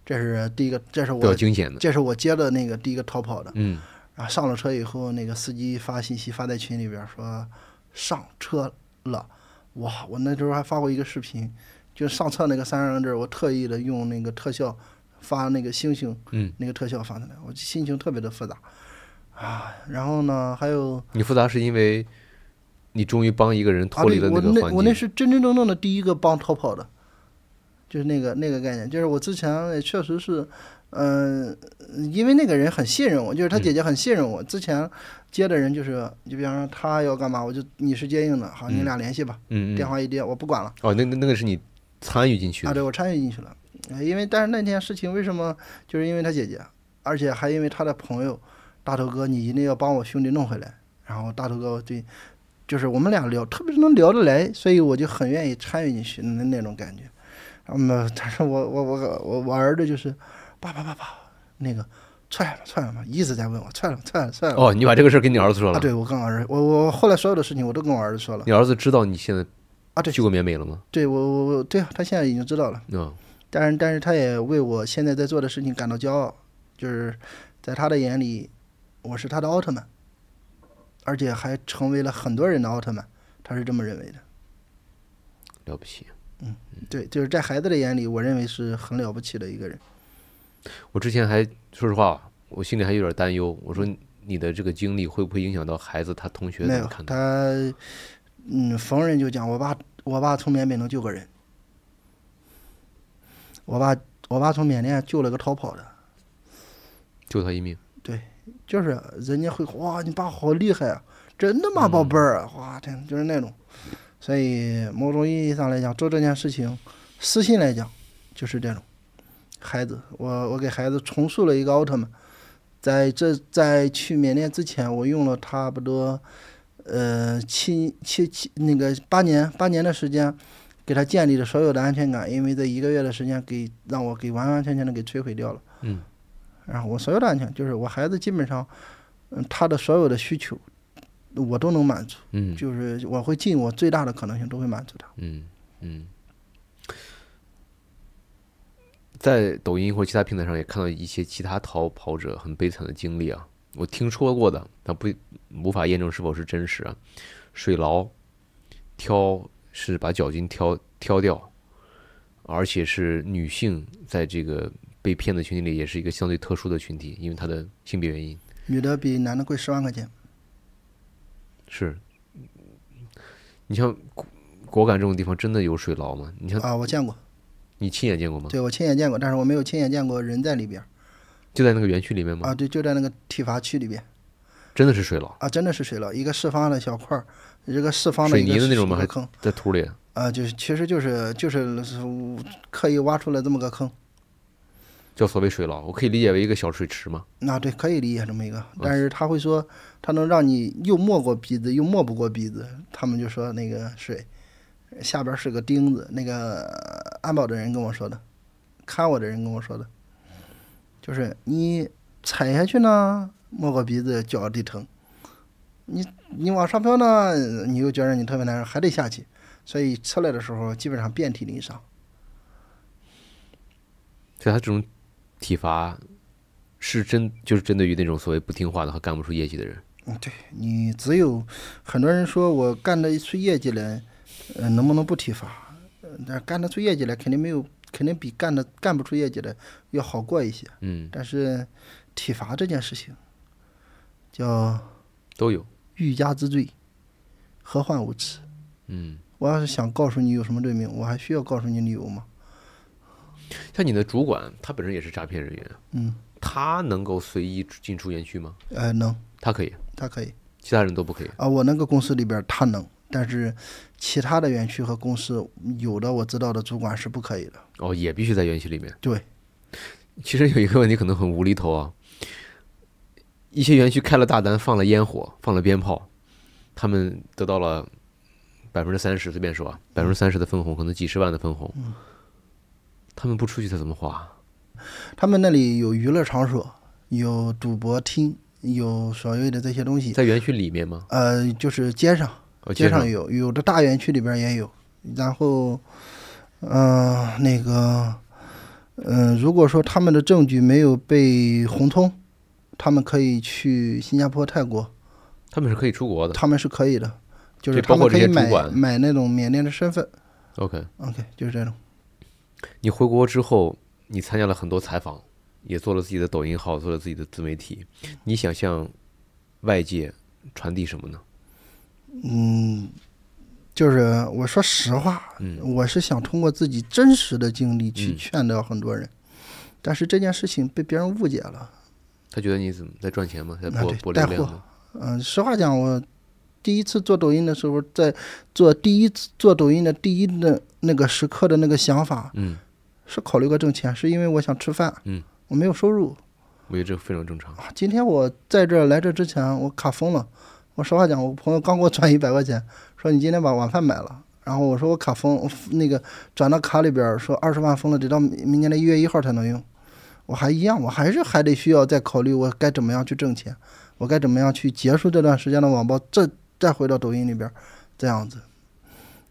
Speaker 1: 这是第一个，这是
Speaker 2: 比较
Speaker 1: 我
Speaker 2: 惊险的，
Speaker 1: 这是我接的那个第一个逃跑的。
Speaker 2: 嗯
Speaker 1: 然后上了车以后，那个司机发信息发在群里边儿说上车了。哇，我那时候还发过一个视频，就上车那个三个字儿，我特意的用那个特效发那个星星，
Speaker 2: 嗯，
Speaker 1: 那个特效发出来，我心情特别的复杂啊。然后呢，还有
Speaker 2: 你复杂是因为你终于帮一个人
Speaker 1: 啊，
Speaker 2: 脱离
Speaker 1: 对，
Speaker 2: 了
Speaker 1: 我
Speaker 2: 个
Speaker 1: 那我
Speaker 2: 环
Speaker 1: 那
Speaker 2: 境，
Speaker 1: 是真真正正的第一个帮逃跑的，就是那个那个概念，就是我之前也确实是，嗯、因为那个人很信任我，就是他姐姐很信任我。之前接的人就是，你比方说他要干嘛，我就你是接应的，好，你
Speaker 2: 嗯
Speaker 1: 俩联系吧，
Speaker 2: 嗯
Speaker 1: 电
Speaker 2: 嗯，
Speaker 1: 话一接，我不管了。
Speaker 2: 哦，那那那个是你参与进去
Speaker 1: 啊，
Speaker 2: 的，
Speaker 1: 对，我参与进去了，呃因为但是那件事情为什么，就是因为他姐姐，而且还因为他的朋友，大头哥，你一定要帮我兄弟弄回来。然后大头哥对，就是我们俩聊，特别能聊得来，所以我就很愿意参与进去的那种感觉。那么， 但是我我我我我儿子就是，爸爸爸爸，那个踹了吗踹了吗，一直在问我踹了吗踹了踹了吗。
Speaker 2: 哦，你把这个事儿跟你儿子说
Speaker 1: 啊，
Speaker 2: 了，
Speaker 1: 对，我跟我儿子，我我我后来所有的事情我都跟我儿子说了。
Speaker 2: 你儿子知道你现在
Speaker 1: 啊，对
Speaker 2: 去，过缅北了吗？
Speaker 1: 对我我我，对啊，他现在已经知道了。
Speaker 2: 嗯
Speaker 1: 但是但是他也为我现在在做的事情感到骄傲，就是在他的眼里，我是他的奥特曼，而且还成为了很多人的奥特曼，他是这么认为的。
Speaker 2: 了不起。
Speaker 1: 对，就是在孩子的眼里，我认为是很了不起的一个人。
Speaker 2: 我之前还说实话，我心里还有点担忧，我说你的这个经历会不会影响到孩子他同学
Speaker 1: 没
Speaker 2: 怎么
Speaker 1: 有
Speaker 2: 看待？
Speaker 1: 他，嗯，逢人就讲我爸，我爸从缅北能救个人，我爸我爸从缅甸救了个逃跑的，
Speaker 2: 救他一命。
Speaker 1: 就是人家会哇，你爸好厉害啊，真的吗，宝贝儿啊？哇，天，就是那种。所以某种意义上来讲，做这件事情，私心来讲，就是这种。孩子，我我给孩子重塑了一个奥特曼，在这在去缅甸之前，我用了差不多，呃七七七那个八年八年的时间，给他建立了所有的安全感，因为这一个月的时间给让我给完完全全的给摧毁掉了。
Speaker 2: 嗯，
Speaker 1: 然后我所有的安全就是我孩子基本上，嗯，他的所有的需求，我都能满足，
Speaker 2: 嗯
Speaker 1: 就是我会尽我最大的可能性都会满足他。
Speaker 2: 嗯嗯。在抖音或其他平台上也看到一些其他逃跑者很悲惨的经历啊，我听说过的，但不无法验证是否是真实啊。水牢挑是把脚筋挑挑掉，而且是女性在这个被骗的群体里也是一个相对特殊的群体，因为她的性别原因。
Speaker 1: 女的比男的贵十万块钱，
Speaker 2: 是，你像果果敢这种地方真的有水牢吗？你嗯像
Speaker 1: 啊，我见过，
Speaker 2: 你亲眼见过吗？
Speaker 1: 对我亲眼见过，但是我没有亲眼见过人在里边儿
Speaker 2: 就在那个园区里面吗？
Speaker 1: 啊，对，就在那个体罚区里边
Speaker 2: 真的是水牢，
Speaker 1: 啊，真的是水牢，一个四方的小块儿，一个四方的
Speaker 2: 水
Speaker 1: 一个
Speaker 2: 泥的那种吗
Speaker 1: 一
Speaker 2: 还
Speaker 1: 个坑
Speaker 2: 在土里。
Speaker 1: 啊，就是其实就是就是是刻意挖出来这么个坑，
Speaker 2: 叫所谓水牢，我可以理解为一个小水池吗？
Speaker 1: 那对，可以理解这么一个，但是他会说，他能让你又没过鼻子，又没不过鼻子，他们就说那个水下边是个钉子。那个呃安保的人跟我说的，看我的人跟我说的，就是你踩下去呢，没过鼻子，脚得疼；你你往上飘呢，你又觉得你特别难受，还得下去，所以出来的时候基本上遍体鳞伤。
Speaker 2: 所以他这种体罚是针就是针对于那种所谓不听话的和干不出业绩的人。
Speaker 1: 嗯，对你只有很多人说我干得出业绩来，呃，能不能不体罚？呃那干得出业绩来，肯定没有，肯定比干的干不出业绩来要好过一些。
Speaker 2: 嗯，
Speaker 1: 但是体罚这件事情，叫
Speaker 2: 都有，
Speaker 1: 欲加之罪，何患无辞？
Speaker 2: 嗯，
Speaker 1: 我要是想告诉你有什么罪名，我还需要告诉你理由吗？
Speaker 2: 像你的主管，他本身也是诈骗人员，啊
Speaker 1: 嗯，
Speaker 2: 他能够随意进出园区吗？
Speaker 1: 呃，能，
Speaker 2: 他可以，
Speaker 1: 他可以
Speaker 2: 其他人都不可以。
Speaker 1: 啊。我那个公司里边儿他能，但是其他的园区和公司有的我知道的主管是不可以的。
Speaker 2: 哦，也必须在园区里面。
Speaker 1: 对，
Speaker 2: 其实有一个问题可能很无厘头啊，一些园区开了大单，放了烟火，放了鞭炮，他们得到了百分之三十，随便说
Speaker 1: 嗯
Speaker 2: 啊，百分之三十的分红，可能几十万的分红，他们不出去他怎么花？
Speaker 1: 他们那里有娱乐场所，有赌博厅，有所谓的这些东西。
Speaker 2: 在园区里面吗？
Speaker 1: 呃，就是街上，
Speaker 2: 哦，
Speaker 1: 街
Speaker 2: 街
Speaker 1: 上有，有的大园区里边也有。然后，呃，那个，嗯、如果说他们的证据没有被红通，他们可以去新加坡、泰国，
Speaker 2: 他们是可以出国的。
Speaker 1: 他们是可以的，就是
Speaker 2: 对包
Speaker 1: 他
Speaker 2: 括
Speaker 1: 们可
Speaker 2: 这
Speaker 1: 以
Speaker 2: 些主
Speaker 1: 买
Speaker 2: 管
Speaker 1: 买那种缅甸的身份。
Speaker 2: OK，
Speaker 1: OK，就是这种。
Speaker 2: 你回国之后，你参加了很多采访，也做了自己的抖音号，做了自己的自媒体，你想向外界传递什么呢？
Speaker 1: 嗯，就是我说实话，
Speaker 2: 嗯
Speaker 1: 我是想通过自己真实的经历去
Speaker 2: 嗯
Speaker 1: 劝导很多人，但是这件事情被别人误解了。
Speaker 2: 他觉得你怎么在赚钱吗？在
Speaker 1: 啊
Speaker 2: 博
Speaker 1: 对
Speaker 2: 博
Speaker 1: 带
Speaker 2: 流量
Speaker 1: 货
Speaker 2: 吗？
Speaker 1: 嗯、实话讲，我第一次做抖音的时候，在做第一次做抖音的第一的那个时刻的那个想法
Speaker 2: 嗯，
Speaker 1: 是考虑个挣钱，是因为我想吃饭，
Speaker 2: 嗯，
Speaker 1: 我没有收入
Speaker 2: 我觉得这非常正常。
Speaker 1: 啊。今天我在这儿来这之前，我卡疯了。我实话讲，我朋友刚给我转 一百块钱，说你今天把晚饭买了。然后我说我卡封，我那个转到卡里边儿说二十万封了，得到明明年的一月一号才能用。我还一样，我还是还得需要再考虑我该怎么样去挣钱，我该怎么样去结束这段时间的网暴，这再回到抖音里边儿，这样子。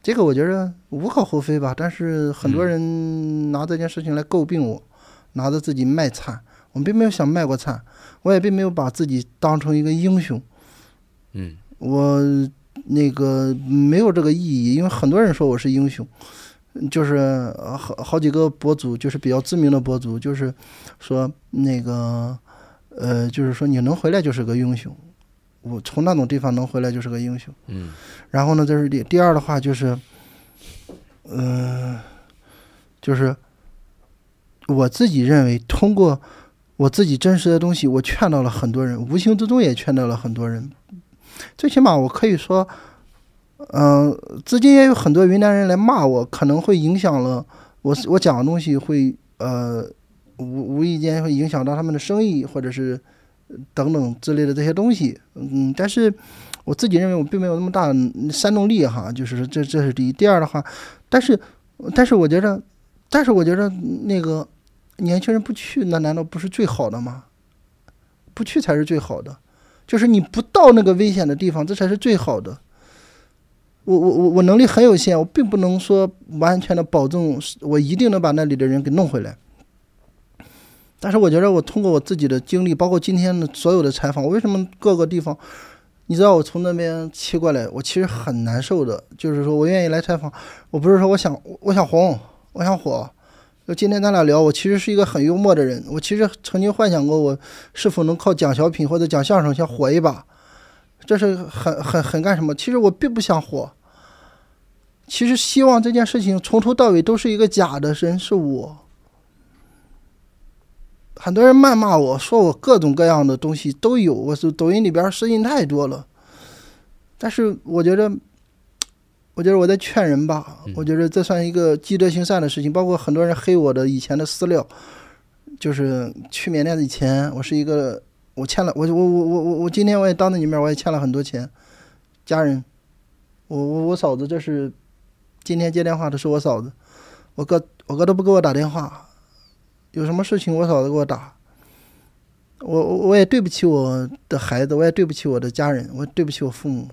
Speaker 1: 这个我觉着无可厚非吧，但是很多人拿这件事情来诟病我，拿着自己卖惨，我并没有想卖过惨，我也并没有把自己当成一个英雄，
Speaker 2: 嗯，
Speaker 1: 我那个没有这个意义，因为很多人说我是英雄，嗯就是呃好好几个博主，就是比较知名的博主，就是说那个呃，就是说你能回来就是个英雄，我从那种地方能回来就是个英雄。
Speaker 2: 嗯，
Speaker 1: 然后呢，这是第第二的话就是，嗯、就是我自己认为通过。我自己真实的东西，我劝到了很多人，无形之中也劝到了很多人。最起码我可以说，嗯、至今也有很多云南人来骂我，可能会影响了我我讲的东西会呃无无意间会影响到他们的生意或者是呃等等之类的这些东西，嗯，但是我自己认为我并没有那么大的煽动力哈，就是说这这是第一，第二的话，但是但是我觉着，但是我觉着那个年轻人不去，那难道不是最好的吗？不去才是最好的。就是你不到那个危险的地方，这才是最好的。我我我我能力很有限，我并不能说完全的保证是我一定能把那里的人给弄回来。但是我觉得我通过我自己的经历，包括今天的所有的采访，我为什么各个地方，你知道我从那边骑过来，我其实很难受的。就是说我愿意来采访，我不是说我想我我想红，我想火。就今天咱俩聊，我其实是一个很幽默的人，我其实曾经幻想过我是否能靠讲小品或者讲相声先火一把，这是很很很干什么？其实我并不想火，其实希望这件事情从头到尾都是一个假的人是我。很多人谩骂我说我各种各样的东西都有，我是抖音里边声音太多了，但是我觉得。我觉得我在劝人吧，我觉得这算一个积德行善的事情。包括很多人黑我的以前的私料，就是去缅甸以前，我是一个我欠了我我我我我我今天我也当着你面我也欠了很多钱，家人，我我我嫂子这是今天接电话的是我嫂子，我哥我哥都不给我打电话，有什么事情我嫂子给我打，我我我也对不起我的孩子，我也对不起我的家人，我对不起我父母。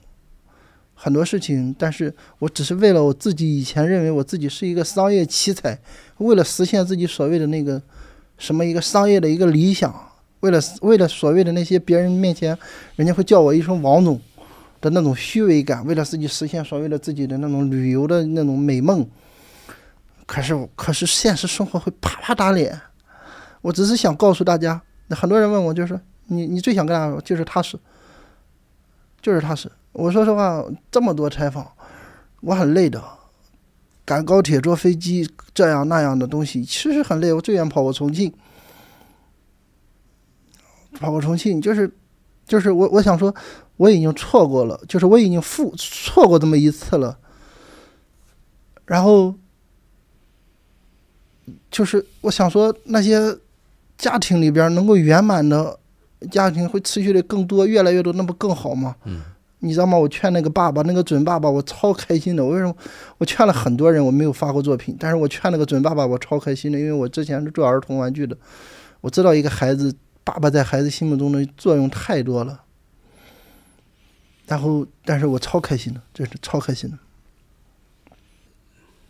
Speaker 1: 很多事情，但是我只是为了我自己以前认为我自己是一个商业奇才，为了实现自己所谓的那个什么一个商业的一个理想，为了为了所谓的那些别人面前，人家会叫我一声王总的那种虚伪感，为了自己实现所谓的自己的那种旅游的那种美梦，可是我可是现实生活会啪啪打脸。我只是想告诉大家，那很多人问我就是说你你最想干啥？就是踏实，就是踏实。我说实话，这么多采访，我很累的。赶高铁、坐飞机，这样那样的东西，其实很累。我最远跑过重庆，跑过重庆，就是，就是我我想说，我已经错过了，就是我已经付错过这么一次了。然后，就是我想说，那些家庭里边能够圆满的家庭会持续的更多，越来越多，那不更好吗？
Speaker 2: 嗯
Speaker 1: 你知道吗？我劝那个爸爸，那个准爸爸，我超开心的。我为什么？我劝了很多人，我没有发过作品，但是我劝那个准爸爸，我超开心的，因为我之前是做儿童玩具的，我知道一个孩子爸爸在孩子心目中的作用太多了。然后，但是我超开心的，真是超开心的。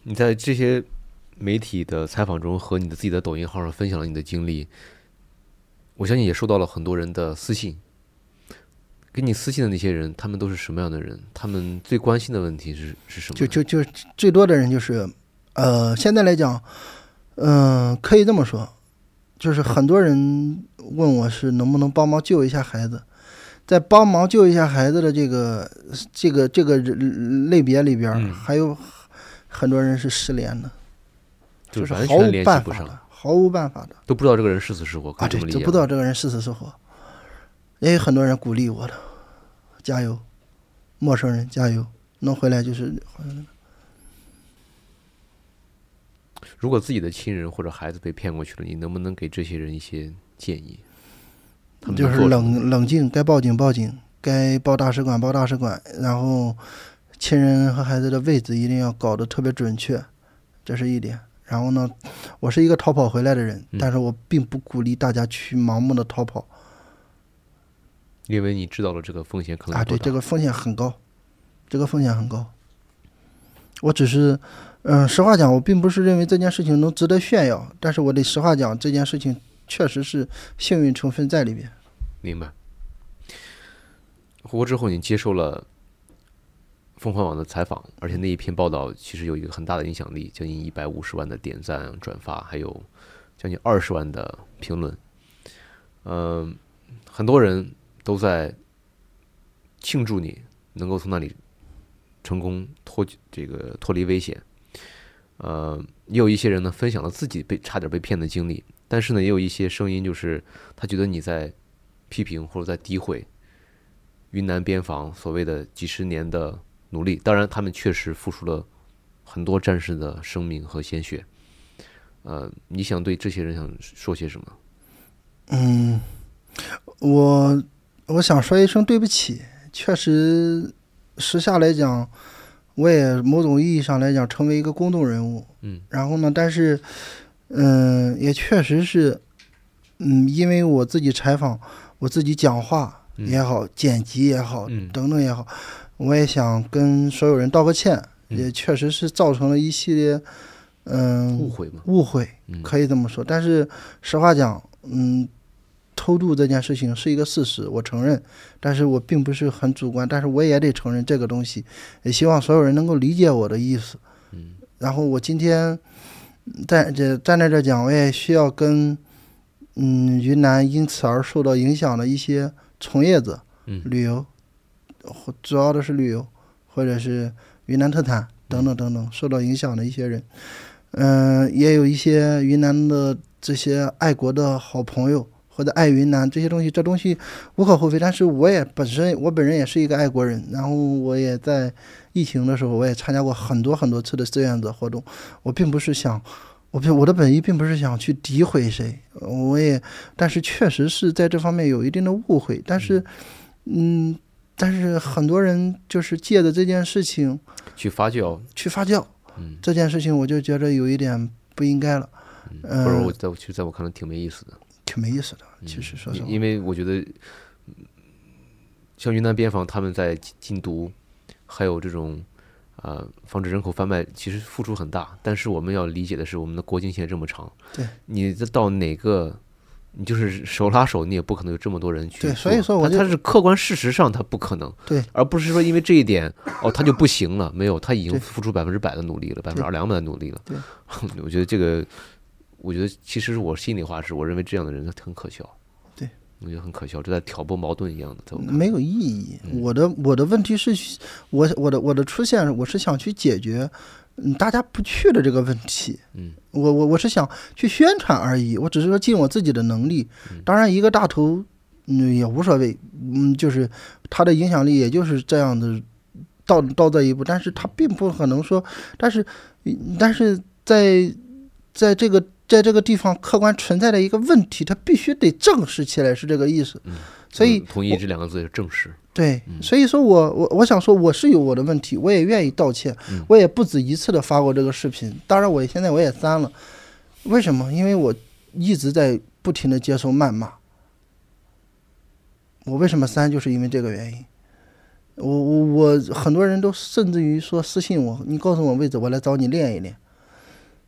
Speaker 2: 你在这些媒体的采访中和你的自己的抖音号上分享了你的经历，我相信也收到了很多人的私信。给你私信的那些人，他们都是什么样的人？他们最关心的问题是是什么呢？
Speaker 1: 就就就最多的人就是，呃，现在来讲，嗯、可以这么说，就是很多人问我是能不能帮忙救一下孩子，在帮忙救一下孩子的这个这个这个人类别里边儿，
Speaker 2: 嗯
Speaker 1: 还有很多人是失联的，
Speaker 2: 就
Speaker 1: 就是毫
Speaker 2: 完全
Speaker 1: 无
Speaker 2: 联系
Speaker 1: 办
Speaker 2: 不
Speaker 1: 法
Speaker 2: 上，
Speaker 1: 的，毫无办法的
Speaker 2: 都不知道这个人是死是活，可
Speaker 1: 啊，
Speaker 2: 以这
Speaker 1: 对，
Speaker 2: 么理
Speaker 1: 就
Speaker 2: 解吗。
Speaker 1: 不知道这个人是死是活。也有很多人鼓励我的，加油，陌生人加油，能回来就是好像
Speaker 2: 如果自己的亲人或者孩子被骗过去了，你能不能给这些人一些建议？他们
Speaker 1: 就
Speaker 2: 能
Speaker 1: 是
Speaker 2: 做什么
Speaker 1: 冷冷静，该报警报警，该报大使馆报大使馆，然后亲人和孩子的位置一定要搞得特别准确，这是一点。然后呢，我是一个逃跑回来的人，
Speaker 2: 嗯
Speaker 1: 但是我并不鼓励大家去盲目的逃跑
Speaker 2: 因为你知道了这个风险可能
Speaker 1: 啊，
Speaker 2: 有多
Speaker 1: 对，
Speaker 2: 大
Speaker 1: 这个风险很高，这个风险很高。我只是，嗯，实话讲，我并不是认为这件事情能值得炫耀，但是我得实话讲，这件事情确实是幸运成分在里边。
Speaker 2: 明白。回国之后，你接受了凤凰网的采访，而且那一篇报道其实有一个很大的影响力，将近一百五十万的点赞、转发，还有将近二十万的评论。嗯、很多人都在庆祝你能够从那里成功脱这个脱离危险。呃，也有一些人呢分享了自己被差点被骗的经历，但是呢，也有一些声音就是他觉得你在批评或者在诋毁云南边防所谓的几十年的努力。当然，他们确实付出了很多战士的生命和鲜血。呃，你想对这些人想说些什么？
Speaker 1: 嗯，我我想说一声对不起，确实，时下来讲，我也某种意义上来讲成为一个公众人物。
Speaker 2: 嗯，
Speaker 1: 然后呢，但是，嗯、也确实是，嗯，因为我自己采访，我自己讲话
Speaker 2: 嗯
Speaker 1: 也好，剪辑也好，
Speaker 2: 嗯
Speaker 1: 等等也好，我也想跟所有人道个歉，
Speaker 2: 嗯
Speaker 1: 也确实是造成了一系列，嗯、
Speaker 2: 误会吗？
Speaker 1: 误会
Speaker 2: 嗯，
Speaker 1: 可以这么说。但是实话讲，嗯，偷渡这件事情是一个事实，我承认。但是我并不是很主观，但是我也得承认这个东西。也希望所有人能够理解我的意思。
Speaker 2: 嗯，
Speaker 1: 然后我今天嗯在这站在这讲，我也需要跟嗯云南因此而受到影响的一些从业者，
Speaker 2: 嗯
Speaker 1: 旅游，或主要的是旅游，或者是云南特产等等等等受到影响的一些人，嗯、也有一些云南的这些爱国的好朋友。或者爱云南这些东西，这东西无可厚非。但是我也本身，我本人也是一个爱国人，然后我也在疫情的时候，我也参加过很多很多次的志愿者活动。我并不是想，我并我的本意并不是想去诋毁谁，呃我也，但是确实是在这方面有一定的误会。但是，嗯，但是很多人就是借着这件事情
Speaker 2: 去发酵，
Speaker 1: 去发酵，
Speaker 2: 嗯，
Speaker 1: 这件事情我就觉得有一点不应该了，
Speaker 2: 嗯
Speaker 1: 呃
Speaker 2: 或者我在我其实在我看来挺没意思的。
Speaker 1: 挺没意思的。其
Speaker 2: 嗯
Speaker 1: 实说实
Speaker 2: 因
Speaker 1: 话，
Speaker 2: 因为我觉得，嗯像云南边防他们在禁禁毒，还有这种呃防止人口贩卖，其实付出很大。但是我们要理解的是，我们的国境线这么长，
Speaker 1: 对
Speaker 2: 你这到哪个你就是手拉手，你也不可能有这么多人去做。
Speaker 1: 对所以说我
Speaker 2: 它
Speaker 1: 就
Speaker 2: 它是客观事实上它不可能，
Speaker 1: 对，
Speaker 2: 而不是说因为这一点哦他就不行了，没有，他已经
Speaker 1: 对
Speaker 2: 付出百分之百的努力了，百分之
Speaker 1: 对
Speaker 2: 二两百的努力了
Speaker 1: 对。
Speaker 2: 我觉得这个，我觉得其实是我心里话是，我认为这样的人很可笑。
Speaker 1: 对，
Speaker 2: 我觉得很可笑，就在挑拨矛盾一样的。在我看嗯来
Speaker 1: 没有意义。我的我的问题是，我我的我的出现，我是想去解决，嗯，大家不去的这个问题。
Speaker 2: 嗯，
Speaker 1: 我我我是想去宣传而已，我只是说尽我自己的能力。
Speaker 2: 嗯
Speaker 1: 当然，一个大头，嗯，也无所谓，嗯，就是他的影响力也就是这样的到到这一步，但是他并不可能说，但是嗯但是在在这个。在这个地方客观存在的一个问题，他必须得正视起来，是这个意思。所以
Speaker 2: 嗯同意这两个字是正视。
Speaker 1: 对，所以说我我我想说我是有我的问题，我也愿意道歉，我也不止一次的发过这个视频。当然，我现在我也删了，为什么？因为我一直在不停的接受谩骂。我为什么删，就是因为这个原因。我我我很多人都甚至于说私信我，你告诉我位置，我来找你练一练，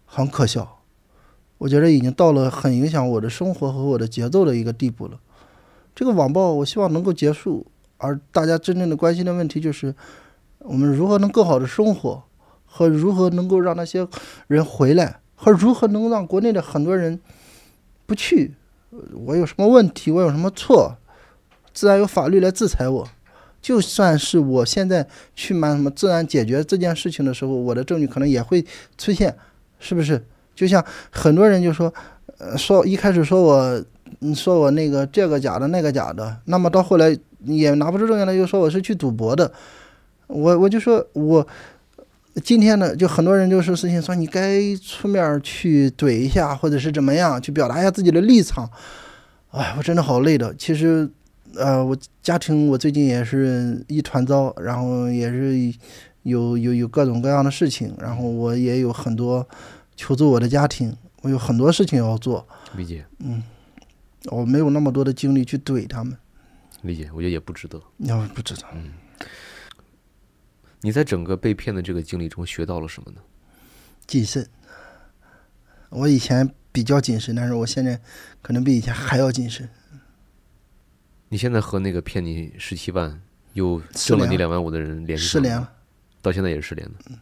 Speaker 1: 很可笑。我觉得已经到了很影响我的生活和我的节奏的一个地步了。这个网暴，我希望能够结束，而大家真正的关心的问题就是，我们如何能更好的生活，和如何能够让那些人回来，和如何能让国内的很多人不去。呃我有什么问题？我有什么错？自然有法律来制裁我。就算是我现在去买什么自然解决这件事情的时候，我的证据可能也会出现，是不是？就像很多人就说，呃，说一开始说我，你说我那个这个假的，那个假的，那么到后来也拿不出证据来，就说我是去赌博的。我我就说我今天呢，就很多人就是事情说你该出面儿去怼一下，或者是怎么样去表达一下自己的立场。哎，我真的好累的。其实，呃，我家庭我最近也是一团糟，然后也是有有有各种各样的事情，然后我也有很多求助我的家庭，我有很多事情要做，
Speaker 2: 理解
Speaker 1: 我没有那么多的精力去怼他们。
Speaker 2: 理解，我觉得也不值得。
Speaker 1: 你要不知道，
Speaker 2: 你在整个被骗的这个经历中学到了什么呢？
Speaker 1: 谨慎。我以前比较谨慎，但是我现在可能比以前还要谨慎。
Speaker 2: 你现在和那个骗你十七万又挣
Speaker 1: 失
Speaker 2: 了
Speaker 1: 联
Speaker 2: 你
Speaker 1: 了
Speaker 2: 两万五的人联系
Speaker 1: 失
Speaker 2: 上
Speaker 1: 联嗯
Speaker 2: 了吗，
Speaker 1: 了，
Speaker 2: 到现在也是失联的。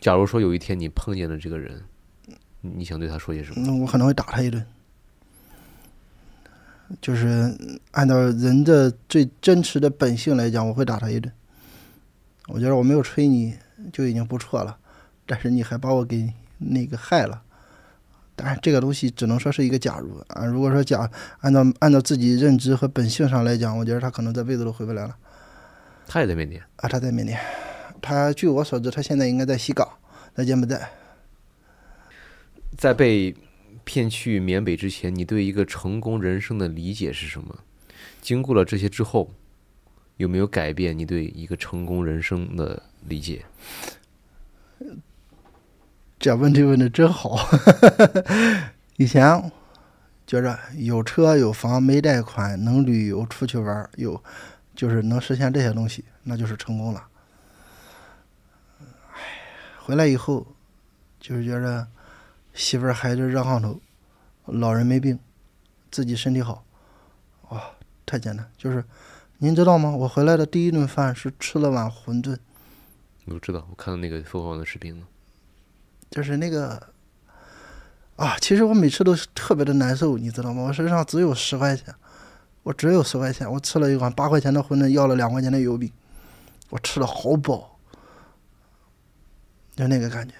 Speaker 2: 假如说有一天你碰见了这个人，你你想对他说些什么？
Speaker 1: 那我可能会打他一顿。就是嗯按照人的最真实的本性来讲，我会打他一顿。我觉得我没有吹你就已经不错了，但是你还把我给那个害了。当然，这个东西只能说是一个假如啊。如果说假，按照按照自己认知和本性上来讲，我觉得他可能这辈子都回不来了。
Speaker 2: 他也在缅甸，
Speaker 1: 啊，他在缅甸，他据我所知，他现在应该在西港，在柬埔寨。
Speaker 2: 在被骗去缅北之前，你对一个成功人生的理解是什么？经过了这些之后，有没有改变你对一个成功人生的理解？
Speaker 1: 这问题问的真好。 以前觉着有车有房没贷款，能旅游出去玩儿，有就是能实现这些东西，那就是成功了。唉，回来以后就是觉着媳妇儿孩子热炕头，老人没病，自己身体好，哇，太简单。就是您知道吗？我回来的第一顿饭是吃了碗馄饨。
Speaker 2: 我知道，我看到那个凤凰的视频了。
Speaker 1: 就是那个啊，其实我每次都是特别的难受，你知道吗？我身上只有十块钱，我只有十块钱，我吃了一碗八块钱的馄饨，要了两块钱的油饼，我吃的好饱，就那个感觉，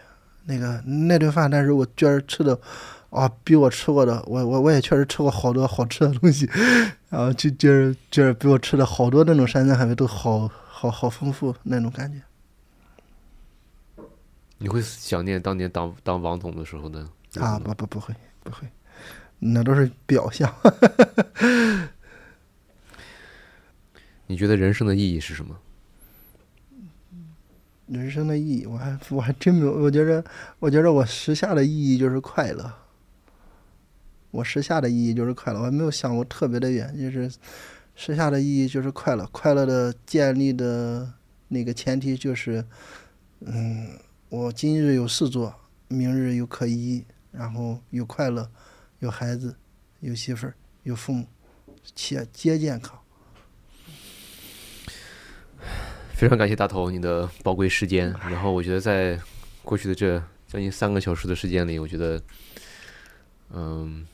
Speaker 1: 那个那顿饭，但是我居然吃的啊，比我吃过的，我我我也确实吃过好多好吃的东西，然后就就是就是比我吃的好多那种山珍海味都好好好丰富那种感觉。
Speaker 2: 你会想念当年当当王总的时候呢？
Speaker 1: 啊，
Speaker 2: 嗯
Speaker 1: 不不不会不会，那都是表象。
Speaker 2: 你觉得人生的意义是什么？
Speaker 1: 人生的意义，我还我还真没有，我觉着我觉着我时下的意义就是快乐。我时下的意义就是快乐，我还没有想过特别的远，就是时下的意义就是快乐。快乐的建立的那个前提就是，嗯，我今日有事做，明日有可依，然后有快乐，有孩子，有媳妇儿，有父母，且皆健康。
Speaker 2: 非常感谢大头你的宝贵时间。然后我觉得在过去的这将近三个小时的时间里，我觉得，嗯，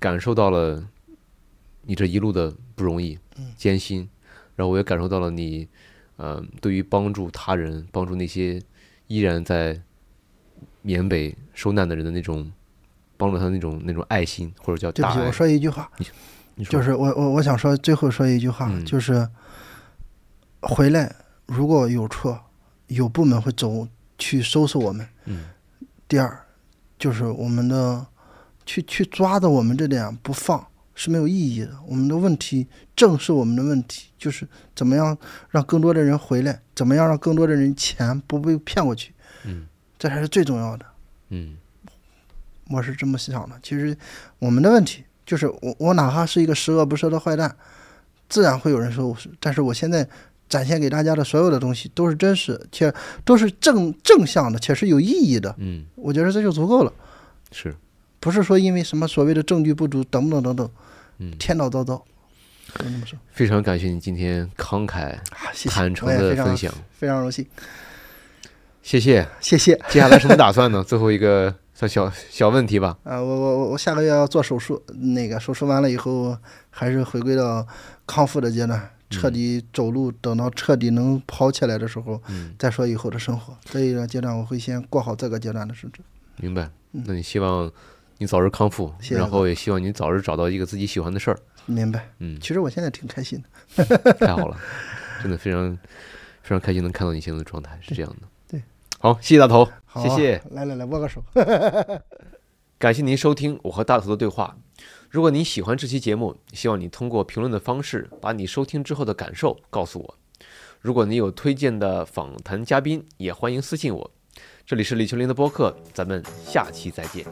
Speaker 2: 感受到了你这一路的不容易、
Speaker 1: 嗯
Speaker 2: 艰辛，然后我也感受到了你，嗯，对于帮助他人、帮助那些依然在缅北受难的人的那种帮助他的那种那种爱心，或者叫
Speaker 1: 对不
Speaker 2: 大
Speaker 1: 起，
Speaker 2: 爱
Speaker 1: 我。说一句话，
Speaker 2: 你说
Speaker 1: 就是我我我想说最后说一句话，
Speaker 2: 嗯
Speaker 1: 就是回来如果有错，有部门会走去收拾我们。
Speaker 2: 嗯
Speaker 1: 第二，就是我们的去去抓着我们这点不放是没有意义的。我们的问题正是我们的问题，就是怎么样让更多的人回来，怎么样让更多的人钱不被骗过去，
Speaker 2: 嗯
Speaker 1: 这才是最重要的。
Speaker 2: 嗯
Speaker 1: 我是这么想的。其实我们的问题就是我我哪怕是一个十恶不赦的坏蛋，自然会有人说我是，但是我现在展现给大家的所有的东西都是真实且都是正正向的，且是有意义的。
Speaker 2: 嗯，
Speaker 1: 我觉得这就足够了，
Speaker 2: 是。
Speaker 1: 不是说因为什么所谓的证据不足等等等等，
Speaker 2: 嗯
Speaker 1: 天道昭昭，就这么说
Speaker 2: 非常感谢你今天慷慨
Speaker 1: 啊，谢谢，
Speaker 2: 坦诚
Speaker 1: 我也
Speaker 2: 的
Speaker 1: 非常
Speaker 2: 分享，
Speaker 1: 非常荣幸，
Speaker 2: 谢谢。
Speaker 1: 谢谢。
Speaker 2: 接下来什么打算呢？最后一个算小小问题吧。
Speaker 1: 啊，我我我我下个月要做手术，那个手术完了以后，还是回归到康复的阶段，彻底走路，等到彻底能跑起来的时候，
Speaker 2: 嗯，
Speaker 1: 再说以后的生活。这一个阶段，我会先过好这个阶段的生活。
Speaker 2: 明白。那你希望你早日康复，
Speaker 1: 嗯谢谢
Speaker 2: 然后也希望你早日找到一个自己喜欢的事儿。
Speaker 1: 明白。
Speaker 2: 嗯，
Speaker 1: 其实我现在挺开心的。
Speaker 2: 太好了，真的非常非常开心能看到你现在的状态是这样的。
Speaker 1: 对，
Speaker 2: 好，谢谢大头，
Speaker 1: 好、啊
Speaker 2: 谢谢。。
Speaker 1: 来来来，握个手。
Speaker 2: 感谢您收听我和大头的对话。如果您喜欢这期节目，希望你通过评论的方式把你收听之后的感受告诉我。如果你有推荐的访谈嘉宾，也欢迎私信我。这里是李秋林的播客，咱们下期再见。